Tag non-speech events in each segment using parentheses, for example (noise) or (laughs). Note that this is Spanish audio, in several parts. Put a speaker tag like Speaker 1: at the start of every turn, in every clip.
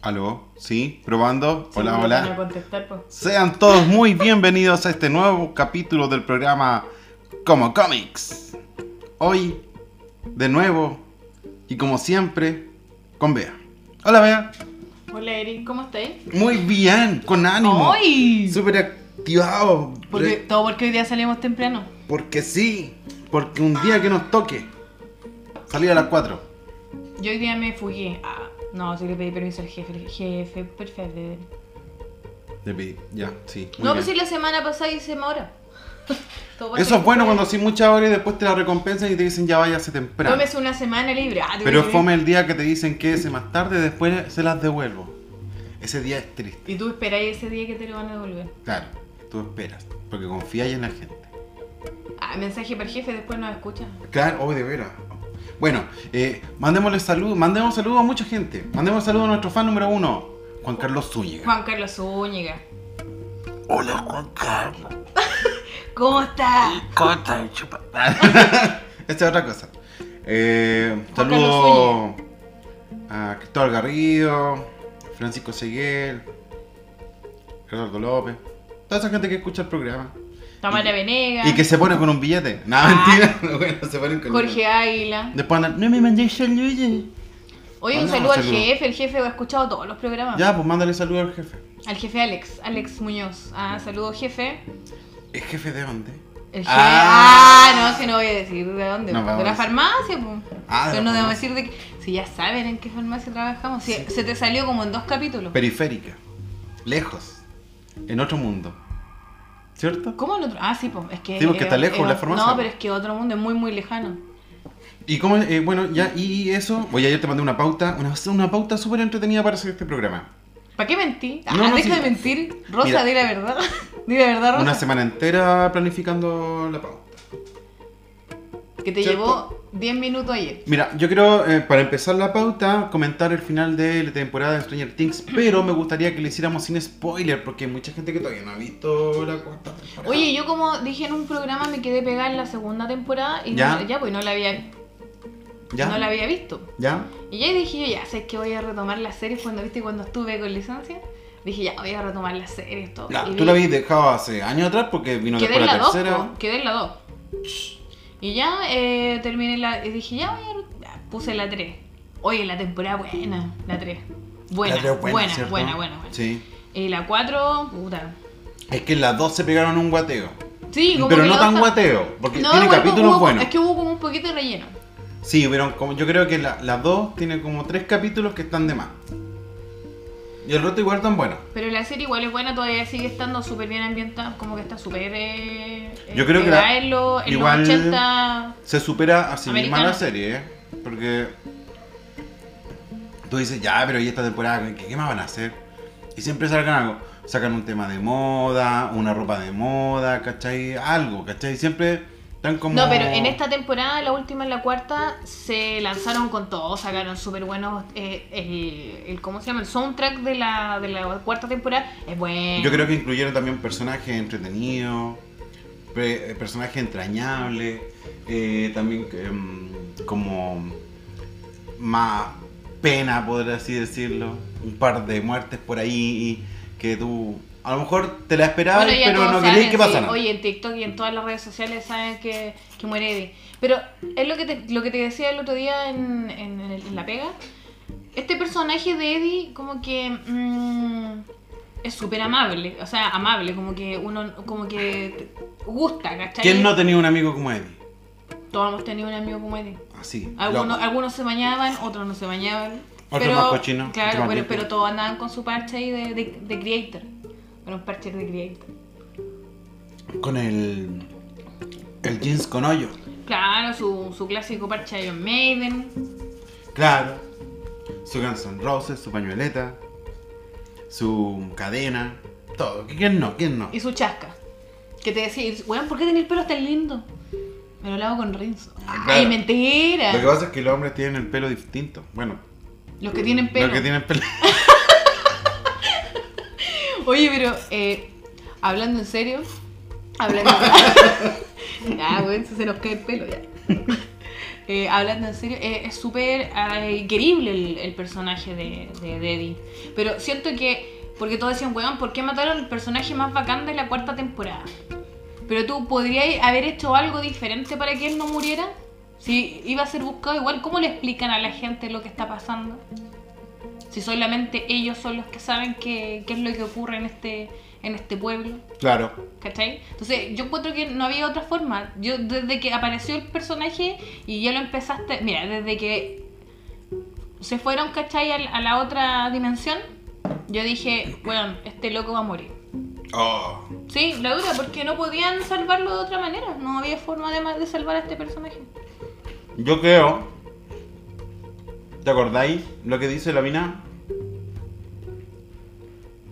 Speaker 1: Aló, sí, probando.
Speaker 2: Sí,
Speaker 1: Hola,
Speaker 2: me van a
Speaker 1: hola.
Speaker 2: contestar, pues.
Speaker 1: Sean todos muy bienvenidos a este nuevo capítulo del programa Como Comics. Hoy, de nuevo, y como siempre, con Bea. Hola, Bea.
Speaker 2: Hola, Eric, ¿cómo estáis?
Speaker 1: Muy bien, con ánimo.
Speaker 2: ¡Ay!
Speaker 1: Súper activado.
Speaker 2: Porque,
Speaker 1: Re-
Speaker 2: todo porque hoy día salimos temprano.
Speaker 1: Porque sí, porque un día que nos toque. Salir a las 4.
Speaker 2: Yo hoy día me fugué. Ah, no, sí le pedí permiso al jefe. El jefe, perfecto.
Speaker 1: Le pedí, ya, sí. muy
Speaker 2: No,
Speaker 1: bien.
Speaker 2: pues si la semana pasada hice
Speaker 1: (laughs)
Speaker 2: más hora. Todo porque-
Speaker 1: Eso es bueno cuando haces muchas horas y después te la recompensan y te dicen ya váyase temprano.
Speaker 2: Tómese una semana libre. Ah, te
Speaker 1: Pero es
Speaker 2: voy a-
Speaker 1: fome el día que te dicen quédese más tarde, después se las devuelvo. Ese día es triste.
Speaker 2: Y tú esperáis ese día que te lo van a devolver.
Speaker 1: Claro, tú esperas, porque confías en la gente.
Speaker 2: Ah, mensaje para el jefe, después nos escucha.
Speaker 1: Claro, oh, de veras. Bueno, eh, mandémosle saludos, mandemos saludos a mucha gente. Mandemos saludos a nuestro fan número uno, Juan Carlos Zúñiga.
Speaker 2: Juan Carlos Zúñiga.
Speaker 1: Hola Juan Carlos.
Speaker 2: ¿Cómo está?
Speaker 1: ¿Cómo estás, chupa? Esta es otra cosa. Eh,
Speaker 2: Juan Carlos
Speaker 1: saludos a Cristóbal Garrido, Francisco Seguel, Gerardo López, toda esa gente que escucha el programa.
Speaker 2: Tamara Venegas.
Speaker 1: Y que se pone con un billete. No,
Speaker 2: Ah.
Speaker 1: mentira. (laughs) Bueno, se ponen con
Speaker 2: Jorge Águila.
Speaker 1: Después andan, no me mandéis saludos.
Speaker 2: Oye, un
Speaker 1: Mandamos
Speaker 2: saludo al
Speaker 1: saludos.
Speaker 2: jefe. El jefe ha escuchado todos los programas.
Speaker 1: Ya, pues mándale saludos al jefe.
Speaker 2: Al jefe Alex, Alex Muñoz. Ah, saludos jefe.
Speaker 1: ¿Es jefe de dónde?
Speaker 2: El jefe.
Speaker 1: Ah.
Speaker 2: Ah, no, si no voy a decir de dónde.
Speaker 1: No, vamos
Speaker 2: de
Speaker 1: a
Speaker 2: la
Speaker 1: decir.
Speaker 2: farmacia, pues.
Speaker 1: Ah, de
Speaker 2: Pero
Speaker 1: la
Speaker 2: no debo
Speaker 1: farmacia.
Speaker 2: decir de qué. Si ya saben en qué farmacia trabajamos. Si- Se te salió como en dos capítulos.
Speaker 1: Periférica. Lejos. En otro mundo. ¿Cierto?
Speaker 2: ¿Cómo en otro? Ah, sí, pues. Es que.
Speaker 1: Sí, porque
Speaker 2: eh,
Speaker 1: está lejos
Speaker 2: eh,
Speaker 1: la farmacia,
Speaker 2: No,
Speaker 1: po.
Speaker 2: pero es que otro mundo es muy, muy lejano.
Speaker 1: Y como, eh, bueno, ya, y eso, oye, ayer te mandé una pauta, una, una pauta súper entretenida para hacer este programa.
Speaker 2: ¿Para qué mentir? Ah,
Speaker 1: No, no,
Speaker 2: deja
Speaker 1: sí.
Speaker 2: de mentir. Rosa,
Speaker 1: Mira.
Speaker 2: di la verdad. (laughs) di la verdad, Rosa.
Speaker 1: Una semana entera planificando la pauta.
Speaker 2: Que te
Speaker 1: ¿Cierto?
Speaker 2: llevó 10 minutos ayer.
Speaker 1: Mira, yo quiero, eh, para empezar la pauta, comentar el final de la temporada de Stranger
Speaker 2: (clears throat)
Speaker 1: Things, pero me gustaría que lo hiciéramos sin spoiler, porque hay mucha gente que todavía no ha visto la cuarta temporada.
Speaker 2: Oye, yo como dije en un programa me quedé pegada en la segunda temporada y
Speaker 1: Ya.
Speaker 2: no, ya pues no la había,
Speaker 1: ¿ya?
Speaker 2: no la había visto.
Speaker 1: ¿Ya?
Speaker 2: Y ya dije yo, ya sé que voy a retomar las series cuando viste cuando estuve con licencia. Dije, ya voy a retomar las series, todo.
Speaker 1: Ya,
Speaker 2: Y
Speaker 1: tú
Speaker 2: vi-
Speaker 1: la habías dejado hace años atrás porque vino
Speaker 2: quedé
Speaker 1: después
Speaker 2: en
Speaker 1: la
Speaker 2: la 2,
Speaker 1: tercera.
Speaker 2: quedé en la 2. Y ya eh, terminé la. Y dije, ya voy a. re- ya, Puse la 3. Oye, la temporada buena, la 3. Buena,
Speaker 1: La tres
Speaker 2: buena, buena,
Speaker 1: ¿cierto?
Speaker 2: buena, buena.
Speaker 1: Sí.
Speaker 2: Y la 4, puta.
Speaker 1: Es que en las dos se pegaron un guateo.
Speaker 2: Sí, como
Speaker 1: pero
Speaker 2: que
Speaker 1: no
Speaker 2: la
Speaker 1: tan
Speaker 2: dos-
Speaker 1: guateo, porque
Speaker 2: No,
Speaker 1: tiene
Speaker 2: igual hubo-
Speaker 1: capítulos
Speaker 2: hubo-
Speaker 1: buenos.
Speaker 2: Es que hubo como un poquito de relleno.
Speaker 1: Sí, pero como, yo creo que la- las dos tienen como tres capítulos que están de más. Y el resto igual tan bueno.
Speaker 2: Pero la serie igual es buena, todavía sigue estando súper bien ambientada, como que está súper... eh,
Speaker 1: Yo creo que la-
Speaker 2: pegada en los, en
Speaker 1: igual-
Speaker 2: los 80...
Speaker 1: Se supera a sí misma
Speaker 2: Americana.
Speaker 1: la serie, ¿eh? Porque tú dices, ya, pero ¿y esta temporada qué, qué más van a hacer? Y siempre sacan algo. Sacan un tema de moda, una ropa de moda, ¿cachai? Algo, ¿cachai? Siempre están como...
Speaker 2: No, pero en esta temporada, la última, en la cuarta, se lanzaron con todo, sacaron súper buenos... eh, el, el- ¿Cómo se llama? El soundtrack de la, de la cuarta temporada es bueno.
Speaker 1: Yo creo que incluyeron también personajes entretenidos, pre- eh, personajes entrañables, eh, también em, como más pena, por así decirlo. Un par de muertes por ahí que tú a lo mejor te la esperabas,
Speaker 2: Bueno, ya
Speaker 1: pero
Speaker 2: todos
Speaker 1: no querías
Speaker 2: saben,
Speaker 1: que
Speaker 2: sí.
Speaker 1: pasara.
Speaker 2: Oye, en TikTok y en todas las redes sociales saben que, que muere Eddie. Pero es lo que te, lo que te decía el otro día en, en- en el- en La Pega. Este personaje de Eddie como que mm, es súper amable. O sea, amable, como que uno como que te- gusta, ¿cachai?
Speaker 1: ¿Quién no tenía un amigo como Eddie?
Speaker 2: Todos hemos tenido un amigo como Eddie.
Speaker 1: Así.
Speaker 2: Algunos,
Speaker 1: loco.
Speaker 2: algunos se bañaban, otros no se bañaban.
Speaker 1: Otros
Speaker 2: pero,
Speaker 1: más cochinos, otros
Speaker 2: Claro,
Speaker 1: más
Speaker 2: pero,
Speaker 1: limpios.
Speaker 2: pero todos andaban con su parche ahí de, de, de creator. Con un parche de creator.
Speaker 1: Con el, el jeans con hoyo.
Speaker 2: Claro, su, su clásico parche de Iron Maiden.
Speaker 1: Claro. Su Guns N' Roses, su pañueleta, su cadena, todo. ¿Quién no? ¿Quién no?
Speaker 2: Y su chasca. Que te decía, y, weón, ¿por qué tenés el pelo tan lindo? Me lo lavo con rinzo.
Speaker 1: Ah, claro.
Speaker 2: Ay,
Speaker 1: Lo que
Speaker 2: mentira.
Speaker 1: pasa es que los hombres tienen el pelo distinto. Bueno,
Speaker 2: Los que tienen pelo.
Speaker 1: los que tienen pelo. (laughs)
Speaker 2: Oye, pero eh, hablando en serio. (laughs) Hablando. ah, weón, se nos cae el pelo ya. (laughs) eh, hablando en serio, eh, es súper eh, querible el, el personaje de, de, de Eddie. Pero siento que, porque todos decían, weón, ¿por qué mataron el personaje más bacán de la cuarta temporada? Pero tú podrías haber hecho algo diferente para que él no muriera. Si iba a ser buscado igual, ¿cómo le explican a la gente lo que está pasando? Si solamente ellos son los que saben qué, qué es lo que ocurre en este, en este pueblo.
Speaker 1: Claro.
Speaker 2: ¿Cachai? Entonces, yo encuentro que no había otra forma. Yo, desde que apareció el personaje y ya lo empezaste. Mira, desde que se fueron, ¿cachai? A, la- a la otra dimensión, yo dije, bueno, este loco va a morir.
Speaker 1: Oh.
Speaker 2: Sí, la dura, porque no podían salvarlo de otra manera. No había forma de, ma- de salvar a este personaje.
Speaker 1: Yo creo. ¿Te acordáis lo que dice la mina?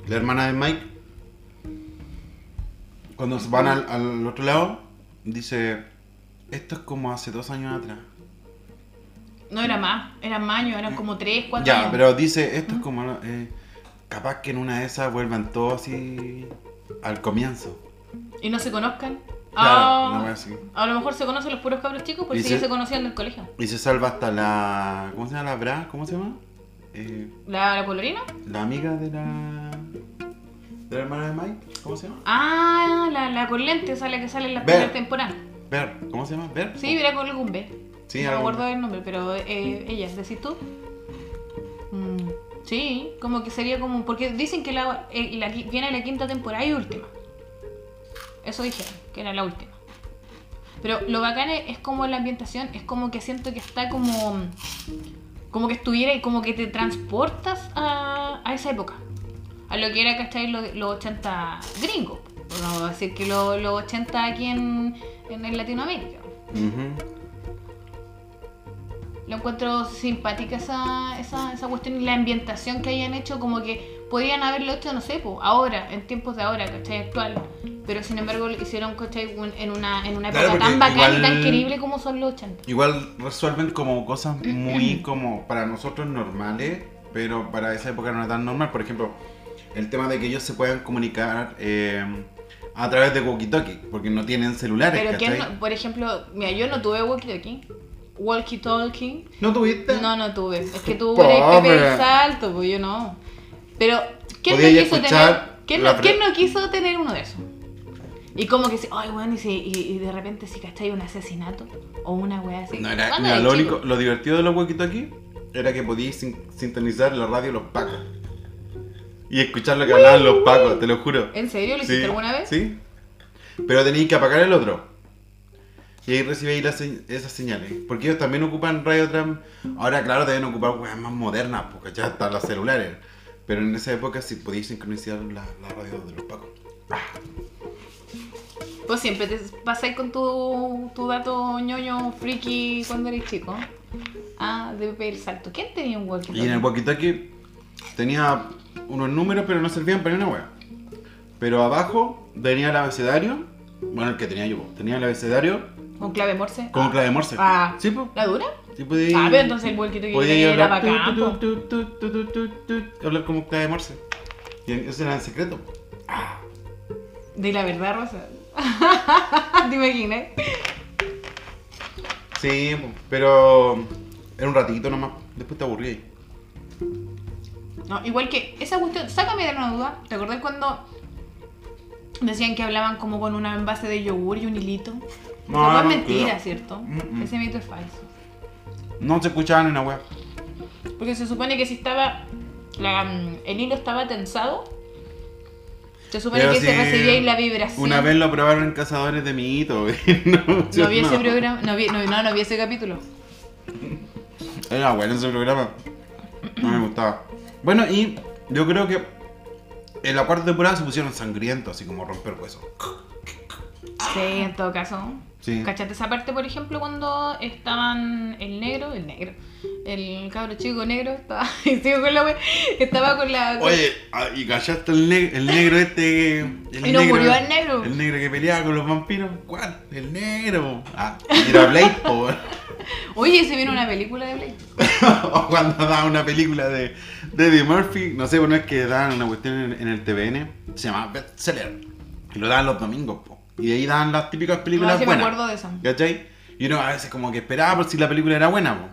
Speaker 1: La hermana de Mike. Cuando se van al, al otro lado, dice. Esto es como hace dos años atrás.
Speaker 2: No era más, eran más años, eran como tres, cuatro
Speaker 1: Ya,
Speaker 2: años.
Speaker 1: pero dice, esto es como. eh, capaz que en una de esas vuelvan todos así. al comienzo.
Speaker 2: Y no se conozcan.
Speaker 1: Claro,
Speaker 2: Ah,
Speaker 1: una wea así.
Speaker 2: a lo mejor se conocen los puros cabros chicos, porque
Speaker 1: Dice-
Speaker 2: ya se conocían del colegio.
Speaker 1: Y se salva hasta la. ¿Cómo se llama la Bra? ¿Cómo se llama? Eh,
Speaker 2: ¿La, la polorina?
Speaker 1: la amiga de la. de la hermana de Mike. ¿Cómo se llama?
Speaker 2: Ah, la, la con lentes, esa es la que sale en la
Speaker 1: Ver.
Speaker 2: primera temporada.
Speaker 1: Ver. ¿Cómo se llama? Ver.
Speaker 2: Sí, verá con algún B.
Speaker 1: Sí,
Speaker 2: no me
Speaker 1: algo-
Speaker 2: acuerdo del nombre, pero eh, ella, decís tú. Mm, sí, como que sería como. Porque dicen que la, eh, la qui- viene la quinta temporada y última. Eso dijeron, que era la última. Pero lo bacán es, es como la ambientación, es como que siento que está como. Como que estuviera y como que te transportas a, a esa época. A lo que era, ¿cachai? Lo- Los 80 gringos. Vamos a decir que lo- los 80 aquí en, en en Latinoamérica.
Speaker 1: Ujú.
Speaker 2: Lo encuentro simpática esa, esa, esa cuestión y la ambientación que hayan hecho, como que podrían haberlo hecho, no sé, po, ahora, en tiempos de ahora, ¿cachai? Actual. Pero sin embargo lo hicieron, ¿cachai? Un- En una, en una época
Speaker 1: Claro, porque
Speaker 2: tan bacana y
Speaker 1: igual-
Speaker 2: tan querible como son los 80.
Speaker 1: Igual resuelven como cosas muy como para nosotros normales, pero para esa época no era tan normal. Por ejemplo, el tema de que ellos se puedan comunicar eh, a través de walkie-talkie, porque no tienen celulares,
Speaker 2: Pero que,
Speaker 1: ¿cachai?
Speaker 2: por ejemplo, mira, yo no tuve walkie-talkie. Walkie-talkie.
Speaker 1: ¿No tuviste?
Speaker 2: No, no tuve. Es que tú
Speaker 1: Pobre.
Speaker 2: eres Pepe del Salto, pues yo no. Pero, ¿quién no,
Speaker 1: Podía
Speaker 2: quiso
Speaker 1: escuchar
Speaker 2: tener, ¿quién,
Speaker 1: la
Speaker 2: no,
Speaker 1: fre-
Speaker 2: quién no quiso tener uno de esos? Y como que, se- ay, weón, y, si- y- y de repente si cachai un asesinato o una weá así.
Speaker 1: No era,
Speaker 2: ¿Cuándo
Speaker 1: mira,
Speaker 2: eres
Speaker 1: lo
Speaker 2: chico?
Speaker 1: único, lo divertido de los huequitos aquí era que podíais sin- sintonizar la radio de los pacos. Y escuchar lo que hablaban los pacos, te lo juro.
Speaker 2: ¿En serio? ¿Lo
Speaker 1: Sí,
Speaker 2: hiciste alguna vez?
Speaker 1: Sí. Pero tenéis que apagar el otro. Y ahí recibéis las se- esas señales. Porque ellos también ocupan radio tram. Ahora, claro, deben ocupar weas más modernas, porque ya están los celulares. Pero en esa época sí podíais sincronizar la, la radio de los pacos.
Speaker 2: Pues siempre te pasáis con tu, tu dato ñoño friki cuando eres chico. Ah, de Pepe del Salto. ¿Quién tenía un walkie
Speaker 1: Y en el walkie-talkie tenía unos números, pero no servían para ni una wea. Pero abajo tenía el abecedario. Bueno, el que tenía yo, pues. tenía el abecedario
Speaker 2: ¿Con clave morse?
Speaker 1: con clave morse.
Speaker 2: Ah.
Speaker 1: Sí, pues.
Speaker 2: ¿La dura?
Speaker 1: Sí, podía-
Speaker 2: Ah, pero entonces el walkie
Speaker 1: podía
Speaker 2: talkie era
Speaker 1: hablar,
Speaker 2: bacán,
Speaker 1: tu,
Speaker 2: po.
Speaker 1: tu, tu, tu, tu, tu, tu, tu, hablar como clave morse. Y eso era en secreto.
Speaker 2: De la verdad, Rosa. (laughs) ¿Te imaginas?
Speaker 1: Sí, po, pero era un ratito nomás. Después te aburrí ahí.
Speaker 2: No, igual que esa cuestión, sácame de una duda. ¿Te acordás cuando decían que hablaban como con una envase de yogur y un hilito?
Speaker 1: No,
Speaker 2: No, es
Speaker 1: no,
Speaker 2: mentira,
Speaker 1: creo.
Speaker 2: ¿cierto?
Speaker 1: Mm, mm.
Speaker 2: Ese mito es falso.
Speaker 1: No se escuchaba ni una wea.
Speaker 2: Porque se supone que si estaba. la, mm, el hilo estaba tensado. Se supone
Speaker 1: Pero
Speaker 2: que se
Speaker 1: sí,
Speaker 2: recibía ahí la vibración.
Speaker 1: Una vez lo probaron en Cazadores de Mito. (laughs) No,
Speaker 2: No vi ese
Speaker 1: no.
Speaker 2: programa. No vi, no, no, no vi ese capítulo.
Speaker 1: Era bueno ese programa. No me gustaba. Bueno, y yo creo que en la cuarta temporada se pusieron sangrientos, así como romper huesos.
Speaker 2: Sí, en todo caso.
Speaker 1: Sí.
Speaker 2: ¿Cachaste esa parte, por ejemplo, cuando estaban el negro, el negro, el cabro chico negro, estaba, (laughs) y sigo con la we- estaba con la... con-
Speaker 1: Oye, ah, y callaste el, ne- el negro este. El
Speaker 2: Y no murió el negro.
Speaker 1: El negro que peleaba con los vampiros. ¿Cuál? El negro. Ah, era Blade, po. (laughs)
Speaker 2: Oye, se viene una película de Blade.
Speaker 1: O cuando daban una película de, de Eddie Murphy. No sé, bueno, es que daban una cuestión en, en el TVN. Se llamaba Bestseller. Y lo daban los domingos, po. Y de ahí daban las típicas
Speaker 2: No,
Speaker 1: películas
Speaker 2: Ah, sí me
Speaker 1: buenas.
Speaker 2: acuerdo de eso.
Speaker 1: ¿Cachai? Y uno a veces como que esperaba por si la película era buena, po.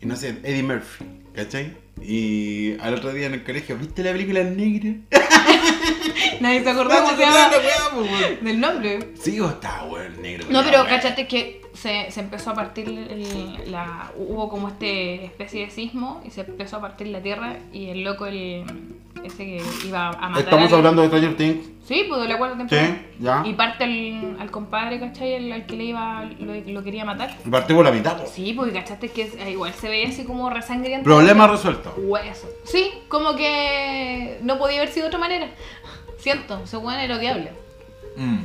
Speaker 1: Y no sé, Eddie Murphy, ¿cachai? Y al otro día en el colegio, ¿viste la película negra?
Speaker 2: Nadie se acordó
Speaker 1: No,
Speaker 2: cómo
Speaker 1: se
Speaker 2: se
Speaker 1: acordaba
Speaker 2: llama.
Speaker 1: la weá, po, weón.
Speaker 2: Del nombre.
Speaker 1: Sí, o estaba weón negro.
Speaker 2: No,
Speaker 1: culiao,
Speaker 2: pero
Speaker 1: weón.
Speaker 2: cachate que se, se empezó a partir el- la. Hubo como este especie de sismo y se empezó a partir la tierra y el loco, el. Ese que iba a matar.
Speaker 1: Estamos
Speaker 2: al-
Speaker 1: hablando de Stranger Things.
Speaker 2: Sí, pues de la cuarta temporada.
Speaker 1: Sí, ya.
Speaker 2: Y parte al, al compadre, ¿cachai? Al, al que le iba, lo, lo quería matar.
Speaker 1: Partimos por la mitad, pues. po.
Speaker 2: Sí, porque cachaste que es- eh, igual se veía así como resangriante.
Speaker 1: Problema resuelto.
Speaker 2: Hueso. Sí, como que no podía haber sido de otra manera. (laughs) Siento, ese weón era odiable.
Speaker 1: Mm.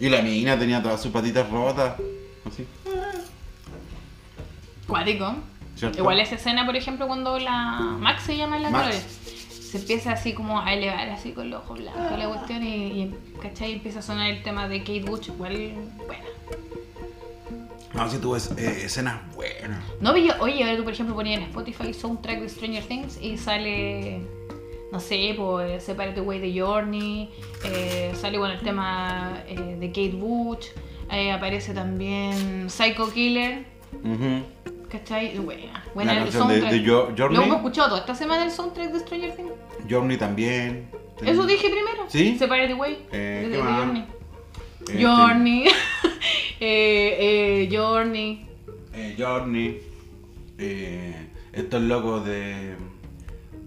Speaker 1: Y la mina tenía todas sus patitas rotas. Así.
Speaker 2: Cuático.
Speaker 1: ¿Cierto?
Speaker 2: Igual esa escena, por ejemplo, cuando la Max se llama en las
Speaker 1: Max.
Speaker 2: flores, se empieza así como a elevar así con los ojos blancos la cuestión y, y, ¿cachai? empieza a sonar el tema de Kate Bush, igual bueno.
Speaker 1: No, si tuvo es- eh, escenas buenas.
Speaker 2: No, pero yo- oye, ahora tú por ejemplo ponías en Spotify soundtrack de Stranger Things y sale, no sé, pues Separate Way de Journey, eh, sale bueno el tema eh, de Kate Bush, eh, aparece también Psycho Killer,
Speaker 1: Ujú.
Speaker 2: ¿cachai? Buena, buena el
Speaker 1: canción de- de
Speaker 2: soundtrack.
Speaker 1: Jo- Journey.
Speaker 2: Lo hemos escuchado toda esta semana el soundtrack de Stranger Things.
Speaker 1: Journey también.
Speaker 2: Eso dije primero.
Speaker 1: ¿Sí?
Speaker 2: Separate Way.
Speaker 1: Eh,
Speaker 2: de,
Speaker 1: ¿qué
Speaker 2: de
Speaker 1: más?
Speaker 2: Journey.
Speaker 1: Eh,
Speaker 2: Journey. (laughs) eh, eh, Journey.
Speaker 1: Eh, Journey. eh, estos locos de.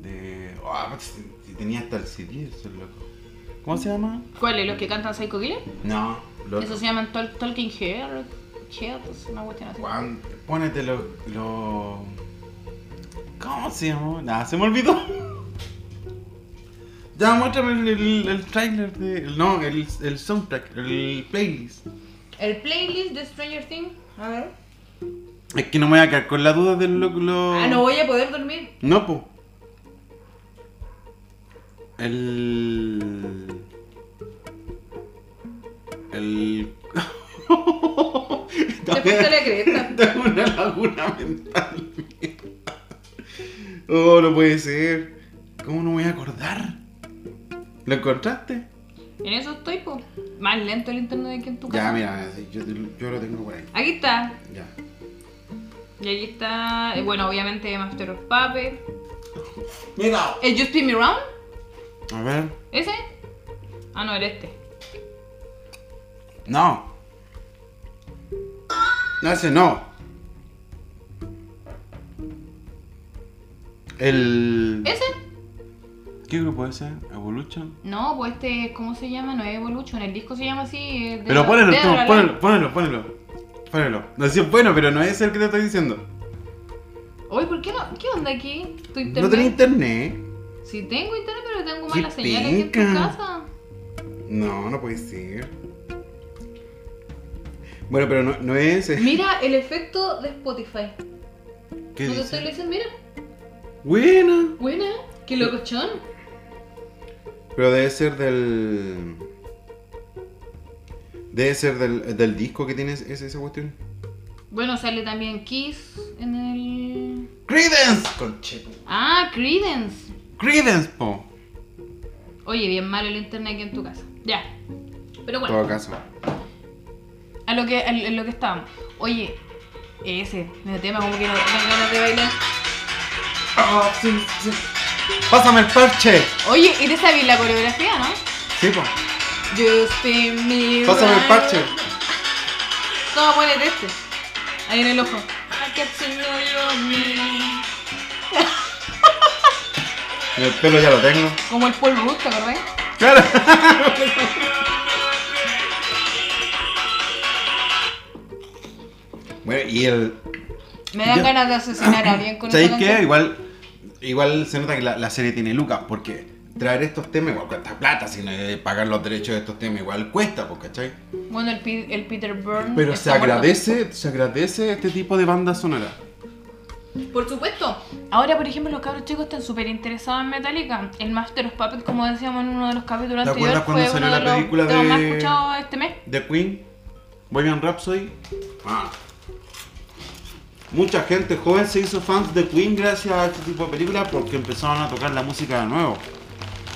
Speaker 1: de. ah, si- si tenía hasta el CD, esos locos. ¿Cómo se llama?
Speaker 2: ¿Cuáles? ¿Los que cantan Psycho Killer?
Speaker 1: No, los.
Speaker 2: Eso se llaman Tol- Tolkien Head, Head, es una cuestión así.
Speaker 1: Juan, Pónete los. Lo... ¿Cómo se llama? Nada, se me olvidó. (laughs) Ya, muéstrame el, el, el trailer de. No, el, el soundtrack, el playlist.
Speaker 2: El playlist de Stranger Things. A ver.
Speaker 1: Es que no me voy a quedar con la duda del lo. lo-
Speaker 2: Ah, no voy a poder dormir.
Speaker 1: No, po. El. El. (laughs)
Speaker 2: Te fuiste
Speaker 1: (laughs)
Speaker 2: la cresta.
Speaker 1: Tengo una laguna mental. Oh, no puede ser. ¿Cómo no me voy a acordar? ¿Lo encontraste?
Speaker 2: En eso estoy, po. Más lento el internet que en tu casa.
Speaker 1: Ya, mira, sí, yo, yo lo tengo por ahí.
Speaker 2: Aquí está.
Speaker 1: Ya.
Speaker 2: Y aquí está. eh, Bueno, obviamente Master of Puppets.
Speaker 1: Mira.
Speaker 2: ¿El Just Spin Me Round?
Speaker 1: A ver.
Speaker 2: ¿Ese? Ah, no, era este.
Speaker 1: No. No, ese no. El.
Speaker 2: ¿Ese?
Speaker 1: ¿Qué grupo es ese? ¿Evolution?
Speaker 2: No, pues este, ¿cómo se llama? No es Evolution. El disco se llama así. eh, de
Speaker 1: Pero
Speaker 2: la-
Speaker 1: ponelo,
Speaker 2: de
Speaker 1: Tom,
Speaker 2: la-
Speaker 1: ponelo, ponelo, ponelo. Ponelo. No sí, es bueno, pero no es el que te estoy diciendo.
Speaker 2: Oye, ¿por qué no? ¿Qué onda aquí? ¿Tu internet?
Speaker 1: No tenía internet.
Speaker 2: Sí, tengo internet, pero tengo
Speaker 1: Qué
Speaker 2: malas señales aquí en tu
Speaker 1: penca.
Speaker 2: casa.
Speaker 1: No, no puede ser. Bueno, pero no, no es eh, ese.
Speaker 2: Mira el efecto de Spotify.
Speaker 1: ¿Qué
Speaker 2: no te
Speaker 1: dice?
Speaker 2: estoy diciendo, mira.
Speaker 1: Buena.
Speaker 2: Buena, qué locochón.
Speaker 1: Pero debe ser del. Debe ser del, del disco que tienes esa, esa cuestión.
Speaker 2: Bueno, sale también Kiss en el.
Speaker 1: ¡Credence! Conchepo.
Speaker 2: Ah, Credence.
Speaker 1: ¡Credence, po!
Speaker 2: Oye, bien malo el internet aquí en tu casa. Ya. Pero
Speaker 1: En
Speaker 2: bueno.
Speaker 1: todo caso.
Speaker 2: A lo que, a lo que estábamos. Oye, ese, el tema como que no dan ganas de bailar.
Speaker 1: Ah, sí, sí. ¡Pásame el parche!
Speaker 2: Oye, ¿y te sabes la coreografía, no?
Speaker 1: Sí, po.
Speaker 2: Just spin me
Speaker 1: ¡Pásame el
Speaker 2: round.
Speaker 1: parche!
Speaker 2: Toma, ponete este. Ahí en el ojo. I get to know you, me.
Speaker 1: El pelo ya lo tengo.
Speaker 2: Como el Paul Rudd, ¿te acordás?
Speaker 1: ¡Claro! bueno, y el.
Speaker 2: Me dan
Speaker 1: Yo-
Speaker 2: ganas de asesinar a alguien con esa
Speaker 1: ¿Sabéis qué?
Speaker 2: canción.
Speaker 1: Igual, igual se nota que la, la serie tiene lucas, porque traer estos temas igual cuesta plata, si no eh, pagar los derechos de estos temas igual cuesta, pues, ¿cachai?
Speaker 2: Bueno, el, Pi- el Peter Byrne.
Speaker 1: Pero se
Speaker 2: Mm, está muerto.
Speaker 1: agradece, se agradece este tipo de banda sonora.
Speaker 2: Por supuesto. Ahora, por ejemplo, los cabros chicos están súper interesados en Metallica. El Master of Puppets, como decíamos en uno de los capítulos
Speaker 1: ¿Te acuerdas
Speaker 2: anteriores,
Speaker 1: cuando
Speaker 2: fue
Speaker 1: salió
Speaker 2: uno
Speaker 1: la
Speaker 2: de los
Speaker 1: película
Speaker 2: temas más
Speaker 1: de-
Speaker 2: escuchados este mes.
Speaker 1: The Queen, Bohemian Rhapsody. Ah. Mucha gente joven se hizo fans de Queen gracias a este tipo de películas porque empezaron a tocar la música de nuevo.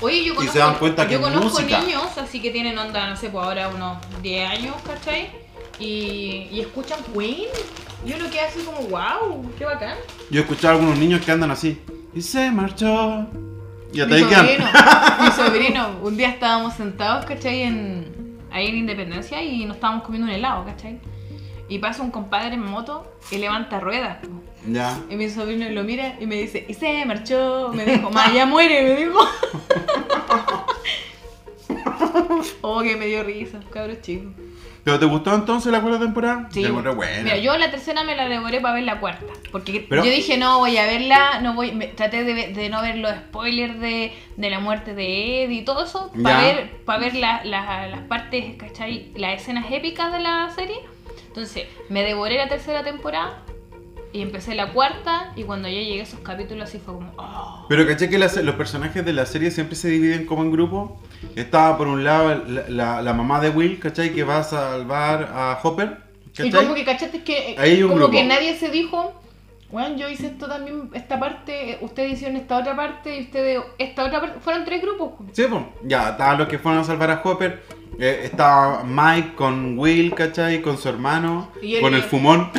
Speaker 2: Oye, yo
Speaker 1: Y
Speaker 2: conozco,
Speaker 1: se dan cuenta que
Speaker 2: yo
Speaker 1: es
Speaker 2: conozco
Speaker 1: música.
Speaker 2: niños, así que tienen onda, no sé, pues ahora unos 10 años, ¿cachai? y, y escuchan Queen. Y uno queda así como, wow, qué bacán.
Speaker 1: Yo he escuchado a algunos niños que andan así. Y se marchó. Y hasta
Speaker 2: Mi
Speaker 1: ahí quedan.
Speaker 2: sobrino, mi sobrino, un día estábamos sentados, ¿cachai? En, ahí en Independencia y nos estábamos comiendo un helado, ¿cachai? Y pasa un compadre en moto y levanta ruedas. po.
Speaker 1: Ya.
Speaker 2: Y mi sobrino lo mira y me dice, y se marchó, me dijo, ma, ya muere, me dijo. (laughs) oh, que me dio risa, cabros chicos.
Speaker 1: ¿Pero te gustó entonces la cuarta temporada?
Speaker 2: Sí.
Speaker 1: Te encontré buena.
Speaker 2: Mira, yo la tercera me la devoré para ver la cuarta. Porque
Speaker 1: Pero-
Speaker 2: yo dije, no voy a verla, no voy. me- traté de, ve- de no ver los spoilers de, de la muerte de Eddie y todo eso. Para
Speaker 1: Ya.
Speaker 2: ver, para ver la- la- las partes, ¿cachai? Las escenas épicas de la serie. Entonces, me devoré la tercera temporada y empecé la cuarta. Y cuando ya llegué a esos capítulos, así fue como. "Oh".
Speaker 1: Pero caché que las- los personajes de la serie siempre se dividen como en grupos. Estaba por un lado la, la- la mamá de Will, ¿cachai? Que va a salvar a Hopper. ¿Cachai?
Speaker 2: Y como que cachaste que eh,
Speaker 1: Ahí hay un
Speaker 2: como
Speaker 1: grupo.
Speaker 2: que nadie se dijo, bueno, yo hice esto también, esta parte, eh, ustedes hicieron esta otra parte y ustedes esta otra parte. Fueron tres grupos.
Speaker 1: Sí, pues, ya, estaban los que fueron a salvar a Hopper. eh, estaba Mike con Will, ¿cachai? Con su hermano,
Speaker 2: Y el-
Speaker 1: con el fumón.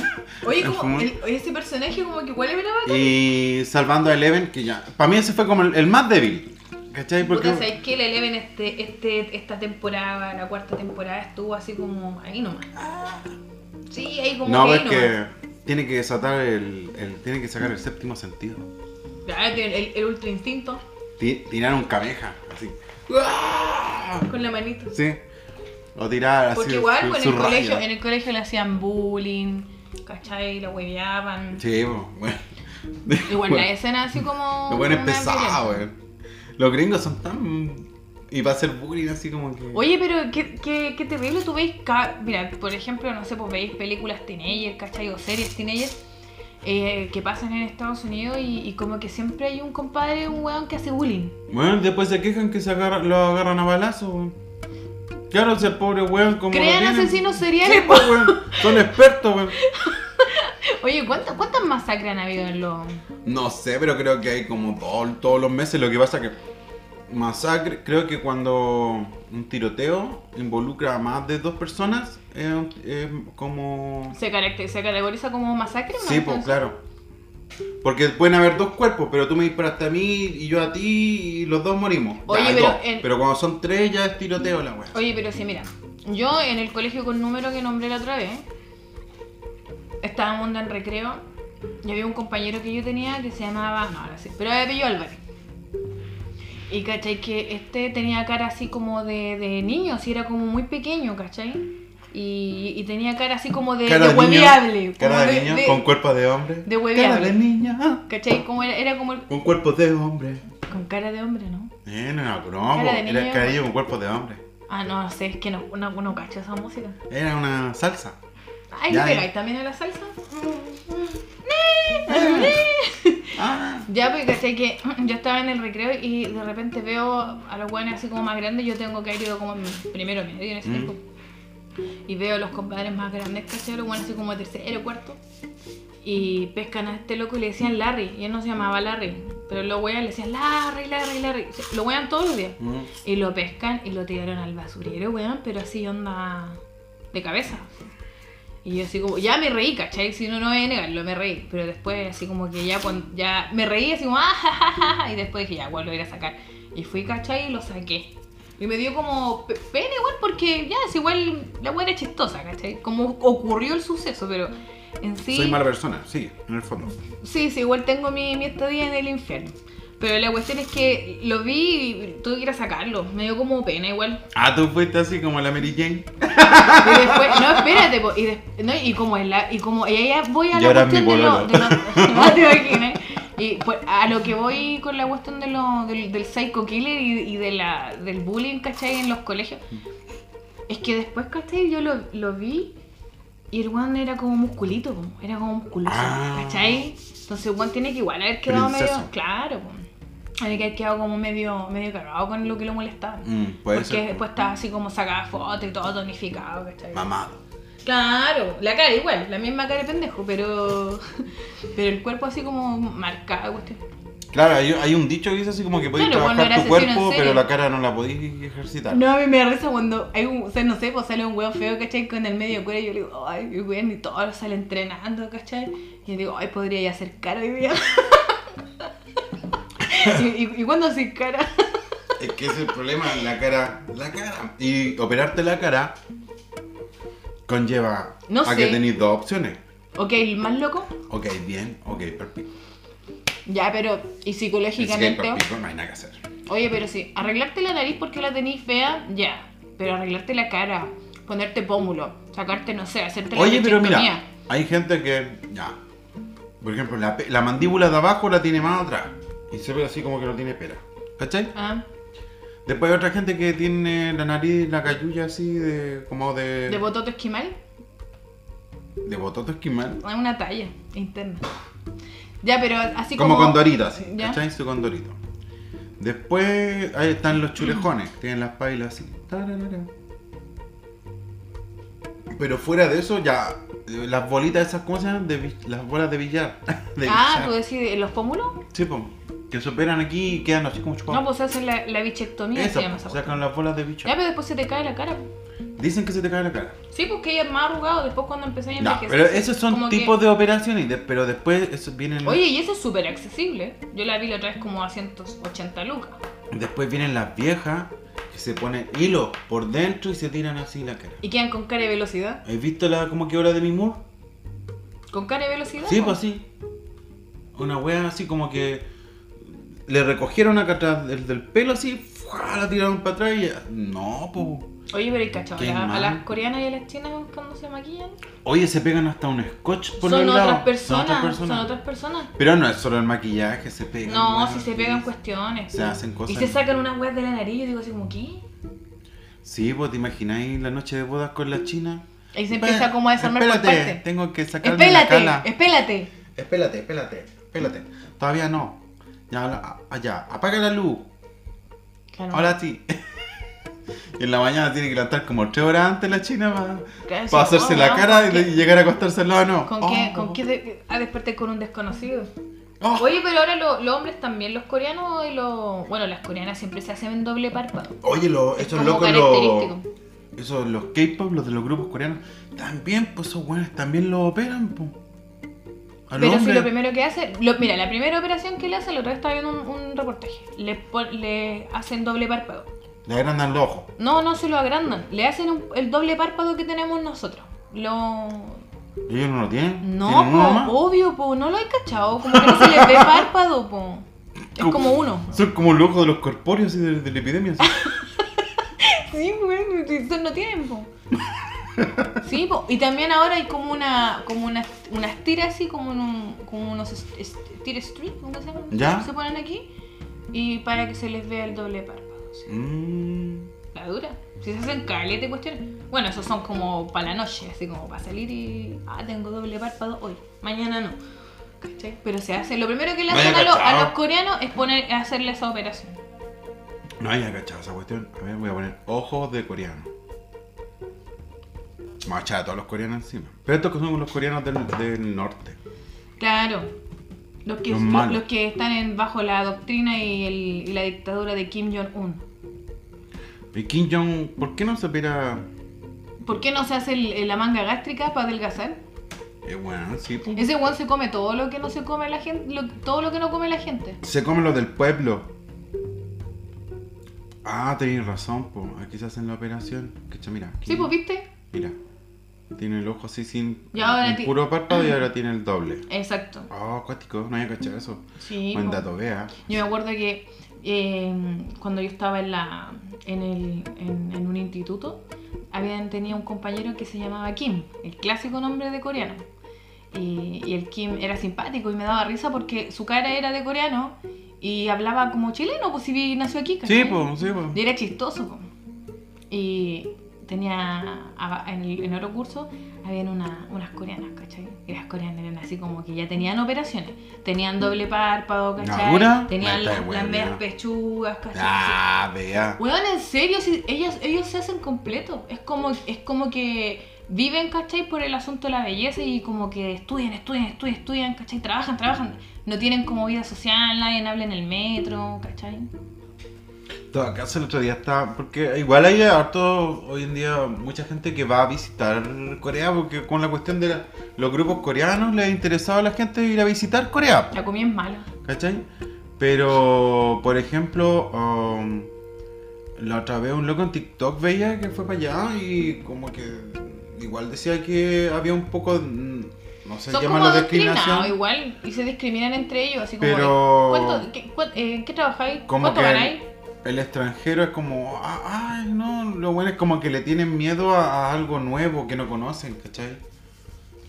Speaker 2: Oye,
Speaker 1: El
Speaker 2: como
Speaker 1: fumón.
Speaker 2: el- oye, ese personaje como que igual era bacán.
Speaker 1: Y salvando a Eleven, que ya. Para mí ese fue como el, el más débil. ¿Cachai? Porque.
Speaker 2: Puta, ¿sabes qué? La Eleven este, este, esta temporada, la cuarta temporada, estuvo así como ahí nomás. Sí, ahí como
Speaker 1: no,
Speaker 2: que
Speaker 1: es
Speaker 2: ahí nomás.
Speaker 1: que tiene que desatar el, el- Tiene que sacar el séptimo sentido.
Speaker 2: Claro, tiene el, el ultra instinto
Speaker 1: Ti- Tirar un cameja, así.
Speaker 2: con la manito.
Speaker 1: Sí. O tirar ¡Ah! así.
Speaker 2: Porque igual
Speaker 1: su-
Speaker 2: con
Speaker 1: su
Speaker 2: el
Speaker 1: rayo.
Speaker 2: colegio, en el colegio le hacían bullying, ¿cachai? La hueveaban.
Speaker 1: Sí, po, bueno.
Speaker 2: (laughs) Igual la escena así como.
Speaker 1: Lo bueno es
Speaker 2: una
Speaker 1: pesado,
Speaker 2: pelea.
Speaker 1: weón. Los gringos son tan. Y para hacer bullying así como que.
Speaker 2: Oye, pero qué, qué, qué terrible tú veis. ca- Mira, por ejemplo, no sé, pues veis películas teenager, ¿cachai? O series teenager eh, que pasan en Estados Unidos y, y como que siempre hay un compadre, un weón que hace bullying.
Speaker 1: Bueno, después se quejan que se agarra- lo agarran a balazo, weón. Claro, si el pobre weón como. lo
Speaker 2: Crean
Speaker 1: tienen-
Speaker 2: asesinos seriales,
Speaker 1: Sí, (laughs) po, weón. Son expertos, weón.
Speaker 2: Oye, ¿cuántas, cuántas masacres han habido en los.
Speaker 1: No sé, pero creo que hay como todo- todos los meses. Lo que pasa que masacre, creo que cuando un tiroteo involucra a más de dos personas, es un- es como...
Speaker 2: ¿Se, caracter- se categoriza como masacre? ¿no?
Speaker 1: Sí, pues
Speaker 2: Entonces-
Speaker 1: claro. Porque pueden haber dos cuerpos, pero tú me disparaste a mí y yo a ti y los dos morimos. Ya,
Speaker 2: Oye,
Speaker 1: hay
Speaker 2: pero
Speaker 1: dos.
Speaker 2: en-
Speaker 1: pero cuando son tres ya es tiroteo la weá.
Speaker 2: Oye, pero sí, mira, yo en el colegio con número que nombré la otra vez, estábamos onda en recreo y había un compañero que yo tenía que se llamaba, no, ahora sí, pero era Pello Álvarez. Y cachai que este tenía cara así como de, de niño, así era como muy pequeño, cachai. Y, y tenía cara así como de, Eh, de
Speaker 1: niño,
Speaker 2: hueveable.
Speaker 1: cara
Speaker 2: como
Speaker 1: de, niño con cuerpos de hombre.
Speaker 2: de
Speaker 1: cara
Speaker 2: hueveable.
Speaker 1: de niña ah,
Speaker 2: ¿Cachai? Como era, era como el-
Speaker 1: con cuerpos de hombre.
Speaker 2: con cara de hombre, ¿no?
Speaker 1: Eh, no, no,
Speaker 2: Cara
Speaker 1: po,
Speaker 2: de
Speaker 1: era
Speaker 2: niño.
Speaker 1: cariño con cuerpos de hombre.
Speaker 2: Ah, no, no sé, es que no, no, no cacho esa música.
Speaker 1: Era una salsa.
Speaker 2: Ay,
Speaker 1: Ya,
Speaker 2: ¿le
Speaker 1: ya.
Speaker 2: pegáis también a la salsa?
Speaker 1: Ah.
Speaker 2: Ya, porque caché que yo estaba en el recreo y de repente veo a los guanes así como más grandes, yo tengo que haber ido como en primero medio en ese
Speaker 1: Mm.
Speaker 2: tiempo. Y veo a los compadres más grandes, caché, los guanes así como de tercero, cuarto. Y pescan a este loco y le decían Larry, y él no se llamaba Larry, pero los weas le decían Larry, Larry, Larry. O sea, Lo wean todos los días.
Speaker 1: Mm.
Speaker 2: Y lo pescan y lo tiraron al basurero, weón, pero así onda de cabeza. Y yo así como, ya me reí, ¿cachai? Si no, no voy a negarlo, me reí. Pero después así como que ya, cuando, ya me reí así como, ah, ja, ja, ja, ja", Y después dije, ya, weón, lo voy a ir a sacar. Y fui, ¿cachai? Y lo saqué. Y me dio como pe- pena igual porque ya es igual, la weá era chistosa, ¿cachai? Como ocurrió el suceso, pero en sí...
Speaker 1: Soy mala persona, sí, en el fondo.
Speaker 2: Sí, sí, igual tengo mi, mi estadía en el infierno. Pero la cuestión es que lo vi y tuve que ir a sacarlo. Me dio como pena igual.
Speaker 1: Ah, tú fuiste así como la Mary Jane.
Speaker 2: Y después, no, espérate, po, y, des- no, y como en la, y como, y ahí ya voy a
Speaker 1: Y
Speaker 2: la
Speaker 1: ahora es mi
Speaker 2: cuestión de
Speaker 1: pololo.
Speaker 2: lo, de lo- (laughs) no te imaginas. Y pues, a lo que voy con la cuestión de lo, del, del psycho killer y, y de la, del bullying, ¿cachai? En los colegios. Es que después, ¿cachai? Yo lo, lo vi y el weón era como musculito, po, era como musculoso,
Speaker 1: Ah.
Speaker 2: ¿cachai? Entonces el weón tiene que igual haber quedado
Speaker 1: Princeso.
Speaker 2: medio, claro, po, tiene que haber quedado como medio, medio cargado con lo que lo molestaba.
Speaker 1: Mm, puede
Speaker 2: Porque
Speaker 1: ser.
Speaker 2: después estaba así como sacaba fotos y todo tonificado, ¿cachai?
Speaker 1: Mamado.
Speaker 2: Claro, la cara (laughs) igual, la misma cara de pendejo, pero pero el cuerpo así como marcado, cuestión.
Speaker 1: Claro, hay, hay un dicho que dice así como que podéis
Speaker 2: Claro, bueno,
Speaker 1: trabajar
Speaker 2: era
Speaker 1: tu
Speaker 2: asesino en
Speaker 1: cuerpo,
Speaker 2: serie.
Speaker 1: pero la cara no la podéis ejercitar.
Speaker 2: No, a mí me da risa cuando hay un, o sea, no sé, pues sale un weón feo, ¿cachai? Con el medio cuero y yo le digo, ay, mi weón, y todos salen entrenando, ¿cachai? Y yo digo, ay, podría ya hacer cara hoy día. (laughs) y, y, y cuando haces cara,
Speaker 1: Es que ese es el problema, la cara, la cara. Y operarte la cara conlleva
Speaker 2: No
Speaker 1: a
Speaker 2: sé.
Speaker 1: que tenéis dos opciones.
Speaker 2: ok, más loco,
Speaker 1: Ok, bien, ok, perfecto.
Speaker 2: ya, pero, y
Speaker 1: Es que
Speaker 2: psicológicamente,
Speaker 1: perfecto, no hay nada que hacer.
Speaker 2: oye, pero sí, arreglarte la nariz porque la tenéis fea, ya, pero arreglarte la cara, ponerte pómulo, sacarte, no sé, hacerte la
Speaker 1: Oye, pero mira,
Speaker 2: pechectomía.
Speaker 1: hay gente que, ya, por ejemplo, la, pe- la mandíbula de abajo la tiene más atrás y se ve así como que no tiene pera. ¿Cachai?
Speaker 2: Ah,
Speaker 1: Después hay otra gente que tiene la nariz, la cayuya así, de, como de...
Speaker 2: ¿De bototo esquimal?
Speaker 1: de bototo esquimal.
Speaker 2: Es una talla interna. Ya, pero así
Speaker 1: Como
Speaker 2: como...
Speaker 1: condorito, así.
Speaker 2: Ya.
Speaker 1: ¿Cachai? Su condorito. Después ahí están los chulejones, tienen las pailas así. tararara. Pero fuera de eso, ya. eh, Las bolitas esas, ¿cómo se llaman? De bi- las bolas de billar. (laughs) De
Speaker 2: Ah,
Speaker 1: billar.
Speaker 2: tú decís, ¿los pómulos?
Speaker 1: Sí, po, Que se operan aquí y quedan así como chupados.
Speaker 2: No, pues hacen la, la bichectomía,
Speaker 1: Esa,
Speaker 2: se llama
Speaker 1: po,
Speaker 2: esa
Speaker 1: sacan
Speaker 2: cuestión.
Speaker 1: las bolas de bicho.
Speaker 2: Ya, pero después se te cae la cara.
Speaker 1: Dicen que se te cae la cara.
Speaker 2: Sí, porque es más arrugado después cuando empecé a
Speaker 1: No,
Speaker 2: envejecer.
Speaker 1: pero esos son
Speaker 2: Como que-
Speaker 1: tipos de operaciones, de- pero después esos vienen,
Speaker 2: Oye, y eso es súper accesible. Yo la vi la otra vez como a 180 lucas.
Speaker 1: después vienen las viejas que se ponen hilo por dentro y se tiran así la cara.
Speaker 2: Y quedan con cara de velocidad.
Speaker 1: ¿Has visto la como que hora de Mimur?
Speaker 2: ¿Con cara de velocidad?
Speaker 1: Sí,
Speaker 2: po?
Speaker 1: pues así. Una wea así como que le recogieron acá atrás del, del pelo así, ¡fua! la tiraron para atrás y ya- No, po.
Speaker 2: Oye, pero hay cachado,
Speaker 1: Qué
Speaker 2: la- a
Speaker 1: mal.
Speaker 2: las coreanas y a las chinas cuando se maquillan.
Speaker 1: Oye, se pegan hasta un scotch por
Speaker 2: Son
Speaker 1: los
Speaker 2: otras,
Speaker 1: lados.
Speaker 2: personas, son otras personas,
Speaker 1: Pero no es solo el maquillaje, se pegan.
Speaker 2: No,
Speaker 1: weas.
Speaker 2: si se pegan pues. cuestiones.
Speaker 1: Se hacen cosas.
Speaker 2: Y se sacan unas weas de la nariz, yo digo así como, ¿qué?
Speaker 1: Sí, pues te imagináis la noche de bodas con la china.
Speaker 2: Ahí se
Speaker 1: Espera-
Speaker 2: empieza como a desarmar por
Speaker 1: Espérate,
Speaker 2: parte.
Speaker 1: tengo que sacarme la cala.
Speaker 2: Espélate, espélate.
Speaker 1: Espérate, espérate, espérate. Todavía no. Ya, la- allá, apaga la luz.
Speaker 2: Claro.
Speaker 1: Ahora sí. (laughs) Y en la mañana tiene que levantar como tres horas antes la china para
Speaker 2: Claro, sí,
Speaker 1: hacerse
Speaker 2: oh,
Speaker 1: la
Speaker 2: weón,
Speaker 1: cara
Speaker 2: ¿con
Speaker 1: y
Speaker 2: qué-
Speaker 1: llegar a acostarse al lado, no.
Speaker 2: ¿Con
Speaker 1: Oh,
Speaker 2: qué, con
Speaker 1: oh,
Speaker 2: qué de- a despertar con un desconocido?
Speaker 1: oh.
Speaker 2: Oye, pero ahora lo- los hombres también, los coreanos y los... Bueno, las coreanas siempre se hacen doble párpado.
Speaker 1: Oye, lo,
Speaker 2: Es
Speaker 1: estos
Speaker 2: como
Speaker 1: locos, los,
Speaker 2: característico.
Speaker 1: esos, los K-pop, los de los grupos coreanos, también, pues esos buenos también lo operan, pues. Al
Speaker 2: Pero si
Speaker 1: hombre.
Speaker 2: lo primero que hace... lo- mira, la primera operación que le hacen, la otra vez estaba viendo un, un reportaje. Le, pon- le hacen doble párpado.
Speaker 1: Le agrandan los ojos.
Speaker 2: No, no se lo agrandan. Le hacen un- el doble párpado que tenemos nosotros. Lo...
Speaker 1: ¿Ellos no lo tienen?
Speaker 2: No,
Speaker 1: ¿Tienen uno
Speaker 2: po,
Speaker 1: nomás?
Speaker 2: obvio, po. No lo he cachado. Como que no se les ve párpado, po. Es como uno.
Speaker 1: Son como los ojos de los corpóreos y de, de la epidemia. así. (laughs)
Speaker 2: Sí, bueno, eso no tiempo. Sí, po, y también ahora hay como una como unas unas tiras así como en un- como unos est- est- tira street, ¿cómo se llama?
Speaker 1: ¿Ya?
Speaker 2: Se ponen aquí y para que se les vea el doble párpado. sí.
Speaker 1: Mm.
Speaker 2: La dura. Si se hacen calete cuestiones. Bueno, esos son como para la noche, así como para salir y ah, tengo doble párpado hoy, mañana no. ¿Cachai? Pero se hace, lo primero que le
Speaker 1: Vaya
Speaker 2: hacen a, los- a
Speaker 1: cachao.
Speaker 2: los coreanos es poner hacerle esa operación.
Speaker 1: No haya cachado esa cuestión. A ver, voy a poner ojos de coreano. Vamos a echar a todos los coreanos encima. Pero estos que son los coreanos del, del norte.
Speaker 2: Claro. Los que,
Speaker 1: Los
Speaker 2: los,
Speaker 1: malos.
Speaker 2: los que están en, bajo la doctrina y, el- y la dictadura de Kim Jong-un.
Speaker 1: Y Kim Jong, ¿por qué no se opera?
Speaker 2: ¿Por qué no se hace el- el- la manga gástrica para adelgazar?
Speaker 1: Eh, bueno, sí. po.
Speaker 2: Ese weón se come todo lo que no se come la gente, lo- todo lo que no come la gente.
Speaker 1: Se comen los del pueblo. Ah, tenéis razón, po. Aquí se hacen la operación. Cacha, mira. aquí.
Speaker 2: Sí, pues viste.
Speaker 1: Mira. Tiene el ojo así sin.
Speaker 2: Y ahora
Speaker 1: un
Speaker 2: ti-
Speaker 1: puro párpado y ahora tiene el doble.
Speaker 2: Exacto.
Speaker 1: Oh, acuático, no haya cachado eso.
Speaker 2: Sí. pues.
Speaker 1: Buen
Speaker 2: po.
Speaker 1: dato, vea.
Speaker 2: Yo me acuerdo que eh, cuando yo estaba en la en, el, en, en un instituto, habían tenía un compañero que se llamaba Kim, el clásico nombre de coreano. Y, y el Kim era simpático y me daba risa porque su cara era de coreano y hablaba como chileno, pues si bien nació aquí. ¿cachai?
Speaker 1: Sí, pues, sí, pues.
Speaker 2: Y era chistoso. po. Y tenía aba- en, el, en otro curso habían una- unas coreanas, ¿cachai? Y las coreanas eran así como que ya tenían operaciones. Tenían doble párpado, ¿cachai?
Speaker 1: ¿Nagura? Me
Speaker 2: Tenían
Speaker 1: estáis
Speaker 2: las, las
Speaker 1: hueveando.
Speaker 2: medias pechugas, ¿cachai?
Speaker 1: Ah, vea.
Speaker 2: Weón, en serio, si ellas, ellos se hacen completo. Es como, es como que viven, ¿cachai? Por el asunto de la belleza y como que estudian, estudian, estudian, estudian, ¿cachai? Trabajan, trabajan. No tienen como vida social, nadie habla en el metro, ¿cachai?
Speaker 1: Todo acaso el otro día está. Porque igual hay harto hoy en día mucha gente que va a visitar Corea porque con la cuestión de la- los grupos coreanos les interesaba a la gente ir a visitar Corea.
Speaker 2: La comida es mala.
Speaker 1: ¿Cachai? Pero, por ejemplo, um, la otra vez un loco en TikTok veía que fue para allá y como que igual decía que había un poco, mm, no sé,
Speaker 2: Son
Speaker 1: llamarlo
Speaker 2: como discriminados
Speaker 1: discriminación.
Speaker 2: igual y se discriminan entre ellos, así como...
Speaker 1: Pero-
Speaker 2: ¿cuánto, qué, cua- eh, ¿Qué trabajáis?
Speaker 1: Como
Speaker 2: ¿Cuánto
Speaker 1: que-
Speaker 2: ganáis?
Speaker 1: El extranjero es como, "Ah, ay, no, lo bueno es como que le tienen miedo a, a algo nuevo que no conocen, ¿cachai?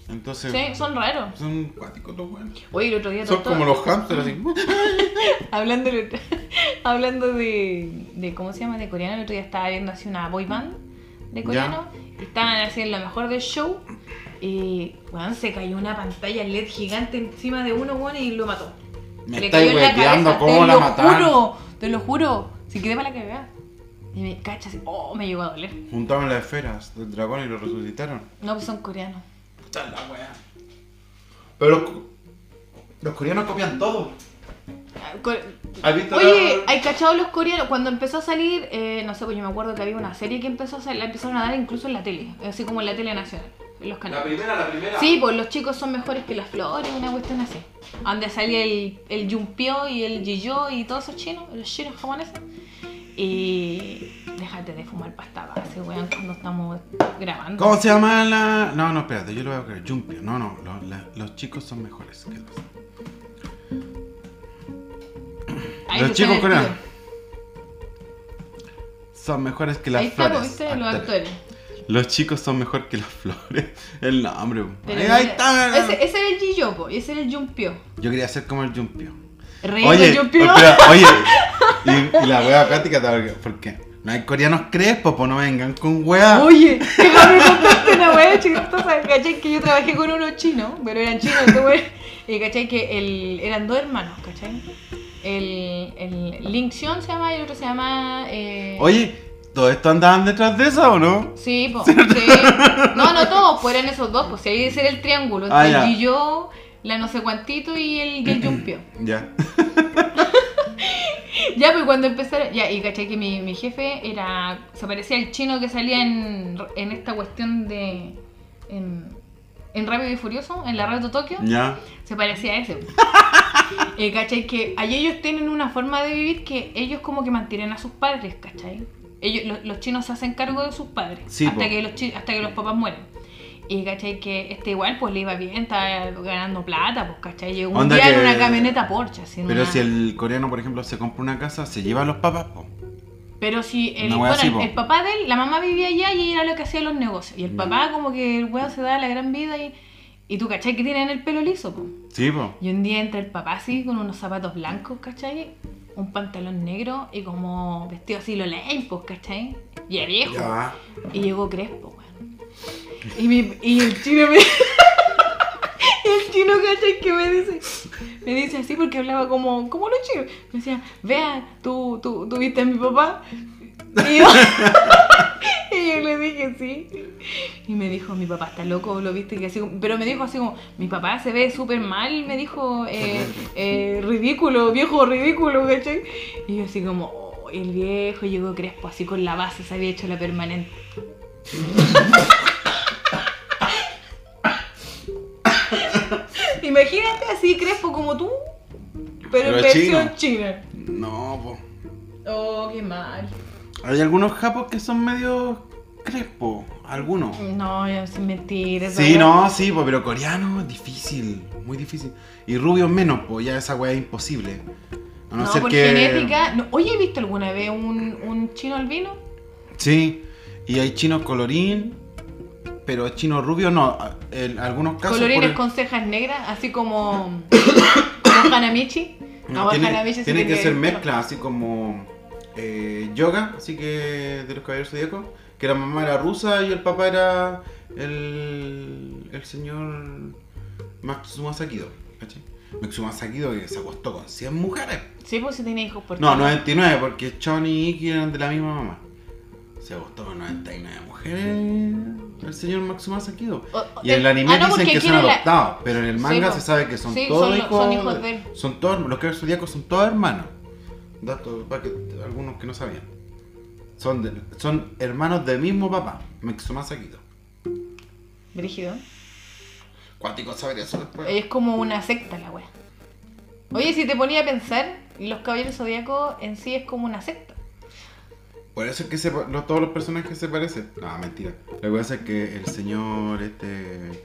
Speaker 1: Entonces,
Speaker 2: Sí, son raros.
Speaker 1: son cuáticos los buenos.
Speaker 2: Oye, el otro día...
Speaker 1: Son
Speaker 2: tanto-
Speaker 1: como los hamsters,
Speaker 2: (laughs)
Speaker 1: así.
Speaker 2: Hablando, el otro- (laughs) hablando de, de. ¿Cómo se llama? De coreano. El otro día estaba viendo así una boy band de
Speaker 1: Ya.
Speaker 2: coreano. y Estaban así en lo mejor del show. Y, weón, se cayó una pantalla LED gigante encima de uno, weón, y lo mató.
Speaker 1: Me
Speaker 2: Se le
Speaker 1: estáis
Speaker 2: cayó en la
Speaker 1: hueveando,
Speaker 2: cabeza,
Speaker 1: ¿cómo
Speaker 2: te
Speaker 1: la
Speaker 2: lo
Speaker 1: mataron?
Speaker 2: juro, te lo juro. Se quedé para la cagada. Y me cacha así, oh, me llegó a doler.
Speaker 1: Juntaron las esferas del dragón y lo resucitaron.
Speaker 2: No, pues son coreanos.
Speaker 1: Puta la wea. Pero los, co- los coreanos copian todo.
Speaker 2: Ah, core-
Speaker 1: ¿Has visto
Speaker 2: Oye,
Speaker 1: la-
Speaker 2: hay cachado los coreanos. Cuando empezó a salir, eh, no sé, pues yo me acuerdo que había una serie que empezó a salir, la empezaron a dar incluso en la tele, así como en la tele nacional, en los canales.
Speaker 1: primera, la primera.
Speaker 2: Sí, pues los chicos son mejores que las flores, una cuestión así. Donde salía el, el Yumpio y el Jiyo y todos esos chinos, los chinos japoneses. Y déjate de fumar pasta base, weón, cuando estamos grabando.
Speaker 1: ¿Cómo se llama la.? No, no, espérate, yo lo voy a creer. Jumpio. No, no, lo- la- los chicos son mejores que los.
Speaker 2: Ahí
Speaker 1: los
Speaker 2: se
Speaker 1: chicos
Speaker 2: sale el tío.
Speaker 1: coreanos. Son mejores que las
Speaker 2: Ahí está,
Speaker 1: flores.
Speaker 2: pues, viste, los
Speaker 1: Actores.
Speaker 2: actores.
Speaker 1: Los chicos son mejor que las (laughs) flores. El nombre.
Speaker 2: Pero
Speaker 1: Ahí, ahí
Speaker 2: mira,
Speaker 1: está.
Speaker 2: Ese, ese era el Jiyo, po, y ese era el Yumpio.
Speaker 1: Yo quería ser como el Jumpio.
Speaker 2: Reír
Speaker 1: Oye,
Speaker 2: del Yumpio.
Speaker 1: espera, oye, y, y la wea práctica, porque- porque no hay coreanos crespos, pues no vengan con wea.
Speaker 2: Oye, que no me contaste una wea chistosa, ¿cachai? Que yo trabajé con unos chinos, pero eran chinos, este wey. Y cachai que el, eran dos hermanos, ¿cachai? El, el Link Xion se llama y el otro se llama. Eh...
Speaker 1: Oye, ¿todo esto andaban detrás de esa o no?
Speaker 2: Sí,
Speaker 1: (laughs)
Speaker 2: po, sí. No, no todos, pues eran esos dos, pues si ahí ese era el triángulo, entre
Speaker 1: Ah,
Speaker 2: el
Speaker 1: ya.
Speaker 2: Giyo, la no sé cuantito y el, y el Yumpio.
Speaker 1: Ya.
Speaker 2: Ya, pues cuando empezaron. Ya, y caché que mi, mi jefe era. Se parecía al chino que salía en, en esta cuestión de. En, en Rápido y Furioso, en la Radio Tokio. (laughs)
Speaker 1: Ya.
Speaker 2: Se parecía
Speaker 1: (laughs)
Speaker 2: a ese. Y caché que ahí ellos tienen una forma de vivir que ellos como que mantienen a sus padres, ¿cachai? Ellos, los, los chinos se hacen cargo de sus padres
Speaker 1: Sí,
Speaker 2: hasta,
Speaker 1: po.
Speaker 2: que los chi- hasta que los papás mueren. Y cachai que este igual pues le iba bien, estaba ganando plata, pues cachai. Llegó un
Speaker 1: Onda
Speaker 2: día en
Speaker 1: que-
Speaker 2: una camioneta Porsche. así, en
Speaker 1: Pero
Speaker 2: una-
Speaker 1: si el coreano, por ejemplo, se compra una casa, se lleva a los papás, po.
Speaker 2: Pero si el,
Speaker 1: Una wea
Speaker 2: bueno,
Speaker 1: así,
Speaker 2: el-
Speaker 1: po. Mm.
Speaker 2: el papá de él, la mamá vivía allá y era lo que hacía los negocios. Y el papá como que el weón se da la gran vida y, y tú, ¿cachai? Que tienen el pelo liso, po.
Speaker 1: Sí, po.
Speaker 2: Y un día entra el papá así con unos zapatos blancos, ¿cachai? Un pantalón negro y como vestido así lo leen, pues, ¿cachai? Y a viejo.
Speaker 1: Ya.
Speaker 2: Y llegó Crespo, weón. Y, mi- y el chino me... (laughs) y el chino, ¿cachai? Que me dice... Me dice así porque hablaba como... Como los chinos. Me decía, vea, tú, tú, tú viste a mi papá. Y yo, (laughs) y yo le dije sí. Y me dijo, mi papá está loco, lo viste que así... como- Pero me dijo así como, mi papá se ve súper mal. Me dijo, eh, eh, ridículo, viejo ridículo, ¿cachai? Y yo así como... "Oh", y el viejo llegó Crespo así con la base, se había hecho la permanente. (laughs) Imagínate así Crespo como tú, pero,
Speaker 1: Pero
Speaker 2: en versión china.
Speaker 1: No, po.
Speaker 2: Oh, qué mal.
Speaker 1: Hay algunos japos que son medio crespos. Algunos.
Speaker 2: No, ya es mentira. esa
Speaker 1: Sí,
Speaker 2: weá.
Speaker 1: no, sí, po, pero coreano es difícil, muy difícil. Y rubio menos, pues ya esa weá es imposible. A no,
Speaker 2: No,
Speaker 1: ser
Speaker 2: por
Speaker 1: que.
Speaker 2: genética. no. Oye, ¿he visto alguna vez un, un chino albino?
Speaker 1: Sí, y hay chinos colorín, pero chinos rubios no. En algunos casos. por
Speaker 2: Colorines
Speaker 1: el-
Speaker 2: con cejas negras,
Speaker 1: (coughs)
Speaker 2: así como. como Hanamichi.
Speaker 1: No, tiene,
Speaker 2: Hanamichi sí
Speaker 1: tiene que
Speaker 2: tiene-
Speaker 1: ser mezcla, así como eh, yoga, así que de los caballeros zodíacos, que la mamá era rusa y el papá era el, el señor Maxuma Sakido. ¿cachai? Maxuma Sakido que se acostó con 100 mujeres.
Speaker 2: Sí, pues si tiene hijos por
Speaker 1: No, 99, porque Chon y Iki eran de la misma mamá. Se acostó con 99 mujeres. el señor Maxuma Sakido.
Speaker 2: O- o-
Speaker 1: Y en el anime
Speaker 2: ah, no,
Speaker 1: dicen
Speaker 2: porque
Speaker 1: que
Speaker 2: aquí
Speaker 1: son
Speaker 2: era la-
Speaker 1: adoptados, pero en el manga
Speaker 2: po.
Speaker 1: se sabe que son
Speaker 2: Sí,
Speaker 1: todos
Speaker 2: son lo-
Speaker 1: hijos.
Speaker 2: son hijos de él.
Speaker 1: Son todos, los que zodíacos son todos hermanos. Dato para que algunos que no sabían. Son, de- son hermanos del mismo papá, Maxuma Sakido.
Speaker 2: Brígido.
Speaker 1: Cuántico saber eso después.
Speaker 2: Es como una secta la wea. Oye, si te ponía a pensar, los caballeros zodíacos en sí es como una secta.
Speaker 1: Por eso es que se pa- no todos los personajes se parecen. No, mentira. Lo que pasa es que el señor este. eh,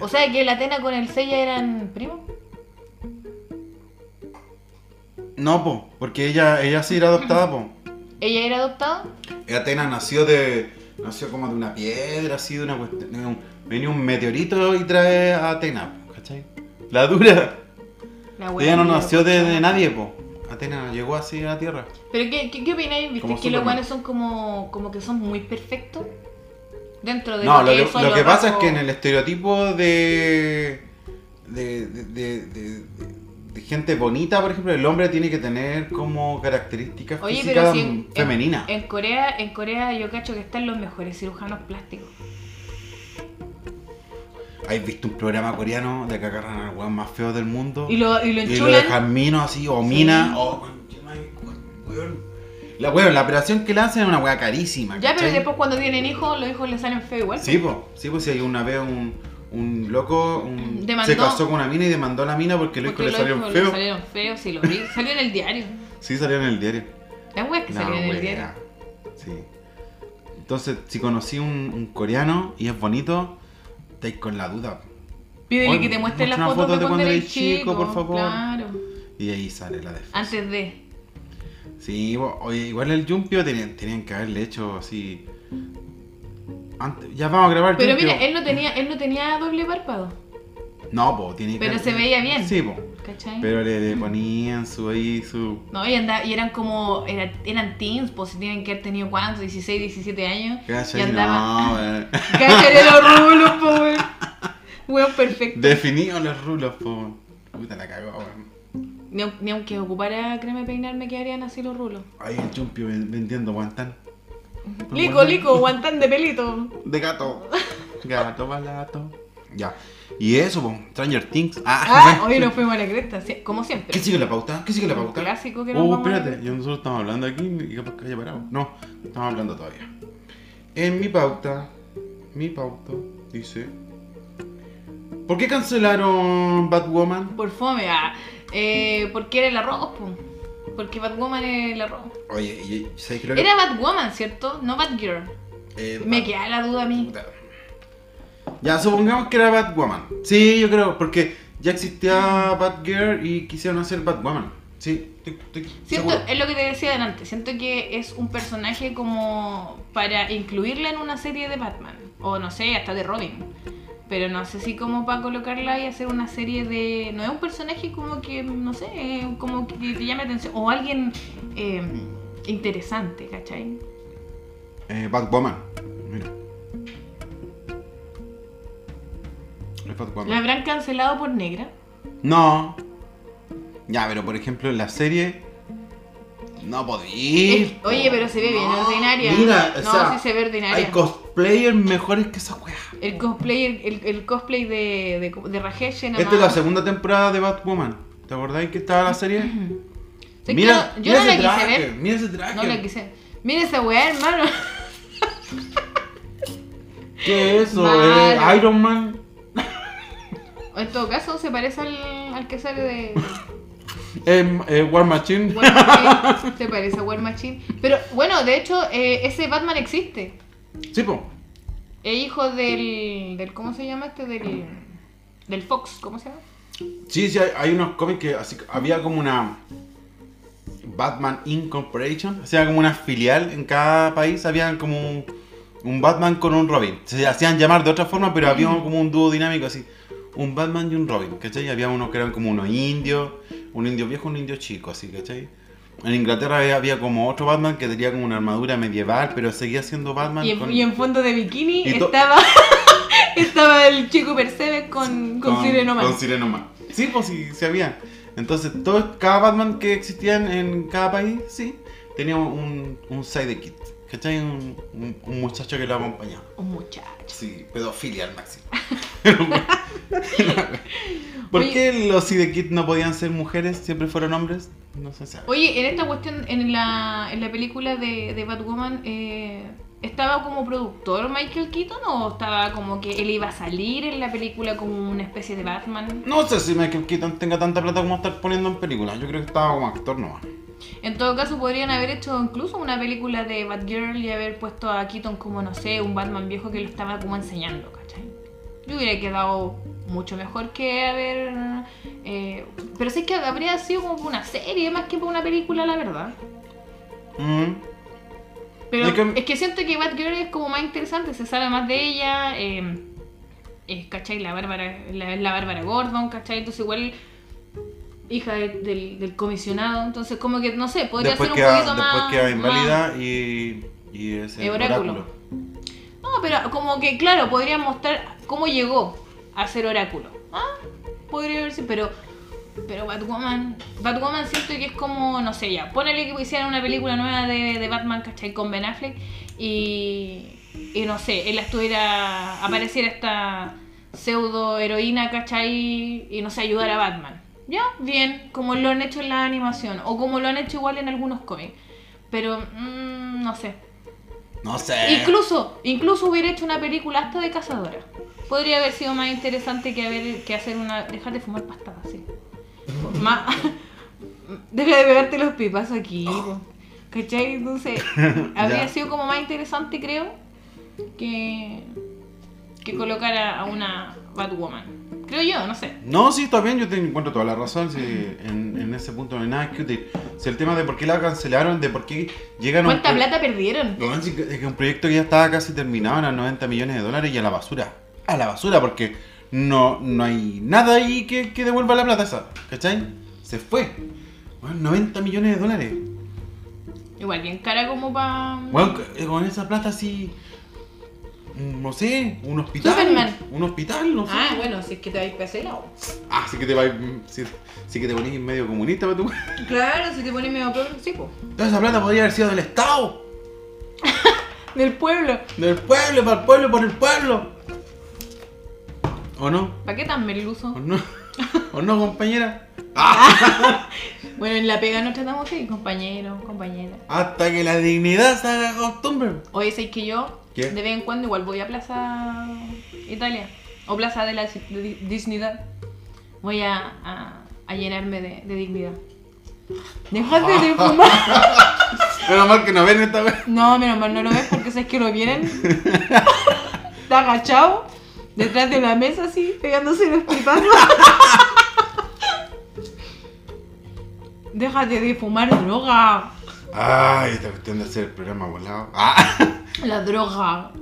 Speaker 2: O sea que el Atena con el Seiya eran primos.
Speaker 1: no, po, porque ella, ella sí era adoptada, po.
Speaker 2: Ella era adoptada.
Speaker 1: Atenas nació de. nació como de una piedra, así de una cuestión. de un- venía un meteorito y trae a Atenas, po, ¿cachai? La dura.
Speaker 2: La wea
Speaker 1: Ella no
Speaker 2: era
Speaker 1: nació de, de
Speaker 2: adoptada.
Speaker 1: nadie, po. Atenas llegó así a la tierra.
Speaker 2: Pero ¿qué, qué, qué opináis? ¿Viste
Speaker 1: Como
Speaker 2: que los
Speaker 1: Superman.
Speaker 2: humanos son como, como que son muy perfectos? Dentro de
Speaker 1: No,
Speaker 2: lo
Speaker 1: lo que,
Speaker 2: son
Speaker 1: lo
Speaker 2: los
Speaker 1: que pasa es
Speaker 2: rasgos-
Speaker 1: que en el estereotipo de de, de, de- de- de gente bonita, por ejemplo, el hombre tiene que tener como características
Speaker 2: Oye,
Speaker 1: físicas
Speaker 2: pero si en,
Speaker 1: femeninas.
Speaker 2: en- en Corea, en Corea yo cacho que están los mejores cirujanos plásticos.
Speaker 1: ¿Has visto un programa coreano de que agarran al weón más feo del mundo?
Speaker 2: Y lo, y lo
Speaker 1: Y lo
Speaker 2: enchulan.
Speaker 1: dejan mino así, o mina.
Speaker 2: Sí.
Speaker 1: Oh, weón, qué mal, weón, weón. La weón, la operación que le hacen es una weá carísima.
Speaker 2: ya, pero
Speaker 1: ¿cachai?
Speaker 2: después cuando tienen hijos, los hijos les salen feos igual.
Speaker 1: Sí, pues, sí, pues si hay una vez un, un loco un-
Speaker 2: Demandó-
Speaker 1: se casó con una mina y demandó a la mina porque los hijos le
Speaker 2: Porque los
Speaker 1: salieron
Speaker 2: hijos le
Speaker 1: feos.
Speaker 2: salieron feos,
Speaker 1: (laughs)
Speaker 2: sí, lo vi. Salió en el diario.
Speaker 1: Sí, salió en el diario.
Speaker 2: Las weas que
Speaker 1: No,
Speaker 2: salían en el
Speaker 1: wea.
Speaker 2: diario.
Speaker 1: Sí. Entonces, si conocí un, un coreano y es bonito, estáis con la duda.
Speaker 2: Pídele
Speaker 1: Oye,
Speaker 2: que te muestren las
Speaker 1: muestra una
Speaker 2: fotos de cuando eres
Speaker 1: erais chico,
Speaker 2: chico,
Speaker 1: por favor.
Speaker 2: Claro.
Speaker 1: Y ahí sale la defensa.
Speaker 2: Antes de.
Speaker 1: Sí, bo- oye, igual el Jumpio tenían, tenían que haberle hecho así. Antes, ya vamos a grabar
Speaker 2: Pero
Speaker 1: Yumpio.
Speaker 2: mira, él no tenía, él no tenía doble párpado.
Speaker 1: No, po, tiene que
Speaker 2: Pero se veía bien.
Speaker 1: Sí, po.
Speaker 2: ¿Cachai?
Speaker 1: Pero le, le ponían su ahí, su.
Speaker 2: No, y, anda- y eran como, era- eran teens, pues si tienen que haber tenido cuántos, 16, 17 años.
Speaker 1: ¿Cachai?
Speaker 2: Y (laughs) andaba.
Speaker 1: No, (laughs) eh.
Speaker 2: Cállate los rulos,
Speaker 1: (laughs)
Speaker 2: po, weón. Weón perfecto.
Speaker 1: Definidos los rulos, po. Puta la cagó, weón.
Speaker 2: Ni, au- ni aunque ocupara crema de peinar, me quedarían así los rulos.
Speaker 1: Ahí el Jumpio ven- vendiendo guantán.
Speaker 2: Lico, lico, guantán de pelito.
Speaker 1: De
Speaker 2: (laughs)
Speaker 1: gato. Gato balato. Ya. Y eso, po. Stranger Things. Ah,
Speaker 2: Ah, hoy nos fuimos a la cresta, sí, como siempre.
Speaker 1: ¿Qué sigue la pauta? ¿Qué sigue la pauta?
Speaker 2: Un clásico que nos
Speaker 1: Oh,
Speaker 2: vamos a-
Speaker 1: espérate, yo nosotros estamos hablando aquí y capaz que haya parado. No, estamos hablando todavía. En mi pauta, mi pauta dice: ¿Por qué cancelaron Batwoman?
Speaker 2: Por fome, ah. Eh, porque era el arroz, po. Porque Batwoman era el arroz.
Speaker 1: Oye, y- ¿sabes qué lo que
Speaker 2: Era Batwoman, ¿cierto? No Batgirl.
Speaker 1: Eh,
Speaker 2: Me
Speaker 1: Bat-
Speaker 2: queda la duda a mí.
Speaker 1: puta. Ya, supongamos que era Batwoman. Sí, yo creo, porque ya existía Batgirl y quisieron hacer Batwoman. Sí, estoy, estoy
Speaker 2: Siento,
Speaker 1: seguro.
Speaker 2: es lo que te decía adelante, siento que es un personaje como para incluirla en una serie de Batman, o no sé, hasta de Robin, pero no sé si como para colocarla y hacer una serie de... No es un personaje como que, no sé, eh, como que te llame atención, o alguien eh, interesante, ¿cachai?
Speaker 1: Eh, Batwoman. Mira. Es Batwoman.
Speaker 2: ¿La habrán cancelado por negra?
Speaker 1: No. Ya, pero por ejemplo en la serie. No
Speaker 2: Es-
Speaker 1: podí.
Speaker 2: Oye, pero se ve bien ordinaria.
Speaker 1: Mira, o
Speaker 2: no,
Speaker 1: sea,
Speaker 2: sí se ve ordinaria.
Speaker 1: hay cosplayers mejores que esa wea.
Speaker 2: el cosplay, el, el cosplay de, de, de Rajesh nomás.
Speaker 1: Esta es la segunda temporada de Batwoman. ¿Te acordáis que estaba la serie?
Speaker 2: Sí, claro, yo no la quise ver.
Speaker 1: Mira ese traje.
Speaker 2: No la quise. Mira esa weá, hermano. (laughs)
Speaker 1: ¿Qué es eso?
Speaker 2: Malo.
Speaker 1: eh? Iron Man.
Speaker 2: En todo caso, se parece al, al que sale de.
Speaker 1: Eh, eh, War Machine.
Speaker 2: War Machine. se parece a War Machine. Pero bueno, de hecho, eh, ese Batman existe.
Speaker 1: Sí, po.
Speaker 2: Es hijo del, del. ¿Cómo se llama este? Del. Del Fox, ¿cómo se llama?
Speaker 1: Sí, sí, hay, hay unos cómics que así, había como una Batman Incorporation, o sea, como una filial en cada país, había como un, un Batman con un Robin. Se hacían llamar de otra forma, pero había
Speaker 2: Mm.
Speaker 1: como un dúo dinámico así, un Batman y un Robin, ¿cachai? Había unos que eran como unos indios, un indio viejo, un indio chico, así, ¿cachai? En Inglaterra había, había como otro Batman que tenía como una armadura medieval, pero seguía siendo Batman
Speaker 2: Y en,
Speaker 1: con-
Speaker 2: y en fondo de bikini
Speaker 1: Y to-
Speaker 2: estaba. (laughs) estaba el chico Percebe con, con, Sireno Man.
Speaker 1: Con Sireno Man. Sí, pues sí, sí había. Entonces, todo, cada Batman que existía en, en cada país, sí, tenía un, un sidekick, ¿Cachai? Un, un, un muchacho que lo acompañaba.
Speaker 2: Un muchacho.
Speaker 1: Sí, pedofilia al
Speaker 2: (laughs)
Speaker 1: máximo. ¿Por
Speaker 2: Oye.
Speaker 1: qué los ID Kid no podían ser mujeres? ¿Siempre fueron hombres? No se sabe.
Speaker 2: Oye, en esta cuestión, en la, en la película de, de Batwoman, eh, ¿estaba como productor Michael Keaton o estaba como que él iba a salir en la película como una especie de Batman?
Speaker 1: No sé si Michael Keaton tenga tanta plata como estar poniendo en películas. Yo creo que estaba como actor nomás.
Speaker 2: En todo caso, podrían haber hecho incluso una película de Batgirl y haber puesto a Keaton como, no sé, un Batman viejo que lo estaba como enseñando, ¿cachai? Yo hubiera quedado mucho mejor que haber... eh, pero sí que habría sido como una serie más que por una película, la verdad.
Speaker 1: Mm.
Speaker 2: Pero
Speaker 1: Es que-
Speaker 2: es que siento que Batgirl es como más interesante, se sabe más de ella. Eh, es, ¿Cachai? La Bárbara, la, la Bárbara Gordon, ¿cachai? Entonces igual hija de- del, del comisionado. Entonces como que, no sé, podría
Speaker 1: Después,
Speaker 2: ser un
Speaker 1: queda,
Speaker 2: poquito
Speaker 1: después
Speaker 2: más...
Speaker 1: queda
Speaker 2: más-
Speaker 1: inválida y, y es el
Speaker 2: El oráculo.
Speaker 1: oráculo.
Speaker 2: No, pero como que, claro, podría mostrar cómo llegó a ser oráculo. Ah, podría haber sido, pero... Pero Batwoman, Batwoman siento que es como, no sé, ya, ponele que hicieran una película nueva de, de Batman, ¿cachai? Con Ben Affleck y, y no sé, él estuviera, apareciera esta pseudo heroína, ¿cachai? Y no sé, ayudar a Batman. Ya, bien, como lo han hecho en la animación o como lo han hecho igual en algunos cómics. Pero, mm, no sé,
Speaker 1: No sé.
Speaker 2: Incluso, incluso hubiera hecho una película hasta de cazadora. Podría haber sido más interesante que haber que hacer una. dejar de fumar pastadas,
Speaker 1: (laughs)
Speaker 2: sí. Más- Deja de beberte los pipas aquí. po.
Speaker 1: (laughs)
Speaker 2: ¿Cachai? Entonces, habría
Speaker 1: Oh. Ya.
Speaker 2: sido como más interesante, creo, que, que colocar a, a una Batwoman. Creo yo, no sé.
Speaker 1: No, sí, está bien, yo te encuentro toda la razón. sí, en, en ese punto no hay nada que útil. Si el tema de por qué la cancelaron, de por qué llegan a un
Speaker 2: ¿Cuánta
Speaker 1: pro-
Speaker 2: plata perdieron?
Speaker 1: Weón, sí, es que un proyecto que ya estaba casi terminado, eran 90 millones de dólares y a la basura. A la basura, porque no, no hay nada ahí que, que devuelva la plata esa. ¿Cachai? Se fue. Weón, 90 millones de dólares.
Speaker 2: Igual, bien cara como para.
Speaker 1: Weón, c- eh, con esa plata sí. mm, No sé, un hospital.
Speaker 2: Superman.
Speaker 1: Un hospital, no sé.
Speaker 2: Ah, bueno, si es que te vais a hacer la
Speaker 1: Ah, sí que te vas. Sí, sí que te ponís medio comunista para tu.
Speaker 2: Claro, si te pones medio progresivo.
Speaker 1: Toda esa plata podría haber sido del Estado,
Speaker 2: Del pueblo.
Speaker 1: del pueblo, para el pueblo, por el pueblo. ¿O no?
Speaker 2: ¿Para qué tan merluzo?
Speaker 1: ¿O no? (laughs) ¿O no, compañera?
Speaker 2: Bueno, en la pega nos tratamos así, compañeros, compañeras.
Speaker 1: Hasta que la dignidad se haga costumbre.
Speaker 2: Oye, ¿sabes que yo
Speaker 1: ¿Qué?
Speaker 2: de vez en cuando igual voy a Plaza Italia? O Plaza de la Ci- de Di- Dignidad. Voy a, a- a llenarme de, de dignidad. Dejate de fumar.
Speaker 1: Pero mal que no ven esta vez.
Speaker 2: No, menos mal, no lo ves porque sabes que lo vienen. Está agachado, detrás de la mesa así, pegándose los pipazos. Déjate de fumar droga.
Speaker 1: Ay, esta cuestión de hacer el programa volado. Ah, (laughs)
Speaker 2: La droga.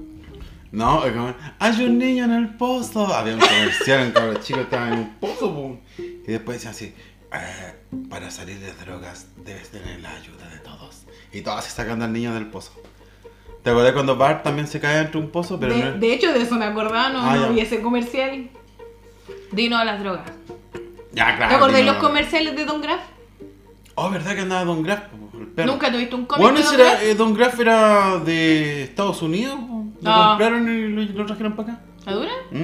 Speaker 1: no, es como. Hay un niño en el pozo. Había un comercial, un cabrón chico estaba en un pozo. pum. Y después decía así: "Ah, Para salir de drogas debes tener la ayuda de todos. Y todos se sacando al niño del pozo. ¿Te acuerdas cuando Bart también se cae entre un pozo? Pero
Speaker 2: de,
Speaker 1: no es-
Speaker 2: de hecho, de eso me acordaba, no,
Speaker 1: Ah,
Speaker 2: no
Speaker 1: ya.
Speaker 2: vi ese comercial. Dino a las drogas.
Speaker 1: Ya, claro.
Speaker 2: ¿Te acordás de
Speaker 1: Ah, no,
Speaker 2: los
Speaker 1: no.
Speaker 2: comerciales de Don Graff?
Speaker 1: Oh, ¿verdad que andaba Don Graff? po, El perro.
Speaker 2: ¿Nunca tuviste un cómic
Speaker 1: Bueno,
Speaker 2: de
Speaker 1: ese
Speaker 2: Don
Speaker 1: era,
Speaker 2: Graff?
Speaker 1: eh, Don Graff era de Estados Unidos. po. Lo
Speaker 2: Ah.
Speaker 1: compraron y lo, lo trajeron para acá.
Speaker 2: ¿La dura?
Speaker 1: Mm.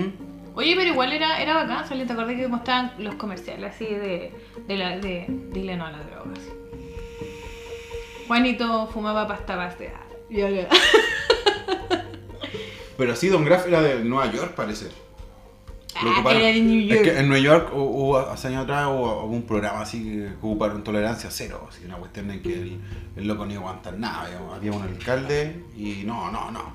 Speaker 2: Oye, pero igual era, era bacán, sale, ¿te acordás que mostraban los comerciales así de, de, la, de dile no a las drogas? Juanito fumaba pasta base. ah, yo le-
Speaker 1: Pero sí, Don Graff era de Nueva York, parece. Lo
Speaker 2: Ah,
Speaker 1: ocuparon.
Speaker 2: era de New
Speaker 1: Es
Speaker 2: York.
Speaker 1: que en Nueva York hu- hubo, hace años atrás hubo, hubo un programa así que ocuparon tolerancia cero. Así una cuestión en que el, el loco no iba a aguantar nada. digamos. Había un alcalde y no, no, no.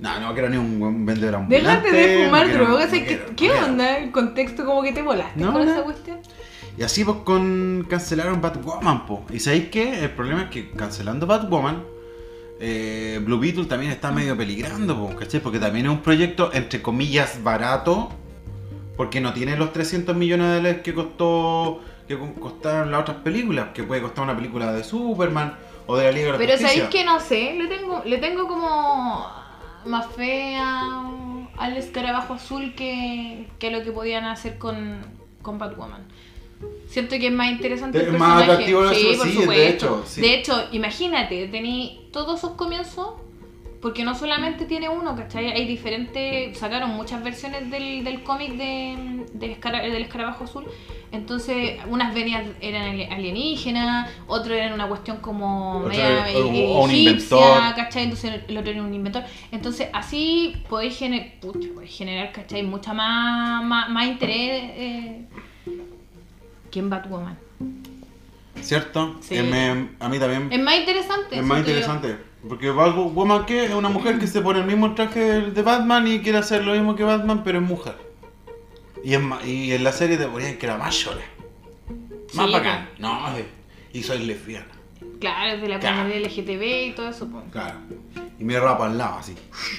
Speaker 1: No, no quiero ni un, un vendedor ambulante.
Speaker 2: Déjate de
Speaker 1: no
Speaker 2: fumar
Speaker 1: quiero-
Speaker 2: drogas.
Speaker 1: no
Speaker 2: ¿Qué,
Speaker 1: quiero, no
Speaker 2: qué
Speaker 1: quiero.
Speaker 2: onda? El contexto como que te volaste
Speaker 1: No,
Speaker 2: con
Speaker 1: no.
Speaker 2: esa cuestión.
Speaker 1: Y así pues con, cancelaron Batwoman, po. Y sabéis que el problema es que cancelando Batwoman, eh, Blue Beetle también está medio peligrando, po, ¿cachai? Porque también es un proyecto, entre comillas, barato, porque no tiene los 300 millones de dólares que costó que co- costaron las otras películas, que puede costar una película de Superman o de la Liga de la
Speaker 2: Pero
Speaker 1: Justicia.
Speaker 2: sabéis que no sé, le tengo, le tengo como más fe a- al escarabajo azul que, que lo que podían hacer con, con Batwoman. Siento que es más interesante. el
Speaker 1: Es más
Speaker 2: personaje.
Speaker 1: atractivo el
Speaker 2: sí,
Speaker 1: personaje,
Speaker 2: por
Speaker 1: sí, de
Speaker 2: supuesto.
Speaker 1: hecho, sí.
Speaker 2: De hecho, imagínate, tení todos esos comienzos, porque no solamente tiene uno, ¿cachai? Hay diferentes. Sacaron muchas versiones del, del cómic de, del, escara- del escarabajo azul. Entonces, unas venían eran ali- alienígenas, otro era una cuestión como
Speaker 1: Otro
Speaker 2: media
Speaker 1: era- o-
Speaker 2: eh,
Speaker 1: o un
Speaker 2: egipcia,
Speaker 1: inventor.
Speaker 2: ¿cachai? Entonces el otro era un inventor. Entonces, así podéis gener- pucha, podéis generar, ¿cachai? Mucha más, más, más interés. Eh, ¿Quién va Batwoman?
Speaker 1: ¿Cierto?
Speaker 2: Sí.
Speaker 1: Eh, me- a mí también
Speaker 2: Es más interesante.
Speaker 1: Mm. es más
Speaker 2: siento yo.
Speaker 1: interesante. Porque Batwoman, ¿qué? Es una mujer que se pone el mismo traje del- de Batman y quiere hacer lo mismo que Batman, pero es mujer. Y, es ma- y en la serie te ponían que era más llora. Más
Speaker 2: Sí,
Speaker 1: bacán. No, eh, y soy lesbiana.
Speaker 2: Claro, es de la
Speaker 1: Claro.
Speaker 2: comunidad LGTB y todo eso. po.
Speaker 1: Claro. Y me rapa al lado, así. (gasps)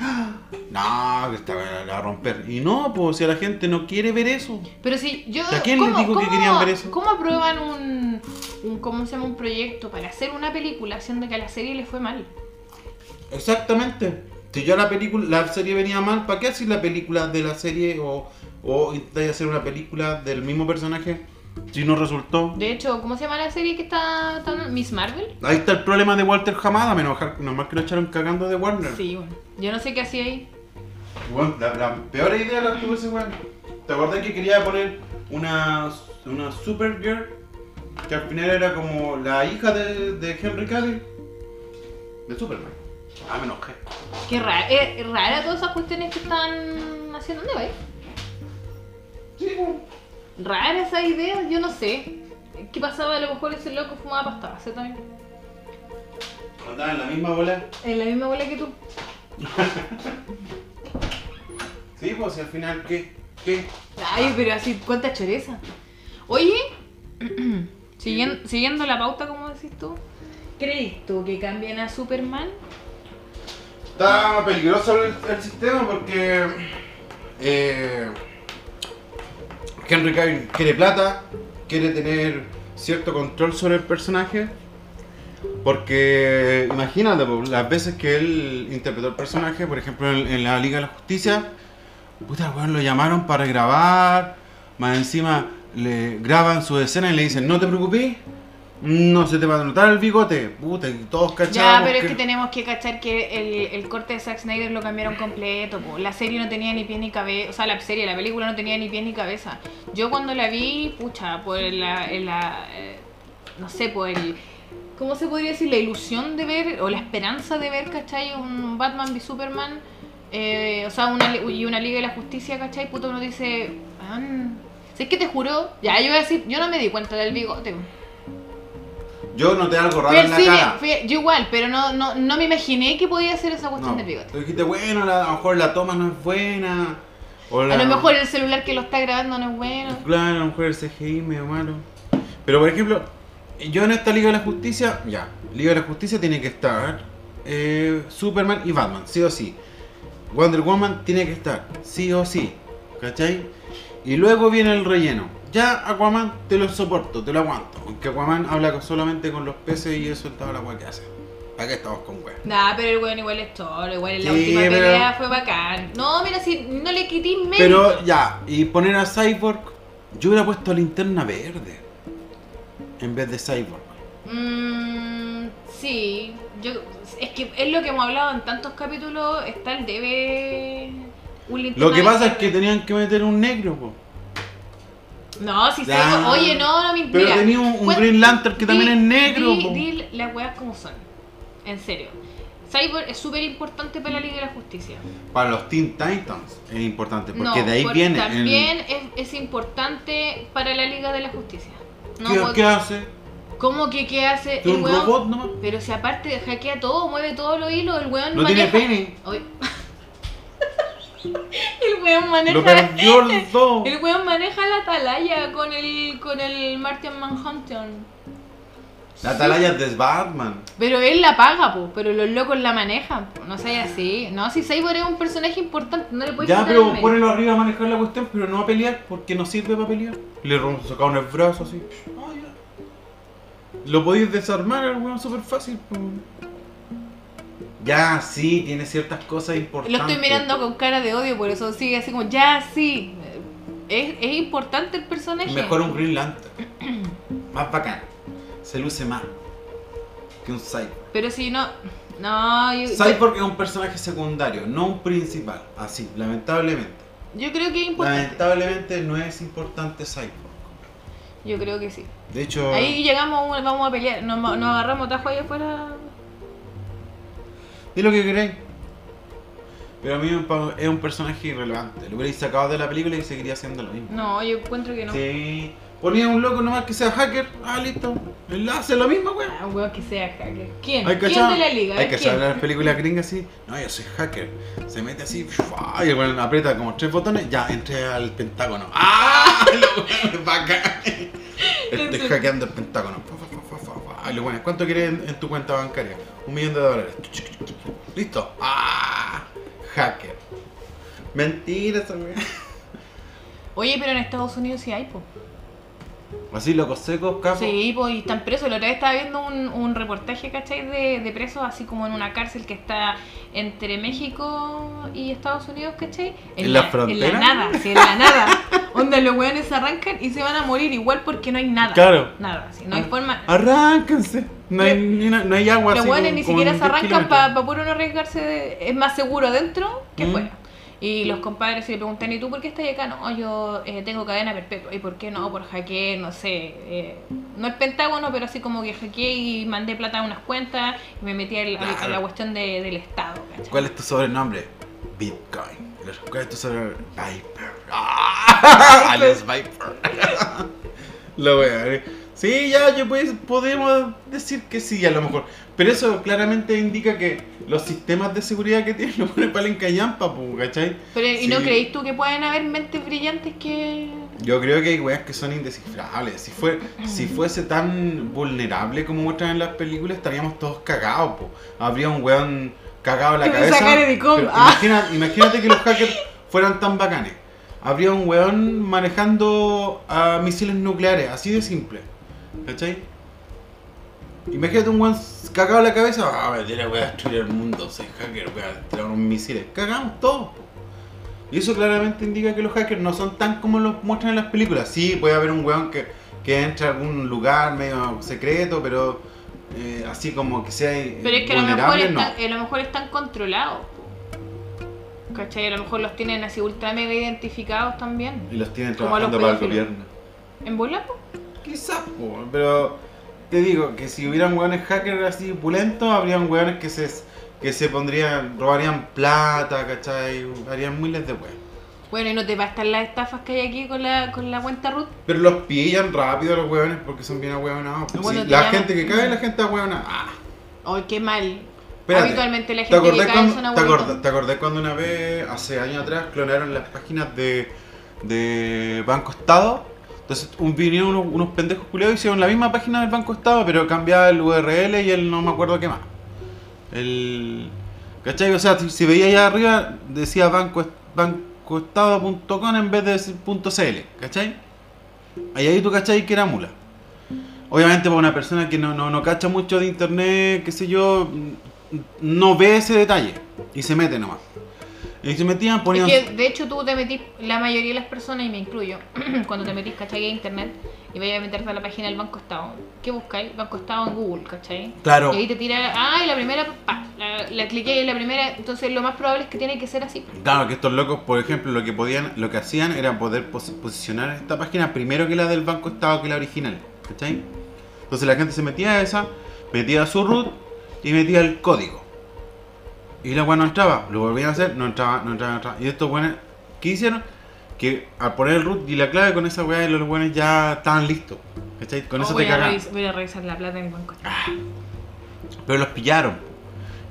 Speaker 1: No, que esta weá la va a romper. Y no, pues si a la gente no quiere ver eso.
Speaker 2: Pero si yo.
Speaker 1: ¿A quién les dijo que querían ver eso?
Speaker 2: ¿Cómo aprueban un, un. ¿Cómo se llama? Un proyecto para hacer una película, siendo que a la serie le fue mal?
Speaker 1: Exactamente. Si ya la película, la serie venía mal, ¿para qué haces la película de la serie o, o intentáis hacer una película del mismo personaje si no resultó?
Speaker 2: De hecho, ¿cómo se llama la serie que está. tan- Miss Marvel?
Speaker 1: Ahí está el problema de Walter Hamada, menos enojar, nomás que lo echaron cagando de Warner.
Speaker 2: Sí, bueno. Yo no sé qué hacía ahí.
Speaker 1: Weón, la, la peor idea la tuvo ese weón. ¿Te acordás que quería poner una, una Supergirl? Que al final era como la hija de, de Henry Cavill. De Superman. Ah, me enojé.
Speaker 2: Qué raro. Es es rara todas esas cuestiones que están haciendo. ¿Dónde vais?
Speaker 1: Sí, pues. weón.
Speaker 2: Rara esa idea, yo no sé. ¿Qué pasaba? A lo mejor ese loco fumaba pasta base también.
Speaker 1: Andaba en la misma bola.
Speaker 2: En la misma bola que tú.
Speaker 1: Sí, pues y al final, ¿qué? ¿Qué? Ah.
Speaker 2: Ay, pero así, cuánta choreza. Oye, (clears throat) siguiendo, siguiendo la pauta, como decís tú, ¿crees tú que cambien a Superman?
Speaker 1: Está peligroso el, el sistema porque eh, Henry Cavill quiere plata, quiere tener cierto control sobre el personaje. Porque imagínate, po, las veces que él interpretó el personaje, por ejemplo en, en la Liga de la Justicia, puta weón, lo llamaron para grabar, más encima le graban su escena y le dicen, no te preocupes, no se te va a notar el bigote, puta, y todos
Speaker 2: Ya,
Speaker 1: cachamos.
Speaker 2: pero es que tenemos que cachar que el, el corte de Zack Snyder lo cambiaron completo. po. La serie no tenía ni pie ni cabeza. O sea, la serie, la película no tenía ni pie ni cabeza. Yo cuando la vi, pucha, por la. en la, eh, no sé, por el. ¿Cómo se podría decir? La ilusión de ver, o la esperanza de ver, ¿cachai? Un Batman v Superman. eh, o sea, una, li- y una Liga de la Justicia, ¿cachai? Puto uno dice. "Ah, si es que te juro. Ya, yo voy a decir, yo no me di cuenta del bigote.
Speaker 1: Yo noté algo raro
Speaker 2: Fui al
Speaker 1: en la
Speaker 2: cine,
Speaker 1: cara.
Speaker 2: fui- yo igual, pero no, no, no me imaginé que podía ser esa cuestión
Speaker 1: No,
Speaker 2: del bigote.
Speaker 1: tú dijiste, bueno, la- a lo mejor la toma no es buena. o la-
Speaker 2: A lo mejor el celular que lo está grabando no es bueno.
Speaker 1: Claro, a lo mejor el CGI medio malo. Pero por ejemplo, yo en esta Liga de la Justicia, ya, Liga de la Justicia tiene que estar eh, Superman y Batman, sí o sí. Wonder Woman tiene que estar, sí o sí. ¿Cachai? Y luego viene el relleno. Ya Aquaman te lo soporto, te lo aguanto. Aunque Aquaman habla con- solamente con los peces y eso es toda la weá que hace. ¿Para qué estamos con weá?
Speaker 2: Nah, pero el weón igual es todo, igual en la
Speaker 1: Sí,
Speaker 2: última
Speaker 1: pero-
Speaker 2: pelea fue bacán. No, mira, si no le quité medio.
Speaker 1: Pero ya, y poner a Cyborg, yo hubiera puesto linterna verde en vez de Cyborg.
Speaker 2: Mm, sí, yo, es que es lo que hemos hablado en tantos capítulos, está el debe... un
Speaker 1: Lo
Speaker 2: linterna
Speaker 1: que
Speaker 2: de
Speaker 1: pasa es
Speaker 2: sangre.
Speaker 1: que tenían que meter un negro, po.
Speaker 2: No, si
Speaker 1: Ya.
Speaker 2: salgo- Oye, no, no me
Speaker 1: Pero
Speaker 2: mira,
Speaker 1: tenía un, un
Speaker 2: cuen-
Speaker 1: Green Lantern que también es negro,
Speaker 2: di-
Speaker 1: po.
Speaker 2: di las weas como son. En serio. Cyborg es súper importante para la Liga de la Justicia.
Speaker 1: Para los Teen Titans es importante,
Speaker 2: No,
Speaker 1: porque de ahí
Speaker 2: por-
Speaker 1: viene. el-
Speaker 2: También es, es importante para la Liga de la Justicia. No,
Speaker 1: ¿Qué,
Speaker 2: pod-
Speaker 1: qué hace?
Speaker 2: ¿Cómo que qué hace
Speaker 1: ¿Es
Speaker 2: el
Speaker 1: un
Speaker 2: weón?
Speaker 1: robot nomás?
Speaker 2: Pero si aparte hackea todo, mueve todos los hilos, el weón
Speaker 1: No tiene
Speaker 2: maneja.
Speaker 1: pene.
Speaker 2: Oye. (laughs) el weón maneja.
Speaker 1: Lo perdió los dos.
Speaker 2: El weón maneja la atalaya con el. con el Martian Manhunter.
Speaker 1: La atalaya es de Batman.
Speaker 2: Pero él la paga, po, pero los locos la manejan. po, No sea así. No, si Cyborg es un personaje importante, no le puedes
Speaker 1: Ya,
Speaker 2: quitar el
Speaker 1: pero
Speaker 2: mérito.
Speaker 1: ponelo arriba a manejar la cuestión, pero no a pelear, porque no sirve para pelear. Le rom- sacaron el brazo así. Ah, ya. Lo podéis desarmar al weón súper fácil. po. Ya, sí, tiene ciertas cosas importantes.
Speaker 2: Lo estoy mirando con cara de odio, por eso sigue así como, ya sí. Es, es importante el personaje.
Speaker 1: Mejor un Green Lantern. (clears throat) más bacán. Se luce más que un Cyborg.
Speaker 2: Pero si no. No, yo, yo,
Speaker 1: Cyborg es un personaje secundario, no un principal. Así, lamentablemente.
Speaker 2: yo creo que es importante.
Speaker 1: Lamentablemente no es importante Cyborg.
Speaker 2: Yo creo que sí.
Speaker 1: De hecho,
Speaker 2: Ahí llegamos, a un- vamos a pelear. Nos, nos agarramos tajo ahí afuera.
Speaker 1: di lo que queréis. Pero a mí me pa- es un personaje irrelevante. Lo hubierais sacado de la película y seguiría haciendo lo mismo.
Speaker 2: No, yo encuentro que no.
Speaker 1: Sí. Ponía un loco nomás que sea hacker. Ah, listo. Él hace lo mismo, weón.
Speaker 2: Ah, weón, que sea hacker. ¿Quién?
Speaker 1: Hay que
Speaker 2: ¿Quién de la liga? A
Speaker 1: Hay
Speaker 2: ver,
Speaker 1: que
Speaker 2: ¿quién?
Speaker 1: saber las películas gringas así. No, yo soy hacker. Se mete así. ¡fua! Y el weón aprieta como tres botones. Ya, entré al pentágono. ¡Ah! (laughs) Lo bueno bacán. Estoy
Speaker 2: Entonces-
Speaker 1: hackeando el pentágono. Fa, fa, fa, fa, fa, fa. Y lo bueno, ¿cuánto quieres en, en tu cuenta bancaria? Un millón de dólares. Listo. ¡Ah! Hacker. Mentira esa weá.
Speaker 2: Oye, pero en Estados Unidos sí hay, po.
Speaker 1: Así, locos secos, capos.
Speaker 2: Sí, pues y están presos. La otra vez estaba viendo un, un reportaje, ¿cachai? De, de presos, así como en una cárcel que está entre México y Estados Unidos, ¿cachai?
Speaker 1: ¿En la frontera?
Speaker 2: En la nada, sí, en la nada.
Speaker 1: (laughs)
Speaker 2: Onda, los weones se arrancan y se van a morir igual porque no hay nada.
Speaker 1: Claro. Ah.
Speaker 2: Nada, sí, no hay forma.
Speaker 1: Arránquense. No hay, ni una- no hay agua.
Speaker 2: Los
Speaker 1: así
Speaker 2: hueones
Speaker 1: como-
Speaker 2: ni
Speaker 1: como en
Speaker 2: siquiera se
Speaker 1: 10
Speaker 2: arrancan
Speaker 1: kilómetros.
Speaker 2: para puro no arriesgarse, de- es más seguro dentro que
Speaker 1: Mm.
Speaker 2: fuera. Y los compadres se le preguntan, ¿y tú por qué estás acá? No, yo eh, tengo cadena perpetua. ¿Y por qué no? Por hackeé, no sé. eh, no el Pentágono, pero así como que hackeé y mandé plata a unas cuentas y me metí al- al- a,
Speaker 1: Claro.
Speaker 2: la cuestión de- del Estado. ¿cachai?
Speaker 1: ¿Cuál es tu sobrenombre? Bitcoin. ¿Cuál es tu sobrenombre? Viper. ¡Ah! Alias Viper. Lo voy a ver. eh. Sí, ya, yo pues podemos decir que sí, a lo mejor. Pero eso claramente indica que los sistemas de seguridad que tienen (laughs) lo ponen para la encallampa, pues, ¿cachai?
Speaker 2: Pero, ¿Y no
Speaker 1: Sí.
Speaker 2: creéis tú que pueden haber mentes brillantes que...?
Speaker 1: Yo creo que hay weas que son indescifrables. Si, fue, si fuese tan vulnerable como muestran en las películas, estaríamos todos cagados, po. Habría un weón cagado en la
Speaker 2: Que me
Speaker 1: cabeza.
Speaker 2: sacara de com-
Speaker 1: pero
Speaker 2: Ah.
Speaker 1: imagina- imagínate que los hackers fueran tan bacanes. Habría un weón manejando ah, misiles nucleares, así de simple. ¿Cachai? Imagínate un weón cagado en la cabeza. Ah, mentira, voy a destruir el mundo, soy hacker, voy a tirar unos misiles. Cagamos todos, po. Y eso claramente indica que los hackers no son tan como los muestran en las películas. Sí, puede haber un weón que, que entra a algún lugar medio secreto, pero eh, así como que sea eh,
Speaker 2: Pero es que a lo, mejor
Speaker 1: vulnerable, no.
Speaker 2: están, a lo mejor están controlados. po. ¿Cachai? A lo mejor los tienen así ultra mega identificados también.
Speaker 1: Y los tienen
Speaker 2: como a los
Speaker 1: trabajando para el
Speaker 2: pedófilos.
Speaker 1: gobierno.
Speaker 2: ¿En bola, po?
Speaker 1: Quizás, po, pero te digo que si hubieran hueones hackers así pulentos, habrían hueones que se, que se pondrían, robarían plata, ¿cachai? Harían miles de hueones.
Speaker 2: Bueno, y no te bastan las estafas que hay aquí con la, con la cuenta Ruth.
Speaker 1: Pero los pillan rápido los hueones porque son bien ahueonados. po.
Speaker 2: Bueno,
Speaker 1: Sí,
Speaker 2: te
Speaker 1: la
Speaker 2: llaman-
Speaker 1: gente que cae, la gente ahueonada. Ah.
Speaker 2: Ay, Oh, qué mal.
Speaker 1: Espérate,
Speaker 2: Habitualmente la
Speaker 1: ¿Te
Speaker 2: gente que
Speaker 1: acordás,
Speaker 2: cae son
Speaker 1: cuando, te,
Speaker 2: abuelitos.
Speaker 1: acordás- te acordás cuando una vez, hace años atrás, clonaron las páginas de, de Banco Estado? Entonces un- vinieron unos, unos pendejos culiados y hicieron la misma página del Banco Estado, pero cambiaba el URL y el no me acuerdo qué más. El, ¿Cachai? O sea, si, si veía allá arriba, decía banco, bancoestado.com en vez de decir punto .cl, ¿cachai? Ahí ahí tú cachai que era mula. Obviamente para una persona que no, no, no cacha mucho de internet, qué sé yo, n- no ve ese detalle y se mete nomás. Y se metían,
Speaker 2: Es
Speaker 1: ponían...
Speaker 2: que, de hecho, tú te metís, la mayoría de las personas, y me incluyo, (clears throat) cuando te metís, ¿cachai? A internet y vayas a meterte a la página del Banco Estado. ¿Qué buscáis? Banco Estado en Google, ¿cachai?
Speaker 1: Claro,
Speaker 2: Y ahí te tira, ah, y la primera, pa, la, la cliqué y la primera, entonces lo más probable es que tiene que ser así.
Speaker 1: claro que estos locos, por ejemplo, lo que podían, lo que hacían era poder pos- posicionar esta página primero que la del Banco Estado, que la original, ¿cachai? Entonces la gente se metía a esa, metía su root y metía el código. Y la weá no entraba, lo volvían a hacer, no entraba, no entraba, no entraba. Y estos weones, ¿qué hicieron? Que al poner el root y la clave con esa weá, los weones ya estaban listos. ¿Cachai? Con
Speaker 2: Oh,
Speaker 1: eso
Speaker 2: voy,
Speaker 1: te
Speaker 2: a
Speaker 1: cagan.
Speaker 2: revis- voy a revisar la plata en el Banco Estado.
Speaker 1: Pero los pillaron.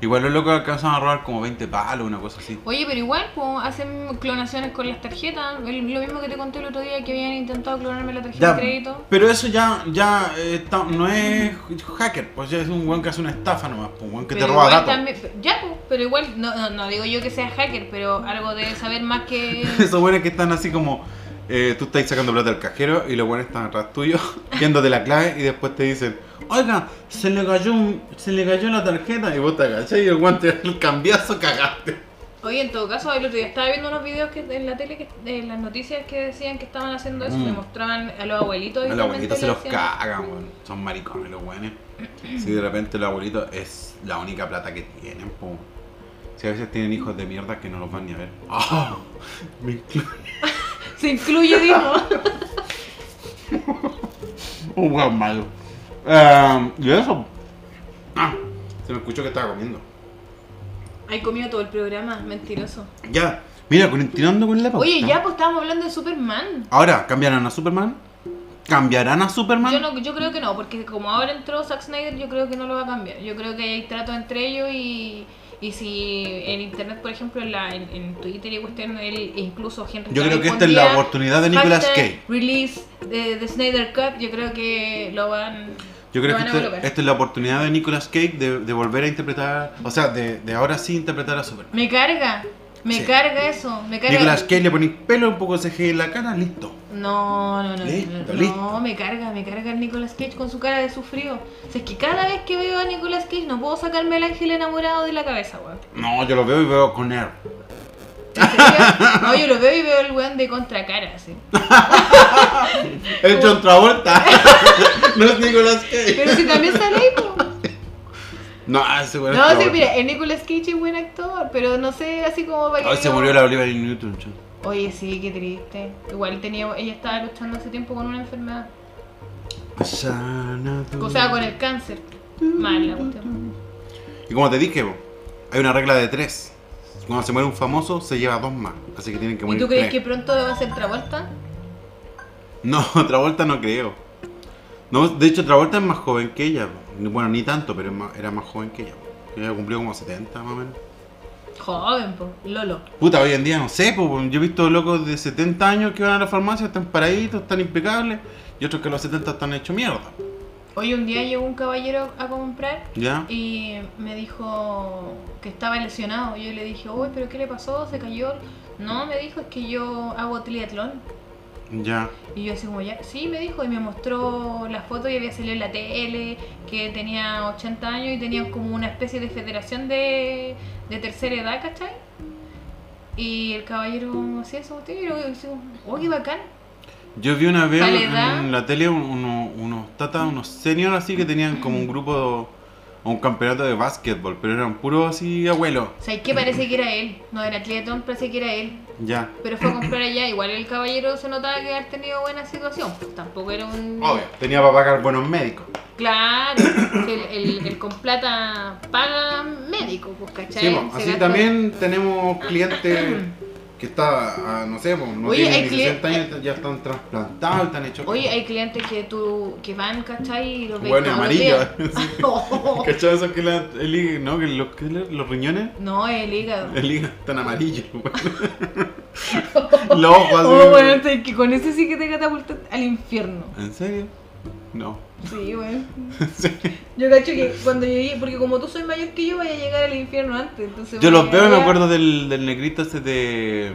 Speaker 1: Igual los locos alcanzaron a robar como 20 palos, una cosa así.
Speaker 2: Oye, pero igual, pues, hacen clonaciones con las tarjetas. El- Lo mismo que te conté el otro día que habían intentado clonarme la tarjeta
Speaker 1: Ya,
Speaker 2: de crédito.
Speaker 1: Pero eso ya, ya eh, está- no es hacker, pues ya es un weón que hace una estafa nomás, pues, un weón que
Speaker 2: Pero
Speaker 1: te roba
Speaker 2: igual
Speaker 1: datos.
Speaker 2: también- ya, pues, pero igual, no, no, no digo yo que sea hacker, pero algo debe saber más
Speaker 1: (laughs)
Speaker 2: que.
Speaker 1: (laughs) Esos buenos que están así como, eh, tú estás sacando plata al cajero y los buenos están atrás tuyo, (laughs) viéndote la clave y después te dicen, oiga, se le cayó, un- se le cayó la tarjeta y vos te agachás y el guante el cambiazo (laughs) cagaste.
Speaker 2: Oye, en todo caso, el otro día estaba viendo unos videos que en la tele, que, en las noticias que decían que estaban haciendo eso,
Speaker 1: Mm.
Speaker 2: le mostraban a los abuelitos.
Speaker 1: A los
Speaker 2: habitualmente
Speaker 1: abuelitos se
Speaker 2: le
Speaker 1: los
Speaker 2: hacían-
Speaker 1: cagan, weón. Son maricones los weones. Si de repente los abuelitos es la única plata que tienen, po. Si a veces tienen hijos de mierda que no los van ni a ver. (laughs) ¡Ah! Me incluyo.
Speaker 2: Se incluye, digo.
Speaker 1: (laughs) Un weón malo. Em, ¿Y eso? Ah, se me escuchó que estaba comiendo.
Speaker 2: Hay comido todo el programa, mentiroso.
Speaker 1: Ya, mira, continuando con la pauta.
Speaker 2: Oye, ya, pues estábamos hablando de Superman.
Speaker 1: Ahora, ¿cambiarán a Superman? ¿Cambiarán a Superman?
Speaker 2: Yo, no, yo creo que no, porque como ahora entró Zack Snyder, yo creo que no lo va a cambiar. Yo creo que hay trato entre ellos y, y si en internet, por ejemplo, en, la, en, en Twitter y cuestión, él, e incluso Henry
Speaker 1: Yo creo
Speaker 2: Cavill
Speaker 1: que esta es la
Speaker 2: pondría
Speaker 1: oportunidad de Nicolas
Speaker 2: hashtag
Speaker 1: Cage.
Speaker 2: Release de, de Snyder Cut, yo creo que lo van,
Speaker 1: Yo creo
Speaker 2: lo
Speaker 1: que
Speaker 2: van a
Speaker 1: esta,
Speaker 2: colocar.
Speaker 1: esta es la oportunidad de Nicolas Cage de, de volver a interpretar, o sea, de, de ahora sí interpretar a Superman.
Speaker 2: Me carga, me
Speaker 1: Sí.
Speaker 2: carga eso, me carga.
Speaker 1: Nicolas Cage le ponéis pelo, un poco de CGI en la cara, listo.
Speaker 2: No, no, no, no,
Speaker 1: Listo,
Speaker 2: no,
Speaker 1: listo.
Speaker 2: me carga, me carga el Nicolas Cage con su cara de sufrido. O sea, es que cada vez que veo a Nicolas Cage no puedo sacarme el ángel enamorado de la cabeza, weón.
Speaker 1: No, yo lo veo y veo con él.
Speaker 2: ¿En serio? No, yo lo veo y veo el weón de contracara, así.
Speaker 1: He hecho otra
Speaker 2: (laughs)
Speaker 1: vuelta. no es Nicolas Cage.
Speaker 2: Pero si también sale ahí, po.
Speaker 1: No, ah, ese weón es
Speaker 2: No, sí,
Speaker 1: Travolta.
Speaker 2: mira, el Nicolas Cage es buen actor, pero no sé, así como para que
Speaker 1: Ay, se
Speaker 2: digamos-
Speaker 1: murió la Oliver Newton. chon.
Speaker 2: Oye, sí, qué triste. Igual tenía, ella estaba luchando hace tiempo con una enfermedad.
Speaker 1: Mm.
Speaker 2: O sea, con el cáncer. Mal la cuestión.
Speaker 1: Y como te dije, bo, hay una regla de tres. Cuando se muere un famoso, se lleva dos más. Así que tienen que
Speaker 2: ¿Y
Speaker 1: morir
Speaker 2: tú crees que
Speaker 1: tres.
Speaker 2: pronto va a ser Travolta?
Speaker 1: No, (laughs) Travolta no creo. No, de hecho, Travolta es más joven que ella. bo. Bueno, ni tanto, pero es más- era más joven que ella. bo. Ella cumplió como 70 más o menos.
Speaker 2: Joven, po. Lolo.
Speaker 1: Puta, hoy en día no sé, po, yo he visto locos de 70 años que van a la farmacia, están paraditos, están impecables, y otros que a los 70 están hechos mierda,
Speaker 2: Hoy un día llegó un caballero a comprar
Speaker 1: ¿ya?
Speaker 2: y me dijo que estaba lesionado. Yo le dije, uy, pero ¿qué le pasó? ¿Se cayó? No, me dijo, es que yo hago triatlón.
Speaker 1: Ya.
Speaker 2: Y yo así como ya, sí, me dijo, y me mostró la foto y había salido en la tele, que tenía 80 años y tenía como una especie de federación de, de tercera edad, ¿cachai? Y el caballero hacía eso, tío, y yo así como, oh, qué bacán.
Speaker 1: Yo vi una vez
Speaker 2: ¿Tal
Speaker 1: en
Speaker 2: edad?
Speaker 1: la tele un- uno- unos tatas, unos seniors así que tenían como un grupo o un campeonato de básquetbol, pero eran puros así abuelos,
Speaker 2: O sea, es que parece que era él, no era triatlón, parece que era él.
Speaker 1: ya.
Speaker 2: Pero fue a comprar allá, igual el caballero se notaba que había tenido buena situación, pues tampoco era un...
Speaker 1: Obvio, tenía para pagar buenos médicos.
Speaker 2: Claro, si el, el, el con plata paga médico, pues, ¿cachai?
Speaker 1: Sí, po,
Speaker 2: Se
Speaker 1: así
Speaker 2: gasta-
Speaker 1: también tenemos
Speaker 2: (clears throat)
Speaker 1: clientes que está, ah, no sé, po, no
Speaker 2: Oye,
Speaker 1: tienen
Speaker 2: hay
Speaker 1: ni
Speaker 2: clien-
Speaker 1: 60 años, ya están trasplantados, están hechos...
Speaker 2: Oye, hay clientes que tú, que van, ¿cachai? Y los ves
Speaker 1: Bueno,
Speaker 2: todos los
Speaker 1: amarillo.
Speaker 2: días.
Speaker 1: (laughs)
Speaker 2: (laughs)
Speaker 1: ¿Cachai esos que la, el hígado- no? Que los, que le- los riñones,
Speaker 2: no, el hígado.
Speaker 1: el hígado tan amarillo, (laughs)
Speaker 2: (laughs)
Speaker 1: weón. Los ojos así.
Speaker 2: Oh, bueno, sé que con ese sí que te catapultas al infierno.
Speaker 1: ¿En serio? No. (laughs)
Speaker 2: Sí, bueno. Yo cacho que cuando llegué, porque como tú soy mayor que yo, voy a llegar al infierno antes. Entonces
Speaker 1: Yo
Speaker 2: voy a
Speaker 1: los veo y me
Speaker 2: llegar-
Speaker 1: acuerdo del, del negrito ese de,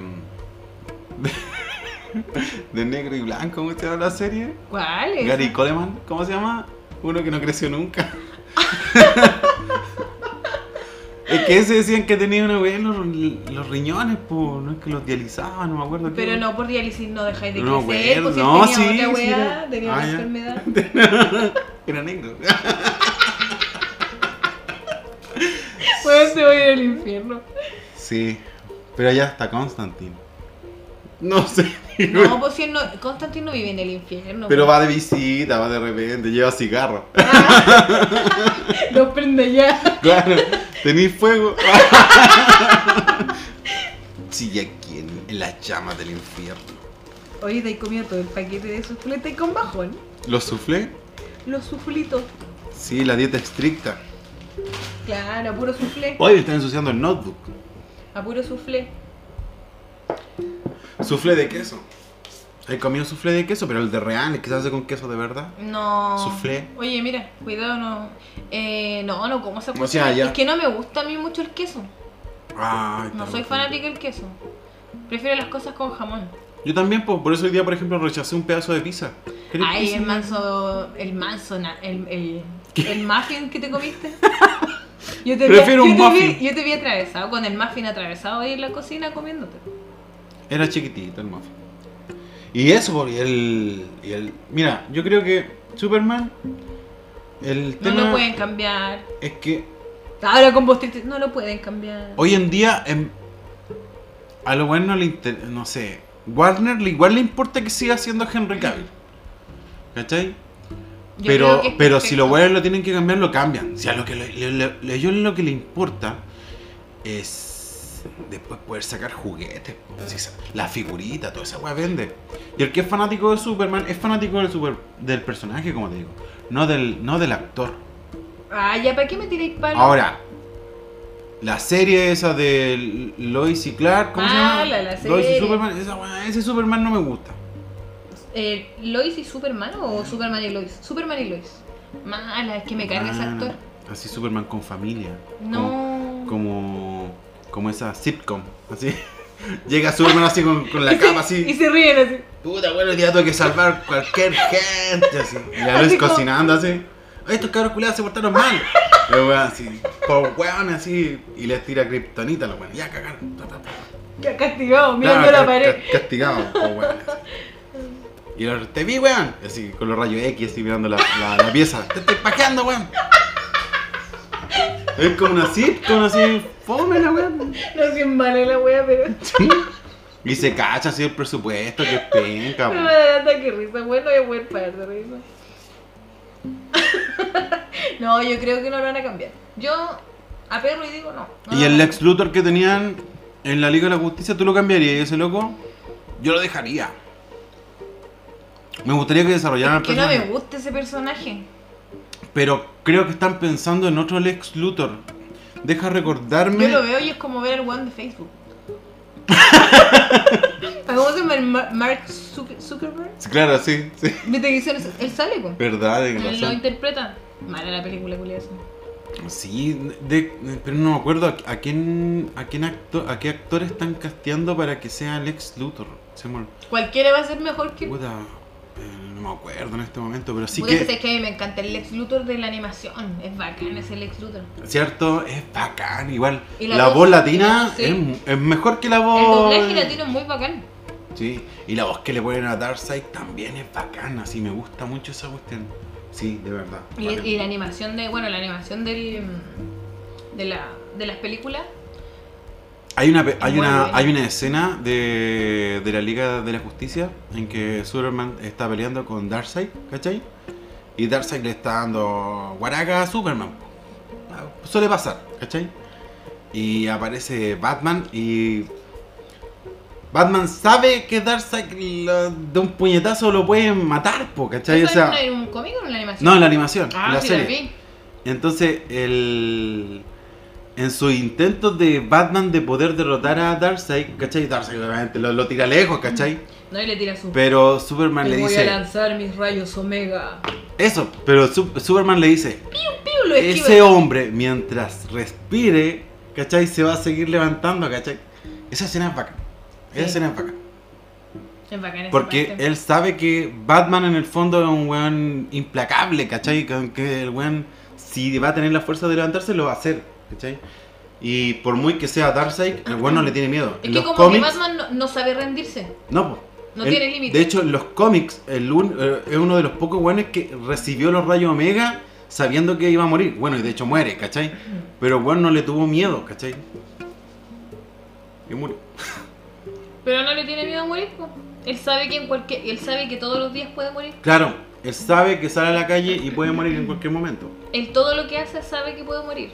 Speaker 1: de. de negro y blanco, ¿cómo se llama la serie?
Speaker 2: ¿Cuál es?
Speaker 1: Gary Coleman, ¿cómo se llama? Uno que no creció
Speaker 2: (laughs)
Speaker 1: nunca. es que ese decían que tenía una weá en los, los riñones, po, no es que los dializaban, no me acuerdo. qué
Speaker 2: Pero
Speaker 1: weá.
Speaker 2: no por diálisis no dejáis de
Speaker 1: No,
Speaker 2: crecer,
Speaker 1: bueno,
Speaker 2: pues si
Speaker 1: no,
Speaker 2: tenía
Speaker 1: sí,
Speaker 2: otra
Speaker 1: sí,
Speaker 2: weá,
Speaker 1: era-
Speaker 2: tenía
Speaker 1: Ah,
Speaker 2: una
Speaker 1: ya. (laughs)
Speaker 2: enfermedad.
Speaker 1: Era negro.
Speaker 2: Pues se voy a ir al
Speaker 1: (laughs)
Speaker 2: infierno.
Speaker 1: Sí, pero allá está Constantine. No sé.
Speaker 2: No, pues si él no, Constantino vive en el infierno.
Speaker 1: Pero
Speaker 2: pues.
Speaker 1: va de visita, va de repente, lleva cigarro. (laughs)
Speaker 2: Lo prende ya.
Speaker 1: Claro, tenéis fuego. (laughs) Sigue aquí en, en las llamas del infierno.
Speaker 2: Oye, te he comido todo el paquete de suflete y con bajón.
Speaker 1: ¿Los suflé?
Speaker 2: Los suflitos.
Speaker 1: Sí, la dieta estricta.
Speaker 2: Claro, a puro suflé.
Speaker 1: Hoy están ensuciando el notebook.
Speaker 2: A puro suflé.
Speaker 1: Suflé de queso. He comido suflé de queso, pero el de real, el que se hace con queso de verdad.
Speaker 2: No.
Speaker 1: Soufflé.
Speaker 2: Oye, mira, cuidado, no. Eh, no, no, ¿cómo se
Speaker 1: O sea, ya.
Speaker 2: Es que no me gusta a mí mucho el queso.
Speaker 1: Ay,
Speaker 2: No
Speaker 1: está
Speaker 2: soy
Speaker 1: rico.
Speaker 2: fanática del queso. Prefiero las cosas con jamón.
Speaker 1: Yo también, po, por eso hoy día, por ejemplo, rechacé un pedazo de pizza. Creo que
Speaker 2: Ay,
Speaker 1: sí. (laughs)
Speaker 2: el manso. El manso. na- El, el, el muffin que te comiste. Yo te,
Speaker 1: Prefiero
Speaker 2: vi,
Speaker 1: un
Speaker 2: yo, te vi,
Speaker 1: muffin.
Speaker 2: yo te vi atravesado, con el muffin atravesado ahí en la cocina comiéndote.
Speaker 1: Era chiquitito el muffin. Y eso, por- y el, y el. Mira, yo creo que Superman. El
Speaker 2: No
Speaker 1: tema
Speaker 2: lo pueden cambiar.
Speaker 1: es que
Speaker 2: Ahora con post-it no lo pueden cambiar.
Speaker 1: hoy en día. em, a lo bueno le inter- No sé. Warner le- igual le importa que siga siendo Henry Cavill. ¿Cachai?
Speaker 2: Yo creo
Speaker 1: Pero,
Speaker 2: que es
Speaker 1: pero si
Speaker 2: perfecto.
Speaker 1: los weones lo tienen que cambiar, lo cambian. O sea, lo que le- le- le- le- a ellos lo que le importa es después poder sacar juguetes. po. Si esa- La figurita, toda esa weá vende. Y el que es fanático de Superman es fanático del, super, del personaje, como te digo. No del, no del actor.
Speaker 2: Ah, ya, ¿para qué me tiréis palo?
Speaker 1: Ahora, la serie esa de Lois y Clark, ¿cómo se
Speaker 2: Mala
Speaker 1: llama?
Speaker 2: Ah, la
Speaker 1: Lois y
Speaker 2: serie.
Speaker 1: Superman, esa weá- ese Superman no me gusta.
Speaker 2: Eh, ¿Lois y Superman o Superman y Lois? Superman y Lois. Mala, es que me carga ese
Speaker 1: Ah,
Speaker 2: actor.
Speaker 1: Así Superman con familia. como-
Speaker 2: No.
Speaker 1: como como esa sitcom, así. (laughs) Llega Superman así con, con la capa
Speaker 2: (laughs) Y
Speaker 1: así.
Speaker 2: se ríen así.
Speaker 1: Puta, bueno, ya tuve que salvar cualquier gente así. Y la Lois
Speaker 2: Así como-
Speaker 1: cocinando así. "Ay, Estos cabros culiados se portaron mal. Y el weón así, por weón así. Y les tira kriptonita a los weones. Ya cagaron. ta, ta, ta.
Speaker 2: ca- Castigado, mirando
Speaker 1: Claro,
Speaker 2: la
Speaker 1: ca-
Speaker 2: pared.
Speaker 1: ca- Castigado, por weón. así. Y los te vi, weón. Así, con los rayos X, así mirando la, la, la pieza. Te estoy pajeando, weón. Es como una sitcom así. Fome la weón.
Speaker 2: No sé, es mala la wea, pero.
Speaker 1: Y se cacha así el presupuesto, que penca,
Speaker 2: Me
Speaker 1: po.
Speaker 2: va a dar ataque de risa, bueno, voy a poder parar de risa. (laughs) no, yo creo que no lo van a cambiar. Yo aperro y digo no. no
Speaker 1: Y
Speaker 2: lo
Speaker 1: el
Speaker 2: van a-
Speaker 1: Lex Luthor que tenían en la Liga de la Justicia, ¿tú lo cambiarías ese loco? Yo lo dejaría. Me gustaría que desarrollaran el
Speaker 2: Que no me
Speaker 1: personaje.
Speaker 2: gusta ese personaje.
Speaker 1: Pero creo que están pensando en otro Lex Luthor. Deja recordarme.
Speaker 2: Yo lo veo y es como ver al one
Speaker 1: (laughs)
Speaker 2: de Facebook. ¿Cómo se llama el Mar- Mark Zucker- Zuckerberg?
Speaker 1: Sí, Claro, sí, sí.
Speaker 2: ¿Viste que hizo eso? Él sale, pues. po.
Speaker 1: Verdad, en
Speaker 2: Él lo interpreta. Mala la película, culia esa.
Speaker 1: Sí, de- pero no me acuerdo a, a quién, a quién acto- a qué actor están casteando para que sea Lex Luthor. Se me ol-
Speaker 2: Cualquiera va a ser mejor que.
Speaker 1: Puta, eh, no me acuerdo en este momento, pero sí
Speaker 2: Puta,
Speaker 1: que,
Speaker 2: que... sé que a mí me encanta el Lex Luthor de la animación. Es bacán ese Lex Luthor.
Speaker 1: ¿cierto? Es bacán, igual.
Speaker 2: Y
Speaker 1: la
Speaker 2: la
Speaker 1: voz,
Speaker 2: voz
Speaker 1: latina
Speaker 2: sí.
Speaker 1: es, es mejor que la voz.
Speaker 2: El doblaje latino es muy bacán.
Speaker 1: Sí, y la voz que le ponen a Darkseid también es bacana, sí, me gusta mucho esa cuestión. Sí, de verdad.
Speaker 2: Y,
Speaker 1: bacán.
Speaker 2: y la animación de, bueno, la animación del, mm, de, la, de las películas.
Speaker 1: Hay una, pe- hay,
Speaker 2: muy
Speaker 1: una,
Speaker 2: buena.
Speaker 1: hay una escena de, de la Liga de la Justicia en que Superman está peleando con Darkseid, ¿cachai? Y Darkseid le está dando guaraca a Superman. Suele pasar, ¿cachai? Y aparece Batman y... Batman sabe que Darkseid lo- de un puñetazo lo puede matar, po, ¿cachai? O
Speaker 2: ¿Eso
Speaker 1: sea,
Speaker 2: es en un cómic o en una animación?
Speaker 1: no, en la animación,
Speaker 2: Ah,
Speaker 1: en la
Speaker 2: sí,
Speaker 1: serie.
Speaker 2: la vi.
Speaker 1: Entonces, el, en sus intentos de Batman de poder derrotar a Darkseid, ¿cachai? Darkseid obviamente lo, lo tira lejos, ¿cachai?
Speaker 2: No, y le tira su...
Speaker 1: Pero Superman
Speaker 2: Te
Speaker 1: le
Speaker 2: voy a
Speaker 1: dice...
Speaker 2: lanzar mis rayos omega.
Speaker 1: Eso, pero Su- Superman le dice,
Speaker 2: Piu, lo esquiva.
Speaker 1: ese hombre mientras respire, ¿cachai? Se va a seguir levantando, ¿cachai? Esa escena es bacán. Esa
Speaker 2: Sí.
Speaker 1: escena es bacán.
Speaker 2: Es bacán esa
Speaker 1: Porque
Speaker 2: parte.
Speaker 1: él sabe que Batman en el fondo es un weón implacable, ¿cachai? Que- Que el weón, si va a tener la fuerza de levantarse, lo va a hacer, ¿cachai? Y por muy que sea Darkseid, el weón no le tiene miedo.
Speaker 2: Es
Speaker 1: En
Speaker 2: que
Speaker 1: los
Speaker 2: como
Speaker 1: cómics,
Speaker 2: que Batman no, no sabe rendirse.
Speaker 1: no, po.
Speaker 2: no
Speaker 1: Él-
Speaker 2: tiene límite.
Speaker 1: De hecho, en los cómics, el un- eh, es uno de los pocos weones que recibió los rayos Omega sabiendo que iba a morir. Bueno, y de hecho muere, ¿cachai? Pero el weón no le tuvo miedo, ¿cachai? Y murió.
Speaker 2: Pero no le tiene miedo a morir. po. Él sabe que en cualquier... Él sabe que todos los días puede morir.
Speaker 1: Claro, él sabe que sale a la calle y puede morir en cualquier momento.
Speaker 2: Él todo lo que hace sabe que puede morir.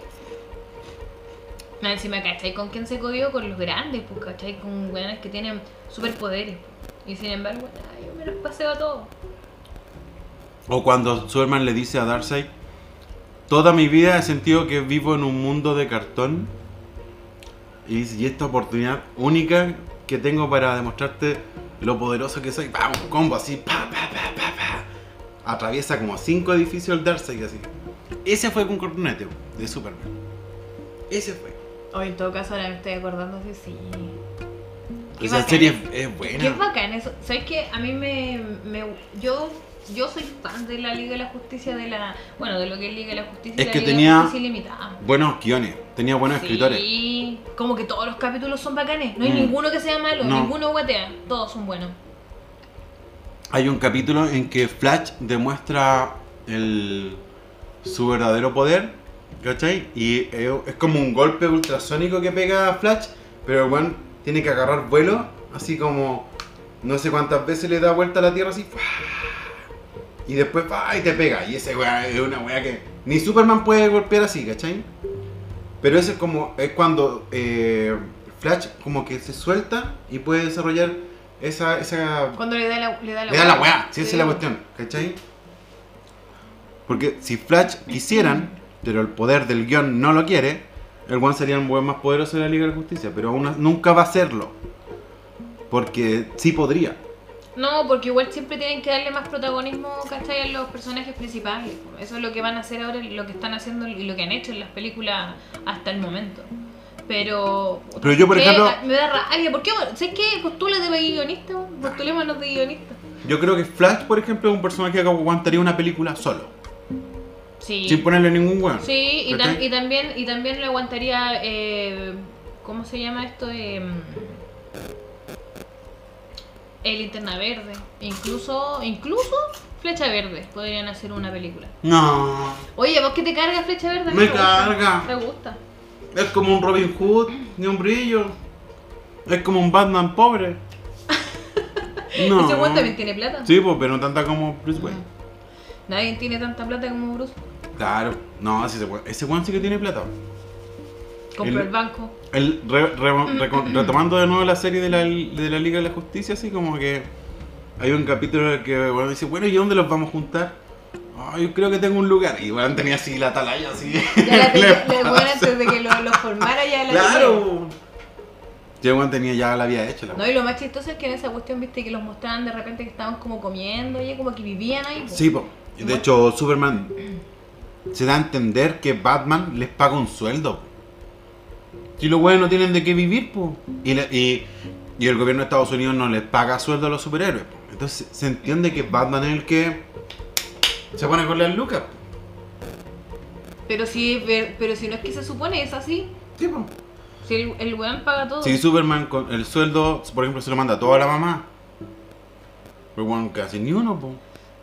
Speaker 2: Más encima, ¿cachai? ¿Con quién se codió? Con los grandes, pues, ¿cachai? Con weones que tienen superpoderes. pues. Y sin embargo, ay, yo me los paseo a todos.
Speaker 1: O cuando Superman le dice a Darkseid, toda mi vida he sentido que vivo en un mundo de cartón. Y, dice, "Y esta oportunidad única que tengo para demostrarte lo poderoso que soy. Vamos, combo así, pa, pa, pa, pa, pa. Atraviesa como cinco edificios el Darkseid así. Ese fue con cornete de Superman. Ese fue.
Speaker 2: O en todo caso, ahora me estoy acordando así, sí. Qué
Speaker 1: Esa
Speaker 2: bacán.
Speaker 1: serie es, es buena.
Speaker 2: Qué bacán eso. ¿Sabes qué? A mí me. me yo, yo soy fan de la Liga de la Justicia, de la. Bueno, de lo que es Liga de la Justicia.
Speaker 1: Es
Speaker 2: la
Speaker 1: que
Speaker 2: Liga
Speaker 1: tenía
Speaker 2: de la Justicia Ilimitada.
Speaker 1: Buenos guiones, tenía buenos escritores.
Speaker 2: Sí, como que todos los capítulos son bacanes. No hay
Speaker 1: Mm.
Speaker 2: ninguno que sea malo,
Speaker 1: No.
Speaker 2: ninguno guatea. Todos son buenos.
Speaker 1: Hay un capítulo en que Flash demuestra el, su verdadero poder, ¿cachai? Y es es como un golpe ultrasónico que pega a Flash, pero el weón tiene que agarrar vuelo, así como no sé cuántas veces le da vuelta a la tierra así. ¡fua! Y después ¡fua! y te pega. Y ese weá es una weá que ni Superman puede golpear así, ¿cachai? Pero ese es como es cuando eh, Flash como que se suelta y puede desarrollar esa, esa
Speaker 2: Cuando le da la Le da la
Speaker 1: le da la
Speaker 2: hueá.
Speaker 1: weá, si esa es la cuestión, ¿cachai? Porque si Flash quisieran, pero el poder del guión no lo quiere, el one sería el weón más poderoso de la Liga de la Justicia, pero aún nunca va a serlo. Porque sí podría.
Speaker 2: No, porque igual siempre tienen que darle más protagonismo, ¿cachai? A los personajes principales. Eso es lo que van a hacer ahora, lo que están haciendo y lo que han hecho en las películas hasta el momento. Pero.
Speaker 1: Pero yo, por
Speaker 2: ¿qué?
Speaker 1: ejemplo-
Speaker 2: Me da rabia. ¿Por qué? ¿Sabes qué? Postúlate para guionista, weón. postulémonos de guionista.
Speaker 1: Yo creo que Flash, por ejemplo, es un personaje que aguantaría una película solo,
Speaker 2: Sí.
Speaker 1: sin ponerle ningún weón.
Speaker 2: Sí, y,
Speaker 1: ¿Cachai?
Speaker 2: tam- y también y también lo aguantaría. eh, ¿Cómo se llama esto? Em, el Linterna Verde. Incluso, incluso Flecha Verde. Podrían hacer una película.
Speaker 1: No,
Speaker 2: Oye, ¿vos qué te carga Flecha Verde? A mí
Speaker 1: Me
Speaker 2: gusta.
Speaker 1: carga.
Speaker 2: Me gusta.
Speaker 1: es como un Robin Hood, ni un brillo. Es como un Batman pobre. No.
Speaker 2: (laughs) Ese weón también tiene plata.
Speaker 1: Sí, pues, pero no tanta como Bruce Wayne.
Speaker 2: Nadie tiene tanta plata como Bruce.
Speaker 1: Claro, no, sí, ese weón- ese weón sí que tiene plata.
Speaker 2: Compró
Speaker 1: El- (laughs)
Speaker 2: el banco.
Speaker 1: El, re- re- reco- retomando de nuevo la serie de la, de la Liga de la Justicia, así como que hay un capítulo en el que bueno, dice, bueno, ¿y dónde los vamos a juntar? Ah, yo creo que tengo un lugar. Y bueno, tenía así la atalaya así.
Speaker 2: Ya la tenía,
Speaker 1: Le
Speaker 2: la- bueno, antes de que lo, lo formara ya la tenía.
Speaker 1: claro. Yo bueno, tenía ya la había hecho la
Speaker 2: No, y lo más chistoso es que en esa cuestión, viste, que los mostraban de repente que estaban como comiendo, y como que vivían ahí. po.
Speaker 1: Sí, po. De
Speaker 2: Bueno.
Speaker 1: hecho, Superman se da a entender que Batman les paga un sueldo. Si los güeyes no tienen de qué vivir, pues. Y, la- y- y el gobierno de Estados Unidos no les paga sueldo a los superhéroes. po. Entonces se entiende que Batman es el que se pone con las lucas. po.
Speaker 2: Pero si, pero si no es que se supone, es así.
Speaker 1: Sí, po.
Speaker 2: Si el, el weón paga todo.
Speaker 1: Si Superman con el sueldo, por ejemplo, se lo manda a toda la mamá. Pero bueno, casi ni uno, po.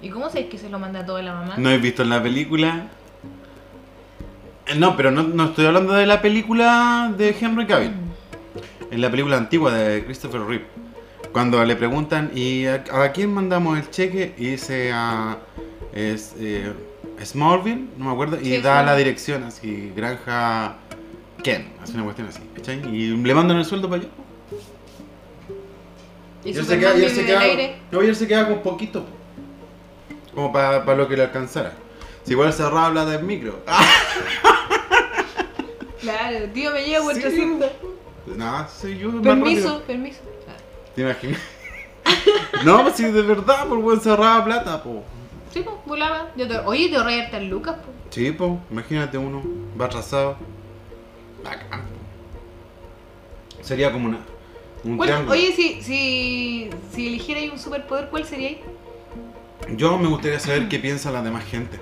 Speaker 2: ¿Y cómo sabes que se lo manda todo a la mamá?
Speaker 1: ¿No he visto en la película? Eh, No, pero no, no estoy hablando de la película de Henry Cavill. En la película antigua de Christopher Reeve. Cuando le preguntan, ¿y a, a quién mandamos el cheque? Y dice a es, eh, Smallville, no me acuerdo, y
Speaker 2: Sí,
Speaker 1: da
Speaker 2: sí.
Speaker 1: la dirección así, Granja Ken, hace una cuestión así, ¿cachai? Y le mandan el sueldo para allá.
Speaker 2: Y
Speaker 1: Y él se
Speaker 2: Superman
Speaker 1: queda, y él
Speaker 2: vive
Speaker 1: se
Speaker 2: del
Speaker 1: queda-
Speaker 2: aire.
Speaker 1: no, y él se queda con poquito. Como para lo que le alcanzara. Si igual cerraba habla del micro. Ah,
Speaker 2: Claro, tío, me llevo
Speaker 1: Sí.
Speaker 2: 400.
Speaker 1: No, soy yo. más
Speaker 2: Permiso,
Speaker 1: rápido.
Speaker 2: permiso.
Speaker 1: ¿Te imaginas? (laughs) no, pues si de verdad, por weón, cerraba plata, po.
Speaker 2: Sí, pues, volaba. Yo te- Oye, te ahorré hartas lucas, po.
Speaker 1: Sí, po, imagínate uno, va atrasado. Bacán, po. Sería como una. Un
Speaker 2: ¿Cuál-
Speaker 1: triángulo.
Speaker 2: Oye, si, si, si eligierais un superpoder, ¿cuál sería?
Speaker 1: Yo me gustaría saber qué piensa la demás gente.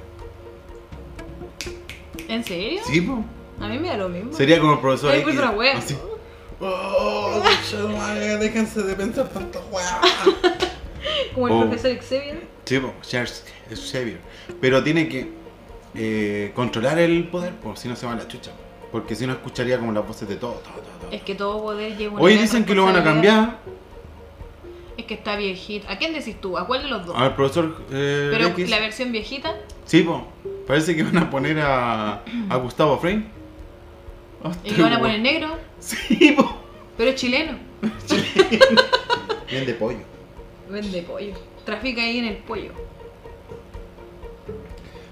Speaker 2: ¿En serio?
Speaker 1: Sí, po.
Speaker 2: A mí me da lo mismo.
Speaker 1: Sería como el profesor
Speaker 2: Ay,
Speaker 1: X,
Speaker 2: pues, una wea.
Speaker 1: así. Oh, concha de madre, déjense de pensar tantas weas.
Speaker 2: Como el
Speaker 1: Oh.
Speaker 2: profesor Xavier.
Speaker 1: Sí, po, Charles Xavier. Pero tiene que eh, controlar el poder, por si no se va a la chucha. Porque si no escucharía como las voces de todo, todo, todo, todo.
Speaker 2: Es que todo poder lleva una
Speaker 1: Hoy
Speaker 2: gran
Speaker 1: dicen que lo van a
Speaker 2: responsabilidad.
Speaker 1: cambiar
Speaker 2: Es que está viejito. ¿A quién decís tú? ¿A cuál de los dos?
Speaker 1: al profesor eh,
Speaker 2: Pero
Speaker 1: X.
Speaker 2: la versión viejita.
Speaker 1: Sí, po, parece que van a poner a, a Gustavo Fring.
Speaker 2: Y lo van a poner negro,
Speaker 1: Sí, po.
Speaker 2: pero es chileno.
Speaker 1: Bien de pollo.
Speaker 2: Vende pollo. Trafica ahí en el pollo.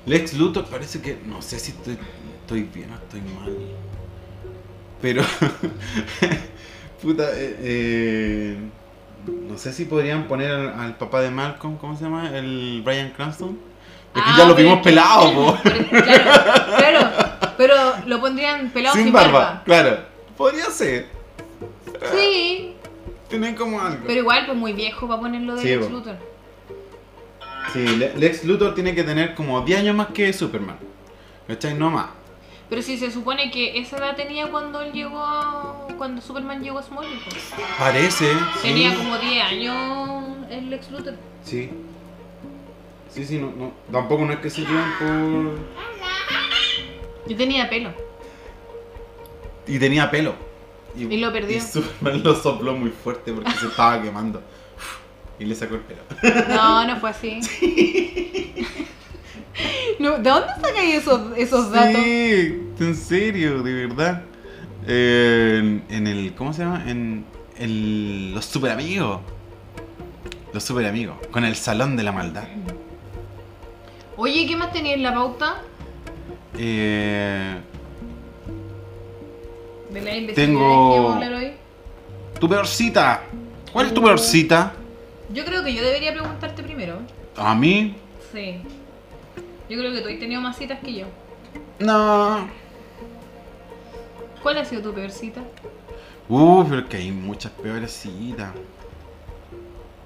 Speaker 1: Lex Luthor parece que. No sé si estoy, estoy bien o estoy mal. Pero. (laughs) puta, eh, eh, No sé si podrían poner al, al papá de Malcolm, ¿cómo se llama? El Brian Cranston. Es que
Speaker 2: Ah,
Speaker 1: ya lo
Speaker 2: pero
Speaker 1: vimos
Speaker 2: es que-
Speaker 1: pelado,
Speaker 2: (laughs)
Speaker 1: po.
Speaker 2: Pero- claro, claro. Pero lo pondrían pelado sin, barba.
Speaker 1: Claro, podría ser.
Speaker 2: Sí.
Speaker 1: Tiene como algo.
Speaker 2: Pero igual, pues muy viejo para ponerlo de
Speaker 1: Sí,
Speaker 2: Lex
Speaker 1: po.
Speaker 2: Luthor.
Speaker 1: Sí, Le- Lex Luthor tiene que tener como 10 años más que Superman. ¿Cachai? No más.
Speaker 2: Pero si se supone que esa edad tenía cuando él llegó a- cuando Superman llegó a Smallville. pues.
Speaker 1: Parece. sí.
Speaker 2: Tenía como 10 años el Lex Luthor.
Speaker 1: Sí. Sí, sí, no, no. Tampoco no es que se lleven por.
Speaker 2: Y tenía pelo.
Speaker 1: Y tenía pelo.
Speaker 2: Y lo perdió.
Speaker 1: Y Superman lo sopló muy fuerte porque se estaba (laughs) quemando. Y le sacó el pelo.
Speaker 2: No, no
Speaker 1: (laughs)
Speaker 2: fue así. (laughs) No, ¿De dónde sacáis esos, esos datos?
Speaker 1: Sí, en serio, de verdad. Eh, en, en el. ¿Cómo se llama? En. el- los super amigos. Los super amigos. Con el salón de la maldad.
Speaker 2: Oye, ¿qué más tenía en la pauta?
Speaker 1: Eh,
Speaker 2: De la investigación
Speaker 1: Tengo-
Speaker 2: que vamos a hablar hoy.
Speaker 1: tu peor cita. ¿Cuál es tu peor cita?
Speaker 2: Yo creo que yo debería preguntarte primero.
Speaker 1: A mí.
Speaker 2: Sí. Yo creo que tú has tenido más citas que yo.
Speaker 1: No.
Speaker 2: ¿Cuál ha sido tu peor cita?
Speaker 1: Uh, pero es que hay muchas peores citas.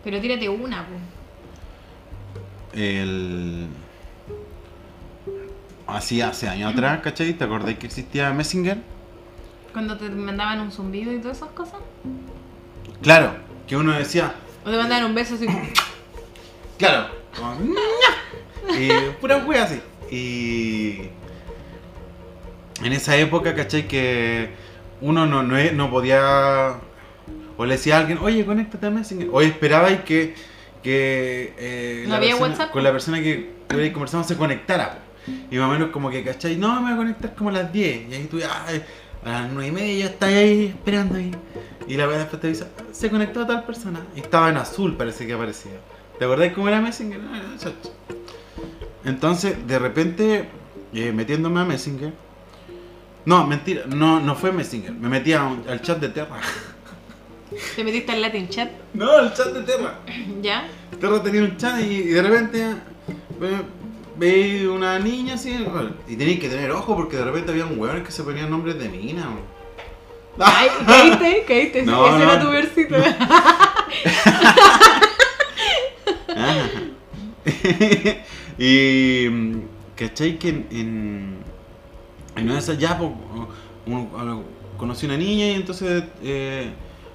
Speaker 2: Pero tírate una, pues.
Speaker 1: El. Así hace años atrás, ¿cachai? ¿Te acordás que existía Messenger?
Speaker 2: Cuando te mandaban un zumbido y todas esas cosas.
Speaker 1: Claro, que uno decía,
Speaker 2: O te mandaban un beso así. (coughs)
Speaker 1: Claro. Como, "Ña". Eh, pura wea así. Y. En esa época, ¿cachai? Que uno no, no, e- no podía. O le decía a alguien, oye, conéctate a Messenger. O esperaba y que. que eh,
Speaker 2: No
Speaker 1: la
Speaker 2: había
Speaker 1: persona-
Speaker 2: WhatsApp.
Speaker 1: Con la persona que estuviera conversando se conectara. po. Y más o menos como que, ¿cachai? No, me voy a conectar como a las 10. Y ahí tú, "Ay, a las 9 y media ya está ahí esperando ahí. Y la verdad después te dice, se conectó a tal persona. Y estaba en azul, parece que aparecía. ¿Te acordás cómo era Messenger? Ah, chacho. Entonces, de repente, eh, metiéndome a Messenger. No, mentira, no, no fue Messenger. Me metí a un- al chat de Terra. (laughs)
Speaker 2: Te metiste al Latin chat. (coughs)
Speaker 1: No, al chat de Terra. (coughs)
Speaker 2: ¿Ya?
Speaker 1: Terra tenía un chat y, y de repente ve- veí una niña así. bueno, Y tenéis que tener ojo porque de repente había un weón que se ponía nombres de mina. weón.
Speaker 2: Ay, caíste, caíste. Ese-
Speaker 1: No,
Speaker 2: Ese
Speaker 1: no.
Speaker 2: era tu peor cita.
Speaker 1: Ah. (laughs) y mm, cachai que en, en, en una de esas ya po, un- a- conocí una niña y entonces eh,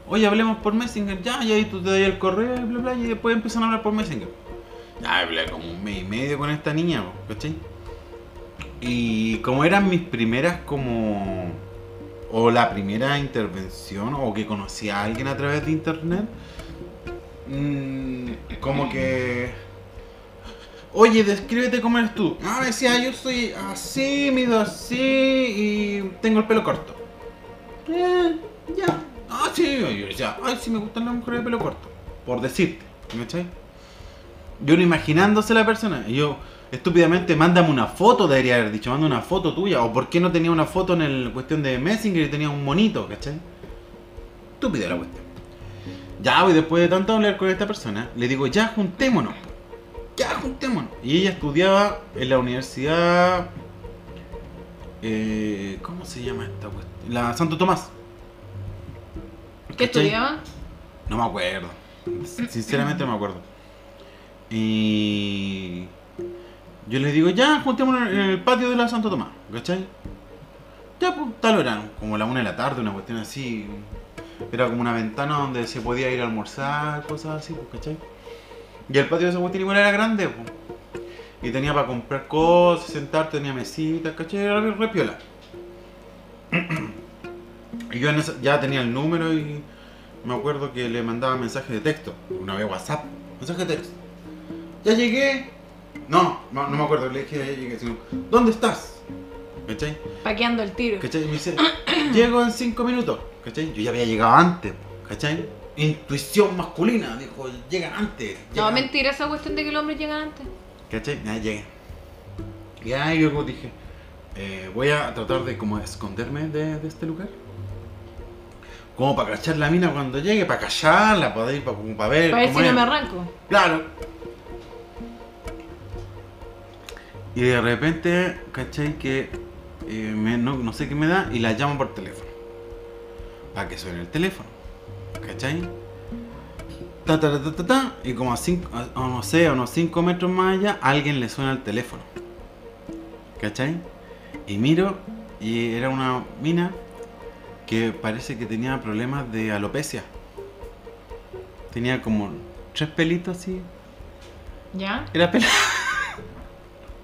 Speaker 1: oye hablemos por Messenger ya y ahí tú te das el correo y bla bla y después empiezan a hablar por Messenger ya hablé como un mes y medio con esta niña po, cachai y como eran mis primeras como o la primera intervención o que conocí a alguien a través de internet Mm, como que. Oye, descríbete cómo eres tú. Ah, me decía, yo soy así, mido así y tengo el pelo corto. Eh, ya. Ah, sí, yo decía, ay, sí me gustan las mujeres de pelo corto. Por decirte, ¿cachai? Yo no imaginándose la persona. Y yo, estúpidamente, mándame una foto, debería haber dicho, manda una foto tuya. O por qué no tenía una foto en el cuestión de Messenger y tenía un monito, ¿cachai? Estúpida la cuestión. Ya, y después de tanto hablar con esta persona, le digo, ya juntémonos. Ya juntémonos. Y ella estudiaba en la universidad... eh, ¿Cómo se llama esta cuestión? La Santo Tomás. ¿Cachai?
Speaker 2: ¿Qué estudiaba?
Speaker 1: No me acuerdo. Sin- Sinceramente no me acuerdo. Y yo les digo, ya, juntémonos en el patio de la Santo Tomás, ¿cachai? Ya, pues, tal hora, como la una de la tarde, una cuestión así. Era como una ventana donde se podía ir a almorzar, cosas así, pues, ¿cachai? Y el patio de esa cuestión igual era grande, pues. Y tenía para comprar cosas, sentarte, tenía mesitas, ¿cachai? Era re, re piola. (clears throat) Y yo en esa- ya tenía el número y me acuerdo que le mandaba mensaje de texto, una vez WhatsApp, mensaje de texto. Ya llegué. No, no, no me acuerdo, le dije ya llegué, sino, ¿dónde estás? ¿Cachai?
Speaker 2: Paqueando el tiro.
Speaker 1: ¿Cachai? Y me dice, llego en cinco minutos. ¿Cachai? Yo ya había llegado antes, ¿cachai? Intuición masculina, dijo, llega antes.
Speaker 2: No,
Speaker 1: llega
Speaker 2: mentira esa cuestión de que los hombres llegan antes.
Speaker 1: ¿Cachai? Ya llegué. Y ahí yo como dije, eh, voy a tratar de como esconderme de, de este lugar. Como para cachar la mina cuando llegue, para callarla, para ir, para, para ver.
Speaker 2: Para ver
Speaker 1: Eh, cómo
Speaker 2: si no
Speaker 1: es.
Speaker 2: me arranco.
Speaker 1: Claro. Y de repente, ¿cachai? Que eh, me- no, no sé qué me da y la llamo por teléfono. Para que suene el teléfono. ¿Cachai? ta, ta, ta, ta, ta, y como a, cinco, a- a no sé, a unos 5 metros más allá, alguien le suena el teléfono. ¿Cachai? Y miro, y era una mina que parece que tenía problemas de alopecia. Tenía como tres pelitos así.
Speaker 2: ¿Ya?
Speaker 1: Era pelada,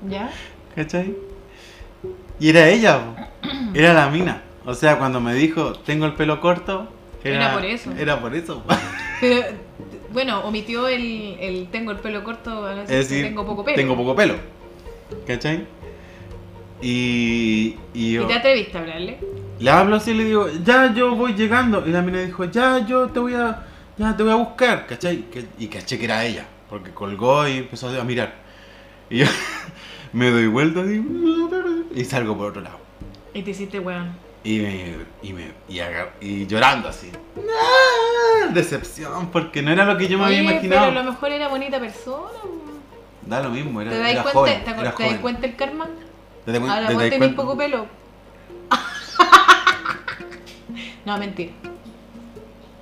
Speaker 2: ¿Ya?
Speaker 1: ¿cachai? Y era ella,
Speaker 2: (clears throat)
Speaker 1: po. era la mina. O sea, cuando me dijo, tengo el pelo corto,
Speaker 2: Era por eso.
Speaker 1: Era por eso. po.
Speaker 2: Pero, t- bueno, omitió el, el tengo el pelo corto, ahora sí,
Speaker 1: Es decir,
Speaker 2: tengo poco pelo.
Speaker 1: Tengo poco pelo. ¿Cachai? Y, y yo
Speaker 2: ¿Y te atreviste a hablarle?
Speaker 1: le hablo así y le digo, ya yo voy llegando. Y la mina dijo, ya yo te voy a, ya te voy a buscar. ¿Cachai? Que- Y caché que era ella, porque colgó y empezó a mirar. Y yo (laughs) me doy vuelta así, y salgo por otro lado.
Speaker 2: Y te hiciste weón.
Speaker 1: Y me, y me, y, agar- y llorando así. ¡Ah! Decepción, porque no era lo que yo me
Speaker 2: Oye,
Speaker 1: había
Speaker 2: pero
Speaker 1: imaginado.
Speaker 2: a lo mejor era bonita persona. weón.
Speaker 1: Da lo mismo, era,
Speaker 2: ¿Te dais
Speaker 1: era
Speaker 2: cuenta?
Speaker 1: joven.
Speaker 2: ¿Te, acu-
Speaker 1: era
Speaker 2: te dais
Speaker 1: joven.
Speaker 2: cuenta el karma?
Speaker 1: ¿Te das cuen-
Speaker 2: Ahora
Speaker 1: te
Speaker 2: vos
Speaker 1: das
Speaker 2: tenés
Speaker 1: cuenta?
Speaker 2: poco pelo. (laughs) no, mentira.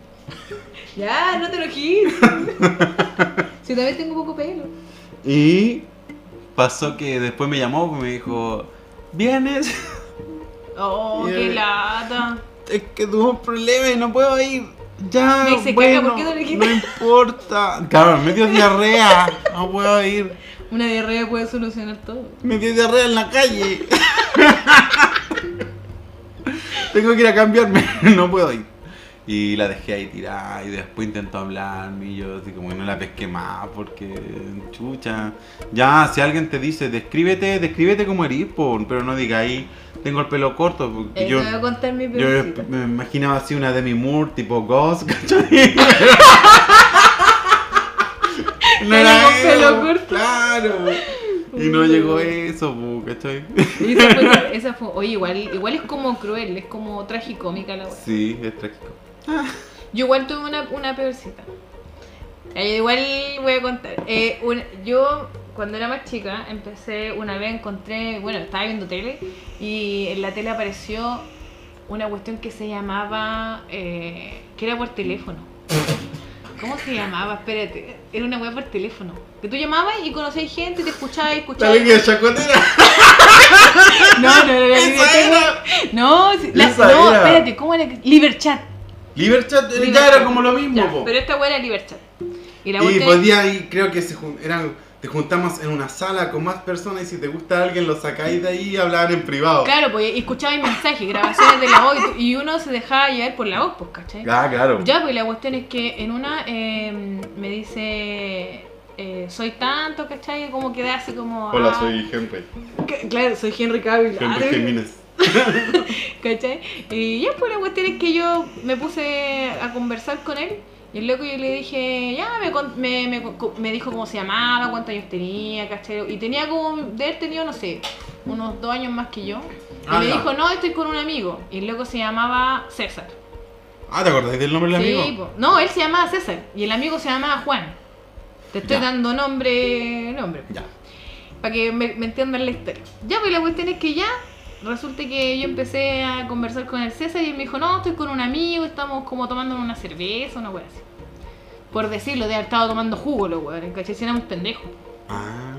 Speaker 2: (laughs) ya, no te enojís. (laughs) si también tengo poco pelo.
Speaker 1: Y pasó que después me llamó y me dijo, ¿vienes? (laughs)
Speaker 2: Oh,
Speaker 1: Y-
Speaker 2: qué lata.
Speaker 1: Es que tuve un problema y no puedo ir. Ya,
Speaker 2: Me dice,
Speaker 1: bueno,
Speaker 2: "Caca, ¿por qué no le
Speaker 1: no
Speaker 2: dijiste?"
Speaker 1: importa. Cabrón, me dio diarrea. No puedo ir.
Speaker 2: Una diarrea puede solucionar todo.
Speaker 1: Me dio diarrea en la calle. Tengo que ir a cambiarme. (laughs) No puedo ir. Y la dejé ahí tirada y después intentó hablarme y yo así como que no la pesqué más porque chucha. Ya, si alguien te dice, descríbete, descríbete como eres, po", pero no diga ahí, tengo el pelo corto. Porque
Speaker 2: Eh,
Speaker 1: yo,
Speaker 2: te voy a contar mi
Speaker 1: yo
Speaker 2: peorcita.
Speaker 1: me imaginaba así una Demi Moore tipo Ghost,
Speaker 2: (laughs)
Speaker 1: ¿cachai?
Speaker 2: Pero con
Speaker 1: eso,
Speaker 2: pelo corto.
Speaker 1: Claro. Y no
Speaker 2: Uy.
Speaker 1: llegó eso, po, ¿cachai?
Speaker 2: Y Esa fue, esa fue- oye, igual, igual es como cruel, es como tragicómica la wea.
Speaker 1: Sí, es trágico.
Speaker 2: Yo igual tuve una, una peorcita. Eh, igual voy a contar. Eh, un- yo cuando era más chica empecé, una vez encontré, bueno, estaba viendo tele y en la tele apareció una cuestión que se llamaba, eh, que era por teléfono. ¿Cómo se llamaba? Espérate, era una web por teléfono. Que tú llamabas y conocías gente, te escuchabas y escuchabas.
Speaker 1: que chacotera.
Speaker 2: No,
Speaker 1: (laughs)
Speaker 2: no, no, no, no,
Speaker 1: Esa
Speaker 2: tengo-
Speaker 1: era.
Speaker 2: no, si- la-
Speaker 1: Esa
Speaker 2: no,
Speaker 1: era.
Speaker 2: espérate, ¿cómo era? Liberchat.
Speaker 1: Liberchat eh, ya
Speaker 2: Liberchat.
Speaker 1: era como lo mismo,
Speaker 2: Ya,
Speaker 1: po.
Speaker 2: pero esta wea era Liberchat. Y la
Speaker 1: Y
Speaker 2: cuestión-
Speaker 1: podía y creo que se jun- eran te juntamos en una sala con más personas y si te gusta alguien lo sacáis de ahí y hablaban en privado.
Speaker 2: Claro, pues y escuchaba mensajes, grabaciones de la voz y tu- y uno se dejaba llevar por la voz, pues, ¿cachai?
Speaker 1: Ah, claro.
Speaker 2: Ya, pues la cuestión es que en una eh, me dice eh, soy tanto, ¿cachai? Como quedé así como. ah,
Speaker 1: Henry.
Speaker 2: que- claro, soy Henry Cavill. ah,
Speaker 1: Jiménez.
Speaker 2: ¿Cachai? Y ya, pues la cuestión es que yo me puse a conversar con él. Y el loco yo le dije, ya, me, con- me, me co- me dijo cómo se llamaba, cuántos años tenía, ¿cachai? Y tenía como, de él tenía, no sé, unos dos años más que yo. Y
Speaker 1: Ah,
Speaker 2: me
Speaker 1: ya.
Speaker 2: dijo, no, estoy con un amigo. Y el loco se llamaba César.
Speaker 1: Ah, ¿te acordáis del nombre del
Speaker 2: Sí,
Speaker 1: amigo?
Speaker 2: po. No, él se llamaba César. Y el amigo se llamaba Juan. Te estoy
Speaker 1: Ya.
Speaker 2: dando nombre, nombre
Speaker 1: Ya.
Speaker 2: para que me, me entiendan la historia. Ya, pues la cuestión es que ya, resulta que yo empecé a conversar con el César y él me dijo, no, estoy con un amigo, estamos como tomando una cerveza, una wea así. Por decirlo, de haber estado tomando jugo, los weones, ¿cachai? Si éramos pendejos.
Speaker 1: Ah.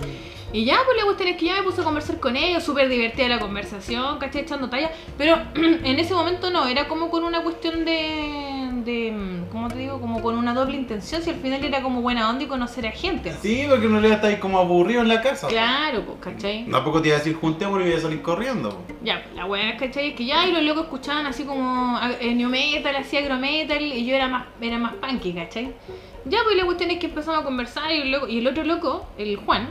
Speaker 2: Y ya, pues la cuestión es que ya me puse a conversar con ellos, súper divertida la conversación, ¿cachai? Echando talla. Pero (clears throat) en ese momento no, era como con una cuestión de, de, mm, ¿cómo te digo? Como con una doble intención, si al final era como buena onda y conocer a gente. ¿no?
Speaker 1: Sí, porque no le estáis como aburrido en la casa.
Speaker 2: Claro, pues, ¿cachai?
Speaker 1: Tampoco te iba a decir juntémonos y voy a salir corriendo. po.
Speaker 2: Ya, pues, la weá, ¿cachai? Es que ya, y los locos escuchaban así como ah, eh, new metal, así agro metal, y yo era más, era más punky, ¿cachai? Ya, pues la cuestión es que empezamos a conversar y, el loco- y el otro loco, el Juan,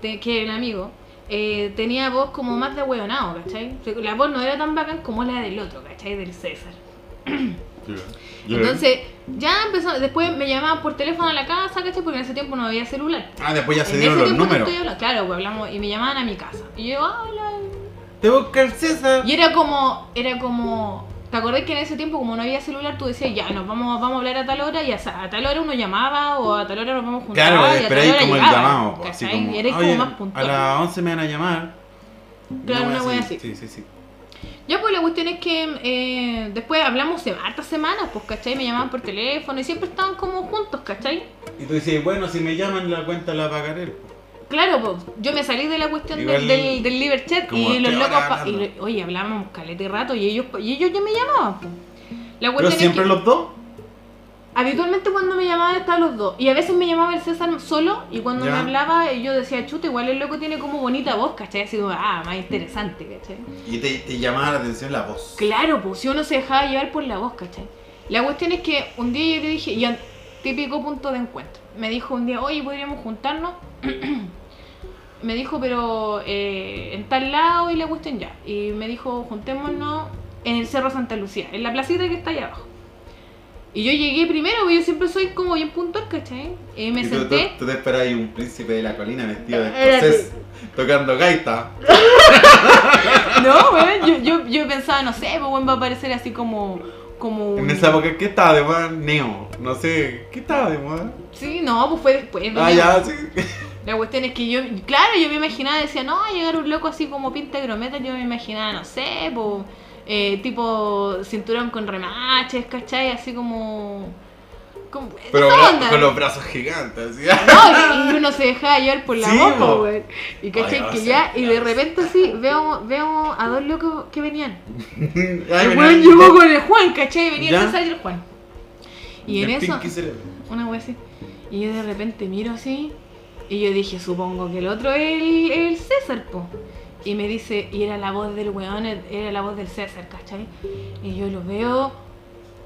Speaker 2: te- que era el amigo, eh, tenía voz como más de hueonado, ¿cachai? La voz no era tan bacán como la del otro, ¿cachai? Del César. Entonces, ya empezó, después me llamaban por teléfono a la casa, ¿cachai? Porque en ese tiempo no había celular.
Speaker 1: Ah, después ya se
Speaker 2: en
Speaker 1: dieron
Speaker 2: ese
Speaker 1: los
Speaker 2: tiempo te
Speaker 1: números.
Speaker 2: estoy hablando- claro, pues hablamos, y me llamaban a mi casa. Y yo, ah, hola,
Speaker 1: Te busca el César.
Speaker 2: Y era como, era como, ¿te acordás que en ese tiempo como no había celular tú decías, ya, nos vamos, vamos a hablar a tal hora y a, sa- a tal hora uno llamaba o a tal hora nos vamos a juntar.
Speaker 1: Claro,
Speaker 2: y a tal
Speaker 1: esperáis
Speaker 2: hora
Speaker 1: como el
Speaker 2: llegaba,
Speaker 1: llamado. po,
Speaker 2: ¿cachai?
Speaker 1: así como,
Speaker 2: Y erais
Speaker 1: "Oye,
Speaker 2: como más
Speaker 1: A
Speaker 2: puntual.
Speaker 1: las 11 me van a llamar.
Speaker 2: Claro,
Speaker 1: Una
Speaker 2: una
Speaker 1: wea
Speaker 2: wea así.
Speaker 1: Sí, sí, sí.
Speaker 2: Ya, pues la cuestión es que eh, después hablamos de hartas semanas, pues, ¿cachai? Me llamaban por teléfono y siempre estaban como juntos, ¿cachai?
Speaker 1: Y tú dices, bueno, si me llaman la cuenta la pagaré. po.
Speaker 2: Claro, pues, yo me salí de la cuestión
Speaker 1: Igual,
Speaker 2: del, del, del liber chat
Speaker 1: como
Speaker 2: y los
Speaker 1: te
Speaker 2: locos.
Speaker 1: van
Speaker 2: pa- y
Speaker 1: hablando.
Speaker 2: lo- oye, hablábamos calete rato y ellos, y ellos ya me llamaban, pues. La
Speaker 1: Pero
Speaker 2: cuestión es
Speaker 1: siempre
Speaker 2: que
Speaker 1: los dos.
Speaker 2: habitualmente cuando me llamaban estaban los dos. Y a veces me llamaba el César solo y cuando
Speaker 1: Ya.
Speaker 2: me hablaba yo decía, chuta, igual el loco tiene como bonita voz, ¿cachai? Así como, ah, más interesante, ¿cachai?
Speaker 1: Y te, te llamaba la atención la voz.
Speaker 2: Claro, pues si uno se dejaba llevar por la voz, ¿cachai? La cuestión es que un día yo le dije, ya, típico punto de encuentro. Me dijo un día, oye, podríamos juntarnos. (clears throat) me dijo, pero eh, en tal lado y la cuestión ya. Y me dijo, juntémonos en el Cerro Santa Lucía, en la placita que está allá abajo. Y yo llegué primero, porque yo siempre soy como bien puntual, ¿cachai? Y me
Speaker 1: Y tú, tú,
Speaker 2: senté.
Speaker 1: tú te esperas ahí un príncipe de la colina vestido de
Speaker 2: Espérate.
Speaker 1: escocés tocando gaita.
Speaker 2: No, weón, yo, yo, yo pensaba, no sé, pues weón, va a aparecer así como. como un-
Speaker 1: En esa época, ¿qué estaba de moda? Neo. No sé, ¿qué estaba de moda?
Speaker 2: Sí, no, pues fue después. de
Speaker 1: Ah,
Speaker 2: mí.
Speaker 1: ya, sí.
Speaker 2: La cuestión es que yo, claro, yo me imaginaba, decía, no, va a llegar un loco así como pinta grometa, yo me imaginaba, no sé, po, eh, tipo cinturón con remaches, ¿cachai? Así como... como
Speaker 1: Pero
Speaker 2: esa
Speaker 1: con,
Speaker 2: onda.
Speaker 1: con los brazos gigantes, así.
Speaker 2: (laughs) No, y uno se dejaba llevar por la
Speaker 1: Sí,
Speaker 2: boca,
Speaker 1: po.
Speaker 2: güey. Y cachai
Speaker 1: Ay,
Speaker 2: que
Speaker 1: no,
Speaker 2: ya,
Speaker 1: sí,
Speaker 2: y de
Speaker 1: claro.
Speaker 2: repente así, veo, veo a dos locos que venían.
Speaker 1: Ay,
Speaker 2: el
Speaker 1: venía-
Speaker 2: weón llegó con el Juan, ¿cachai? Venía
Speaker 1: Ya.
Speaker 2: el César y el Juan. Y en
Speaker 1: el
Speaker 2: eso...
Speaker 1: Pinky Cerebro.
Speaker 2: Una wea así. Y yo de repente miro así. Y yo dije, supongo que el otro es el, el César, po. Y me dice, y era la voz del weón, era la voz del César, ¿cachai? Y yo lo veo.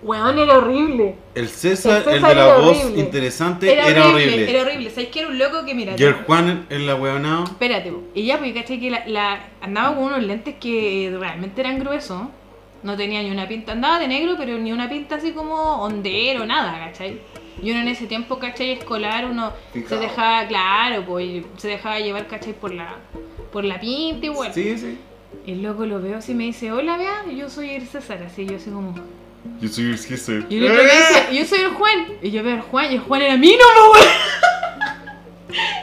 Speaker 2: Weón era horrible.
Speaker 1: El César, el,
Speaker 2: El César
Speaker 1: de la
Speaker 2: era
Speaker 1: voz
Speaker 2: horrible.
Speaker 1: interesante,
Speaker 2: Era,
Speaker 1: era,
Speaker 2: horrible,
Speaker 1: horrible.
Speaker 2: Era horrible. ¿Sabes que era un loco que mira?
Speaker 1: Y el Juan, el ahueonado.
Speaker 2: Espérate, po. y ya, pues, ¿cachai? Que la, la- andaba con unos lentes que realmente eran gruesos. No tenía ni una pinta, andaba de negro, pero ni una pinta así como hondero, nada, ¿cachai? Y uno en ese tiempo, ¿cachai? Escolar, uno
Speaker 1: Fijado.
Speaker 2: se dejaba, claro, pues, se dejaba llevar, ¿cachai? Por la, por la pinta y bueno.
Speaker 1: Sí, sí.
Speaker 2: El loco lo veo así y me dice, hola, vea, yo soy el César, así, yo así como...
Speaker 1: Yo soy el César.
Speaker 2: Y el otro me dice, yo soy el Juan. Y yo veo al Juan, y el Juan era mino, po, weón. (laughs)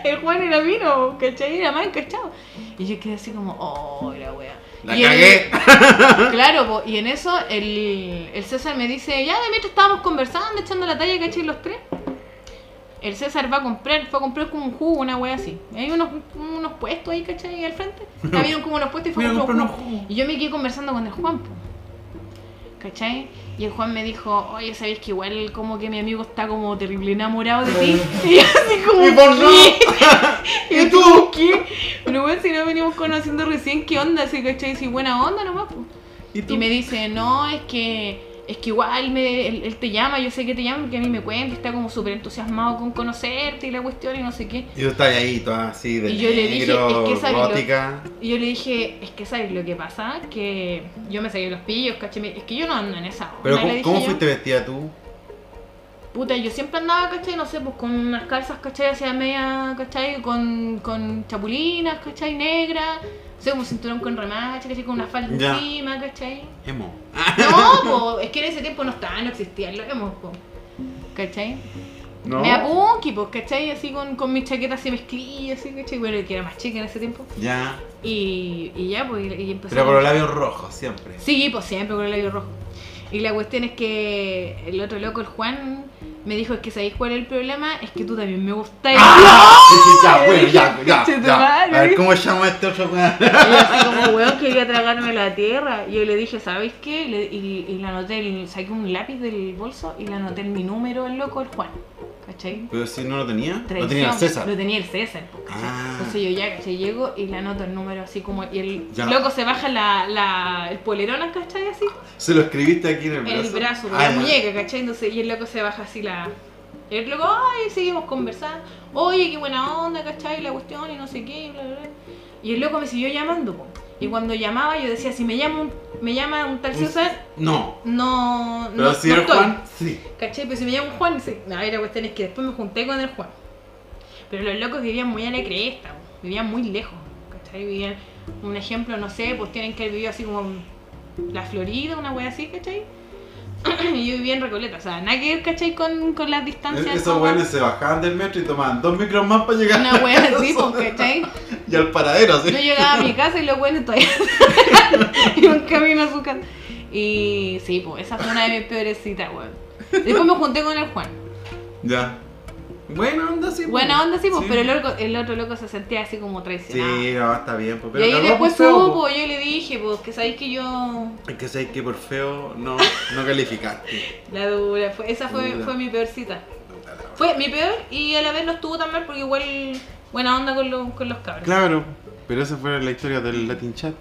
Speaker 2: El Juan era mino, ¿cachai? Era más cachado. Y yo quedé así como, oh, la wea.
Speaker 1: La
Speaker 2: Y el-
Speaker 1: cagué. (laughs)
Speaker 2: claro, po, y en eso el, el César me dice, ya, de mientras estábamos conversando, echando la talla, ¿cachai? Los tres. El César va a comprar, fue a comprar como un jugo, una wea así. Hay unos, unos puestos ahí, ¿cachai?
Speaker 1: (laughs)
Speaker 2: Al frente. Habían como unos puestos y fue
Speaker 1: Voy a
Speaker 2: a comprar un
Speaker 1: comprar
Speaker 2: jugo.
Speaker 1: unos jugos.
Speaker 2: Y yo me quedé conversando con el Juan, po. ¿cachai? Y el Juan me dijo, oye, ¿sabéis que igual como que mi amigo está como terrible enamorado de ti? (laughs) Y yo así como,
Speaker 1: Y vos no.
Speaker 2: ¿qué? (laughs)
Speaker 1: ¿Y
Speaker 2: yo
Speaker 1: tú?
Speaker 2: como, ¿Qué? Pero bueno, si nos venimos conociendo recién, ¿qué onda? Así, ¿cachai? Si buena onda nomás, po.
Speaker 1: ¿Y tú?
Speaker 2: Y me dice, no, es que es que igual me, él, él te llama, yo sé que te llama porque a mí me cuenta, está como súper entusiasmado con conocerte y la cuestión y no sé qué.
Speaker 1: Y tú estás ahí, toda así, de
Speaker 2: Y yo le dije,
Speaker 1: negro,
Speaker 2: es que esa biblioteca-
Speaker 1: gótica.
Speaker 2: Y yo le dije, es que sabes lo que pasa, que yo me saqué los pillos, caché, me- es que yo no ando en esa onda.
Speaker 1: Pero,
Speaker 2: le
Speaker 1: ¿cómo,
Speaker 2: dije
Speaker 1: cómo
Speaker 2: yo.
Speaker 1: fuiste vestida tú?
Speaker 2: Puta, yo siempre andaba, ¿cachai? No sé, pues con unas calzas, ¿cachai? Hacia media, ¿cachai? Con, con chapulinas, ¿cachai? Negras. No sé, como cinturón con remache, ¿cachai? Con una falda
Speaker 1: Ya.
Speaker 2: encima, ¿cachai?
Speaker 1: (laughs) Emo.
Speaker 2: No, po, es que en ese tiempo no estaba, no existía lo hemos, po. pues, ¿Cachai?
Speaker 1: No.
Speaker 2: Me apunqui, pues, ¿cachai? Así con, con mi chaqueta así mezclilla, así, ¿cachai? Bueno, que era más chica en ese tiempo.
Speaker 1: Ya.
Speaker 2: Y, y ya, pues, y, y empezó.
Speaker 1: Pero con los labios rojos, siempre.
Speaker 2: Sí, pues siempre con el labio rojo. Y la cuestión es que el otro loco, el Juan, me dijo, es que ¿sabéis cuál es el problema? Es que tú también me gustas.
Speaker 1: ¡Ah!
Speaker 2: (laughs)
Speaker 1: Sí, ya, bueno, ya, ya,
Speaker 2: Conche tu
Speaker 1: ya. A
Speaker 2: madre.
Speaker 1: ver, ¿cómo llama este otro weón?
Speaker 2: Y yo así como, weón, quería tragarme la tierra. Y yo le dije, ¿sabes qué? Y le- Y, y le anoté, el- saqué un lápiz del bolso y le anoté mi número al loco, el Juan. ¿Cachai?
Speaker 1: (laughs) Pero si no lo tenía. Lo
Speaker 2: Traición.
Speaker 1: tenía el César.
Speaker 2: Lo tenía el César, po, ¿cachai?
Speaker 1: Ah.
Speaker 2: Entonces yo ya, ¿cachai? Llego y le anoto el número así como... Y el
Speaker 1: Ya.
Speaker 2: loco se baja la, la, el polerón, ¿cachai? Así.
Speaker 1: Se lo escribiste aquí en el brazo.
Speaker 2: el brazo,
Speaker 1: Ah,
Speaker 2: la
Speaker 1: ya.
Speaker 2: muñeca, ¿cachai? Entonces, y el loco se baja así la. Y el loco, ay, seguimos conversando. Oye, qué buena onda, ¿cachai? La cuestión y no sé qué, y bla, bla, bla. Y el loco me siguió llamando, po. Y cuando llamaba, yo decía, si me llama un, me llama un tal César,
Speaker 1: No.
Speaker 2: no.
Speaker 1: Pero
Speaker 2: no,
Speaker 1: si
Speaker 2: no
Speaker 1: era
Speaker 2: estoy,
Speaker 1: Juan, sí.
Speaker 2: ¿cachai? Pero si me llama un Juan, sí. No, y la cuestión es que después me junté con el Juan. Pero los locos vivían muy a la cresta, po. vivían muy lejos, ¿cachai? Vivían, un ejemplo, no sé, pues tienen que haber vivido así como en la Florida, una wea así, ¿cachai? (clears throat) y yo vivía en Recoleta, o sea, nada que ver, ¿cachai? Con, con las distancias.
Speaker 1: E-, Esos
Speaker 2: como-
Speaker 1: buenos se bajaban del metro y tomaban dos micros más para llegar a
Speaker 2: Una
Speaker 1: la
Speaker 2: wea
Speaker 1: (laughs)
Speaker 2: así,
Speaker 1: casa.
Speaker 2: pues, ¿cachai?
Speaker 1: Y al paradero, así.
Speaker 2: (laughs) Yo llegaba a mi casa y los buenos todavía (laughs) iban camino a su casa. Y sí, pues, esa fue una de mis peores citas, weón. Después me junté con el Juan.
Speaker 1: Ya. Buena onda, sí.
Speaker 2: Buena onda, sí, pues, pero el
Speaker 1: el
Speaker 2: otro, el otro loco se sentía así como traicionado.
Speaker 1: Sí, no, está bien. pues,
Speaker 2: y
Speaker 1: Pero
Speaker 2: ahí
Speaker 1: cagó
Speaker 2: después pues.
Speaker 1: por feo,
Speaker 2: supo,
Speaker 1: pues.
Speaker 2: yo le dije, pues, que sabéis que yo.
Speaker 1: Es que sabes que por feo no, no
Speaker 2: (laughs)
Speaker 1: calificaste.
Speaker 2: La dura, fue- esa fue,
Speaker 1: Dura.
Speaker 2: fue mi peor cita. Fue mi peor y a la vez no estuvo tan mal porque igual buena onda con, los con los cabros.
Speaker 1: Claro, pero esa fue la historia del Latin Chat.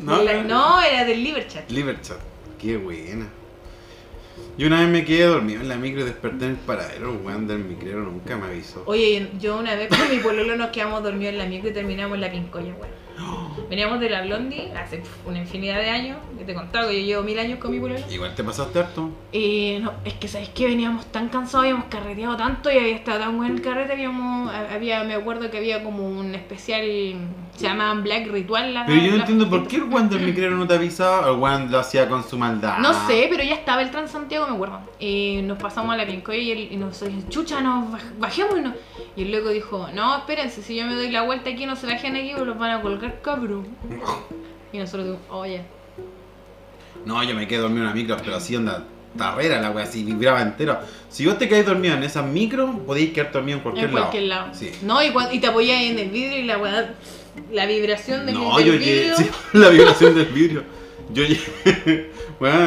Speaker 2: no, no, era del Liberchat.
Speaker 1: Liberchat. Qué buena. Yo una vez me quedé dormido en la micro y desperté en el paradero, weón, del micrero nunca me avisó.
Speaker 2: Oye, yo una vez con mi pololo nos quedamos dormidos en la micro y terminamos en la pincoya, weón.
Speaker 1: (gasps)
Speaker 2: Veníamos de la Blondie hace pf, una infinidad de años, que te contaba que yo llevo mil años con mi pololo.
Speaker 1: Igual te pasaste harto.
Speaker 2: Y no, es que sabéis que veníamos tan cansados, habíamos carreteado tanto y había estado tan buen el carrete, habíamos, había, me acuerdo que había como un especial, se llamaban Black Ritual. la-
Speaker 1: Pero yo no
Speaker 2: la-
Speaker 1: entiendo por qué el weón del micrero no te avisaba, el weón lo hacía con su maldad.
Speaker 2: No sé, pero ya estaba el Transantiago, me acuerdo. Y nos pasamos a la Pincoya y, el- y nos dijeron, chucha, nos baj- bajemos y, no-". y el loco dijo, no, espérense, si yo me doy la vuelta aquí, no se bajen aquí, pues los van a colgar, cabrón. Y nosotros dijimos, "Oh, oye,
Speaker 1: No, yo me quedé dormido en una micro, pero así onda tarrera la weá, así vibraba entero. Si vos te quedáis dormido en esas micros, podéis quedar dormido en cualquier,
Speaker 2: en cualquier
Speaker 1: lado.
Speaker 2: lado.
Speaker 1: Sí.
Speaker 2: No, y, cuan- y te apoyas en el vidrio y la weá, la vibración del,
Speaker 1: No,
Speaker 2: del
Speaker 1: yo llegué. (laughs)
Speaker 2: vidrio.
Speaker 1: sí, la vibración del vidrio. Yo (laughs) llegué. Bueno,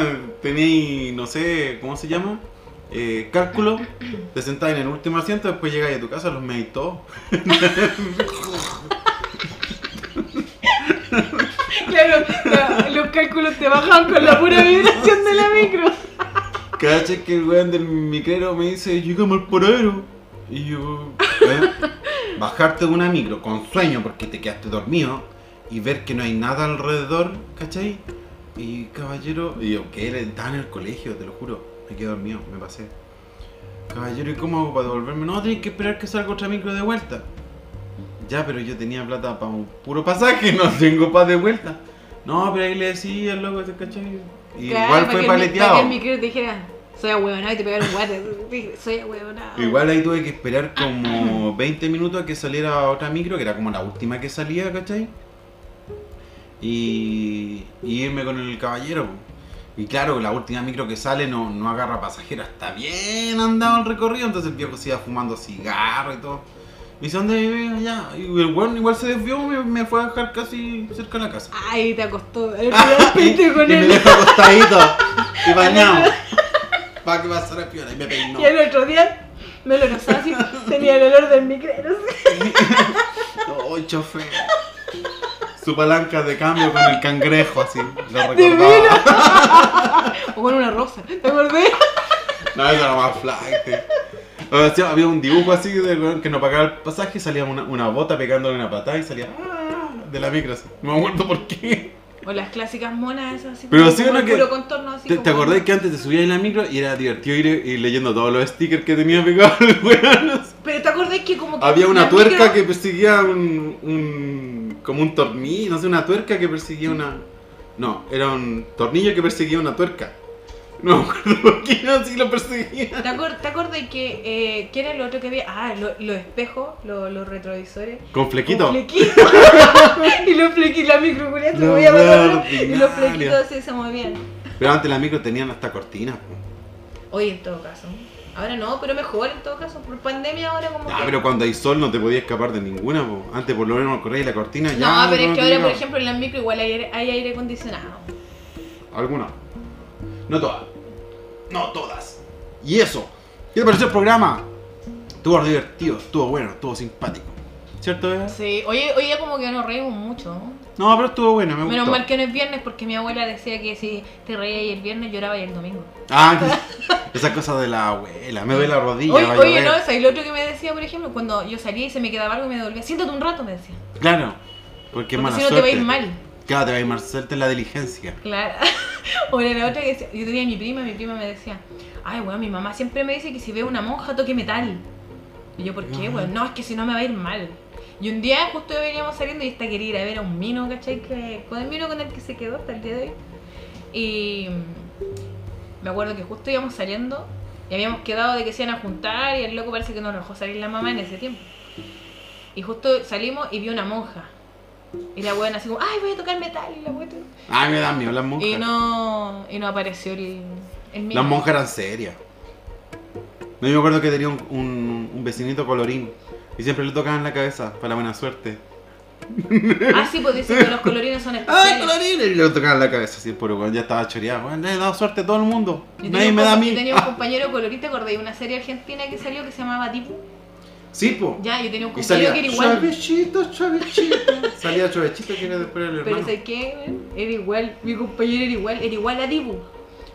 Speaker 1: tenéis, no sé, ¿cómo se llama? Eh, cálculo. Te sentáis en el último asiento, después llegáis a tu casa, los medís todos.
Speaker 2: Claro, la- los cálculos te bajan con la pura vibración de la micro.
Speaker 1: Caché que el weón del micrero me dice, llegamos al paradero. Y yo, weón, bajarte de una micro con sueño porque te quedaste dormido y ver que no hay nada alrededor, ¿cachai? Y caballero, y yo, que era- estaba en el colegio, te lo juro, me quedé dormido, me pasé. Caballero, ¿y cómo hago para devolverme? No, tenés que esperar que salga otra micro de vuelta. Ya, pero yo tenía plata para un puro pasaje, (laughs) no tengo para de vuelta. No, pero ahí le decía, loco, ¿te cachai? Y Igual fue
Speaker 2: paleteado.
Speaker 1: paleteado.
Speaker 2: que el micro te dijera, soy ahueonado y te pegaron guate. Soy ahueonado.
Speaker 1: Igual ahí tuve que esperar como 20 minutos a que saliera otra micro, que era como la última que salía, ¿cachai? Y, y irme con el caballero. po. Y claro, la última micro que sale no, no agarra pasajeros, está bien andado el recorrido, entonces el viejo se iba fumando cigarro y todo. Y dice, ¿dónde vive allá? Y el weón igual se desvió, me, me fue a dejar casi cerca de la casa.
Speaker 2: Ay,
Speaker 1: (laughs)
Speaker 2: te acostó. El pito Ah, con
Speaker 1: y me
Speaker 2: él.
Speaker 1: dejó acostadito
Speaker 2: (laughs)
Speaker 1: y bañado. Para que pasara piola y me peinó.
Speaker 2: Y el otro día me lo rozaba así. Tenía el olor del micrero. así.
Speaker 1: ¡Ay, chofer! Su palanca de cambio con el cangrejo, así. Lo
Speaker 2: Divino.
Speaker 1: recordaba.
Speaker 2: O con una rosa. ¿Te acordé?
Speaker 1: No, eso era más flight. O sea, había un dibujo así de weón que no pagaba el pasaje y salía una, una bota pegándole una patada y salía "Ah", de la micro así. No me acuerdo por qué.
Speaker 2: O las clásicas monas esas así.
Speaker 1: Pero
Speaker 2: como
Speaker 1: sí,
Speaker 2: con
Speaker 1: una
Speaker 2: el
Speaker 1: que-
Speaker 2: puro contorno así.
Speaker 1: ¿Te, te
Speaker 2: como-
Speaker 1: acordás que antes te subías en la micro y era divertido ir, ir leyendo todos los stickers que tenía pegado el weón? así?
Speaker 2: Pero te acordás que como que.
Speaker 1: Había una
Speaker 2: las
Speaker 1: tuerca
Speaker 2: micros-
Speaker 1: que perseguía un, un. como un tornillo, no sé, una tuerca que perseguía una. No, era un tornillo que perseguía una tuerca. No me acuerdo (laughs) por qué no, sí lo perseguía.
Speaker 2: ¿Te, acor- te acordás que. Eh, ¿Qué era lo otro que había? Ah, lo- los espejos, lo- los retrovisores.
Speaker 1: Con flequito.
Speaker 2: Con flequito. (laughs) y los flequitos, la microculia se
Speaker 1: La
Speaker 2: movía para
Speaker 1: wea
Speaker 2: atrás, Y los
Speaker 1: ordinaria.
Speaker 2: flequitos así se movían.
Speaker 1: Pero antes las micro tenían hasta cortinas. po.
Speaker 2: Oye, en todo caso. Ahora no, pero mejor en todo caso. Por pandemia ahora como
Speaker 1: Ah,
Speaker 2: que...
Speaker 1: pero cuando hay sol no te podías escapar de ninguna. po. Antes por lo menos corría y la cortina
Speaker 2: no,
Speaker 1: ya.
Speaker 2: pero es que
Speaker 1: te
Speaker 2: ahora, por
Speaker 1: llegaba.
Speaker 2: ejemplo, en las micro igual hay aire, hay aire acondicionado.
Speaker 1: Algunas. No todas. No todas. Y eso. ¿Qué te pareció el programa? Estuvo divertido, estuvo bueno, estuvo simpático. ¿Cierto, Bea?
Speaker 2: Sí, hoy, hoy ya como que nos reímos mucho. ¿no?
Speaker 1: No, pero estuvo bueno, me
Speaker 2: Menos
Speaker 1: gustó.
Speaker 2: mal que no es viernes porque mi abuela decía que si te reías el viernes lloraba y el domingo.
Speaker 1: Ah, (laughs) esa cosa de la abuela, me duele la rodilla.
Speaker 2: Oye,
Speaker 1: va a
Speaker 2: oye,
Speaker 1: llover.
Speaker 2: no, eso y lo otro que me decía, por ejemplo, cuando yo salía y se me quedaba algo y me devolvía, siéntate un rato, me decía.
Speaker 1: Claro, porque es
Speaker 2: porque
Speaker 1: mala
Speaker 2: si no te va a
Speaker 1: suerte.
Speaker 2: ir mal.
Speaker 1: Claro, te va a ir mal suerte en la diligencia.
Speaker 2: Claro. (laughs) O era la otra que decía, yo tenía a mi prima, mi prima me decía, ay, weón, mi mamá siempre me dice que si veo una monja toque metal. Y yo, ¿por qué,
Speaker 1: Ajá.
Speaker 2: weón? No, es que si no me va a ir mal. Y un día justo veníamos saliendo y esta quería ir a ver a un mino, ¿cachai? Que, con el mino con el que se quedó hasta el día de hoy. Y, me acuerdo que justo íbamos saliendo y habíamos quedado de que se iban a juntar y el loco parece que no nos dejó salir la mamá en ese tiempo. Y justo salimos y vi una monja. Y la weón así como, ay, voy a tocar metal. Y la weona-
Speaker 1: Ay, me dan miedo las monjas.
Speaker 2: Y no, y no apareció el, el
Speaker 1: Las monjas eran serias. No, yo me acuerdo que tenía un, un- un vecinito colorín y siempre le tocaban la cabeza para la buena suerte.
Speaker 2: Ah, sí, pues dicen que los colorines
Speaker 1: (laughs)
Speaker 2: son
Speaker 1: ¡Ay,
Speaker 2: especiales.
Speaker 1: colorín! Y le tocaban la cabeza así, pero bueno, ya estaba choreado. Bueno, le he dado suerte a todo el mundo.
Speaker 2: Yo tenía
Speaker 1: Nadie
Speaker 2: un
Speaker 1: me da a
Speaker 2: compa-
Speaker 1: mí. Ah.
Speaker 2: yo tenía un compañero colorista, acordé de una serie argentina que salió que se llamaba Dibu.
Speaker 1: Sí, po.
Speaker 2: Ya, yo tenía un
Speaker 1: Y
Speaker 2: compañero
Speaker 1: salía
Speaker 2: que era igual.
Speaker 1: Chavechito, Chavechito. salía Chavechito que era después el
Speaker 2: Pero
Speaker 1: hermano.
Speaker 2: ¿sabes qué? weón? Era igual, mi compañero era igual, era igual a Dibu.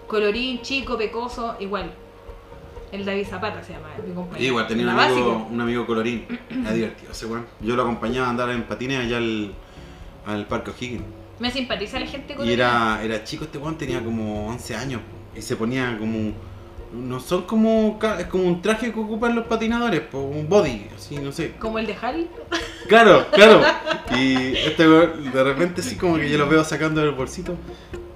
Speaker 2: Colorín, chico, pecoso, igual. El David Zapata se llama, mi compañero.
Speaker 1: Y igual tenía un
Speaker 2: Era
Speaker 1: amigo,
Speaker 2: básico.
Speaker 1: un amigo colorín. Era divertido ese weón. Yo lo acompañaba a andar en patines allá al, al Parque O'Higgins.
Speaker 2: Me simpatiza la gente
Speaker 1: Y
Speaker 2: colorina.
Speaker 1: era, era chico este weón, tenía como 11 años. Y se ponía como. No son como. ca- Es como un traje que ocupan los patinadores, po, un body, así, no sé.
Speaker 2: Como el de Hal.
Speaker 1: Claro, claro. Y este weón, de repente, así como que yo lo veo sacando del bolsito.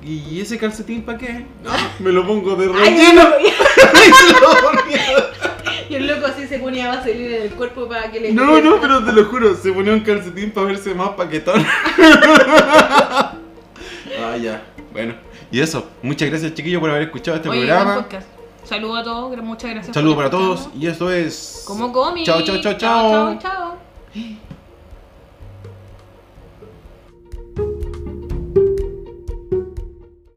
Speaker 1: ¿Y ese calcetín para qué? No, me lo pongo de relleno. (laughs) Y se lo ponía.
Speaker 2: Y el loco así se ponía vaselina en el cuerpo para que le...
Speaker 1: No, no, pero te lo juro, se ponía un calcetín para verse más paquetón. ah, ya. Bueno, y eso. Muchas gracias, chiquillos, por haber escuchado este
Speaker 2: Oye, buen
Speaker 1: programa.
Speaker 2: podcast. Saludos a todos, gra- muchas gracias.
Speaker 1: Saludos
Speaker 2: por
Speaker 1: para todos
Speaker 2: escucharnos.
Speaker 1: y esto es.
Speaker 2: Como comi.
Speaker 1: Chao, chao, chao, chao.
Speaker 2: Chao, chao, chao.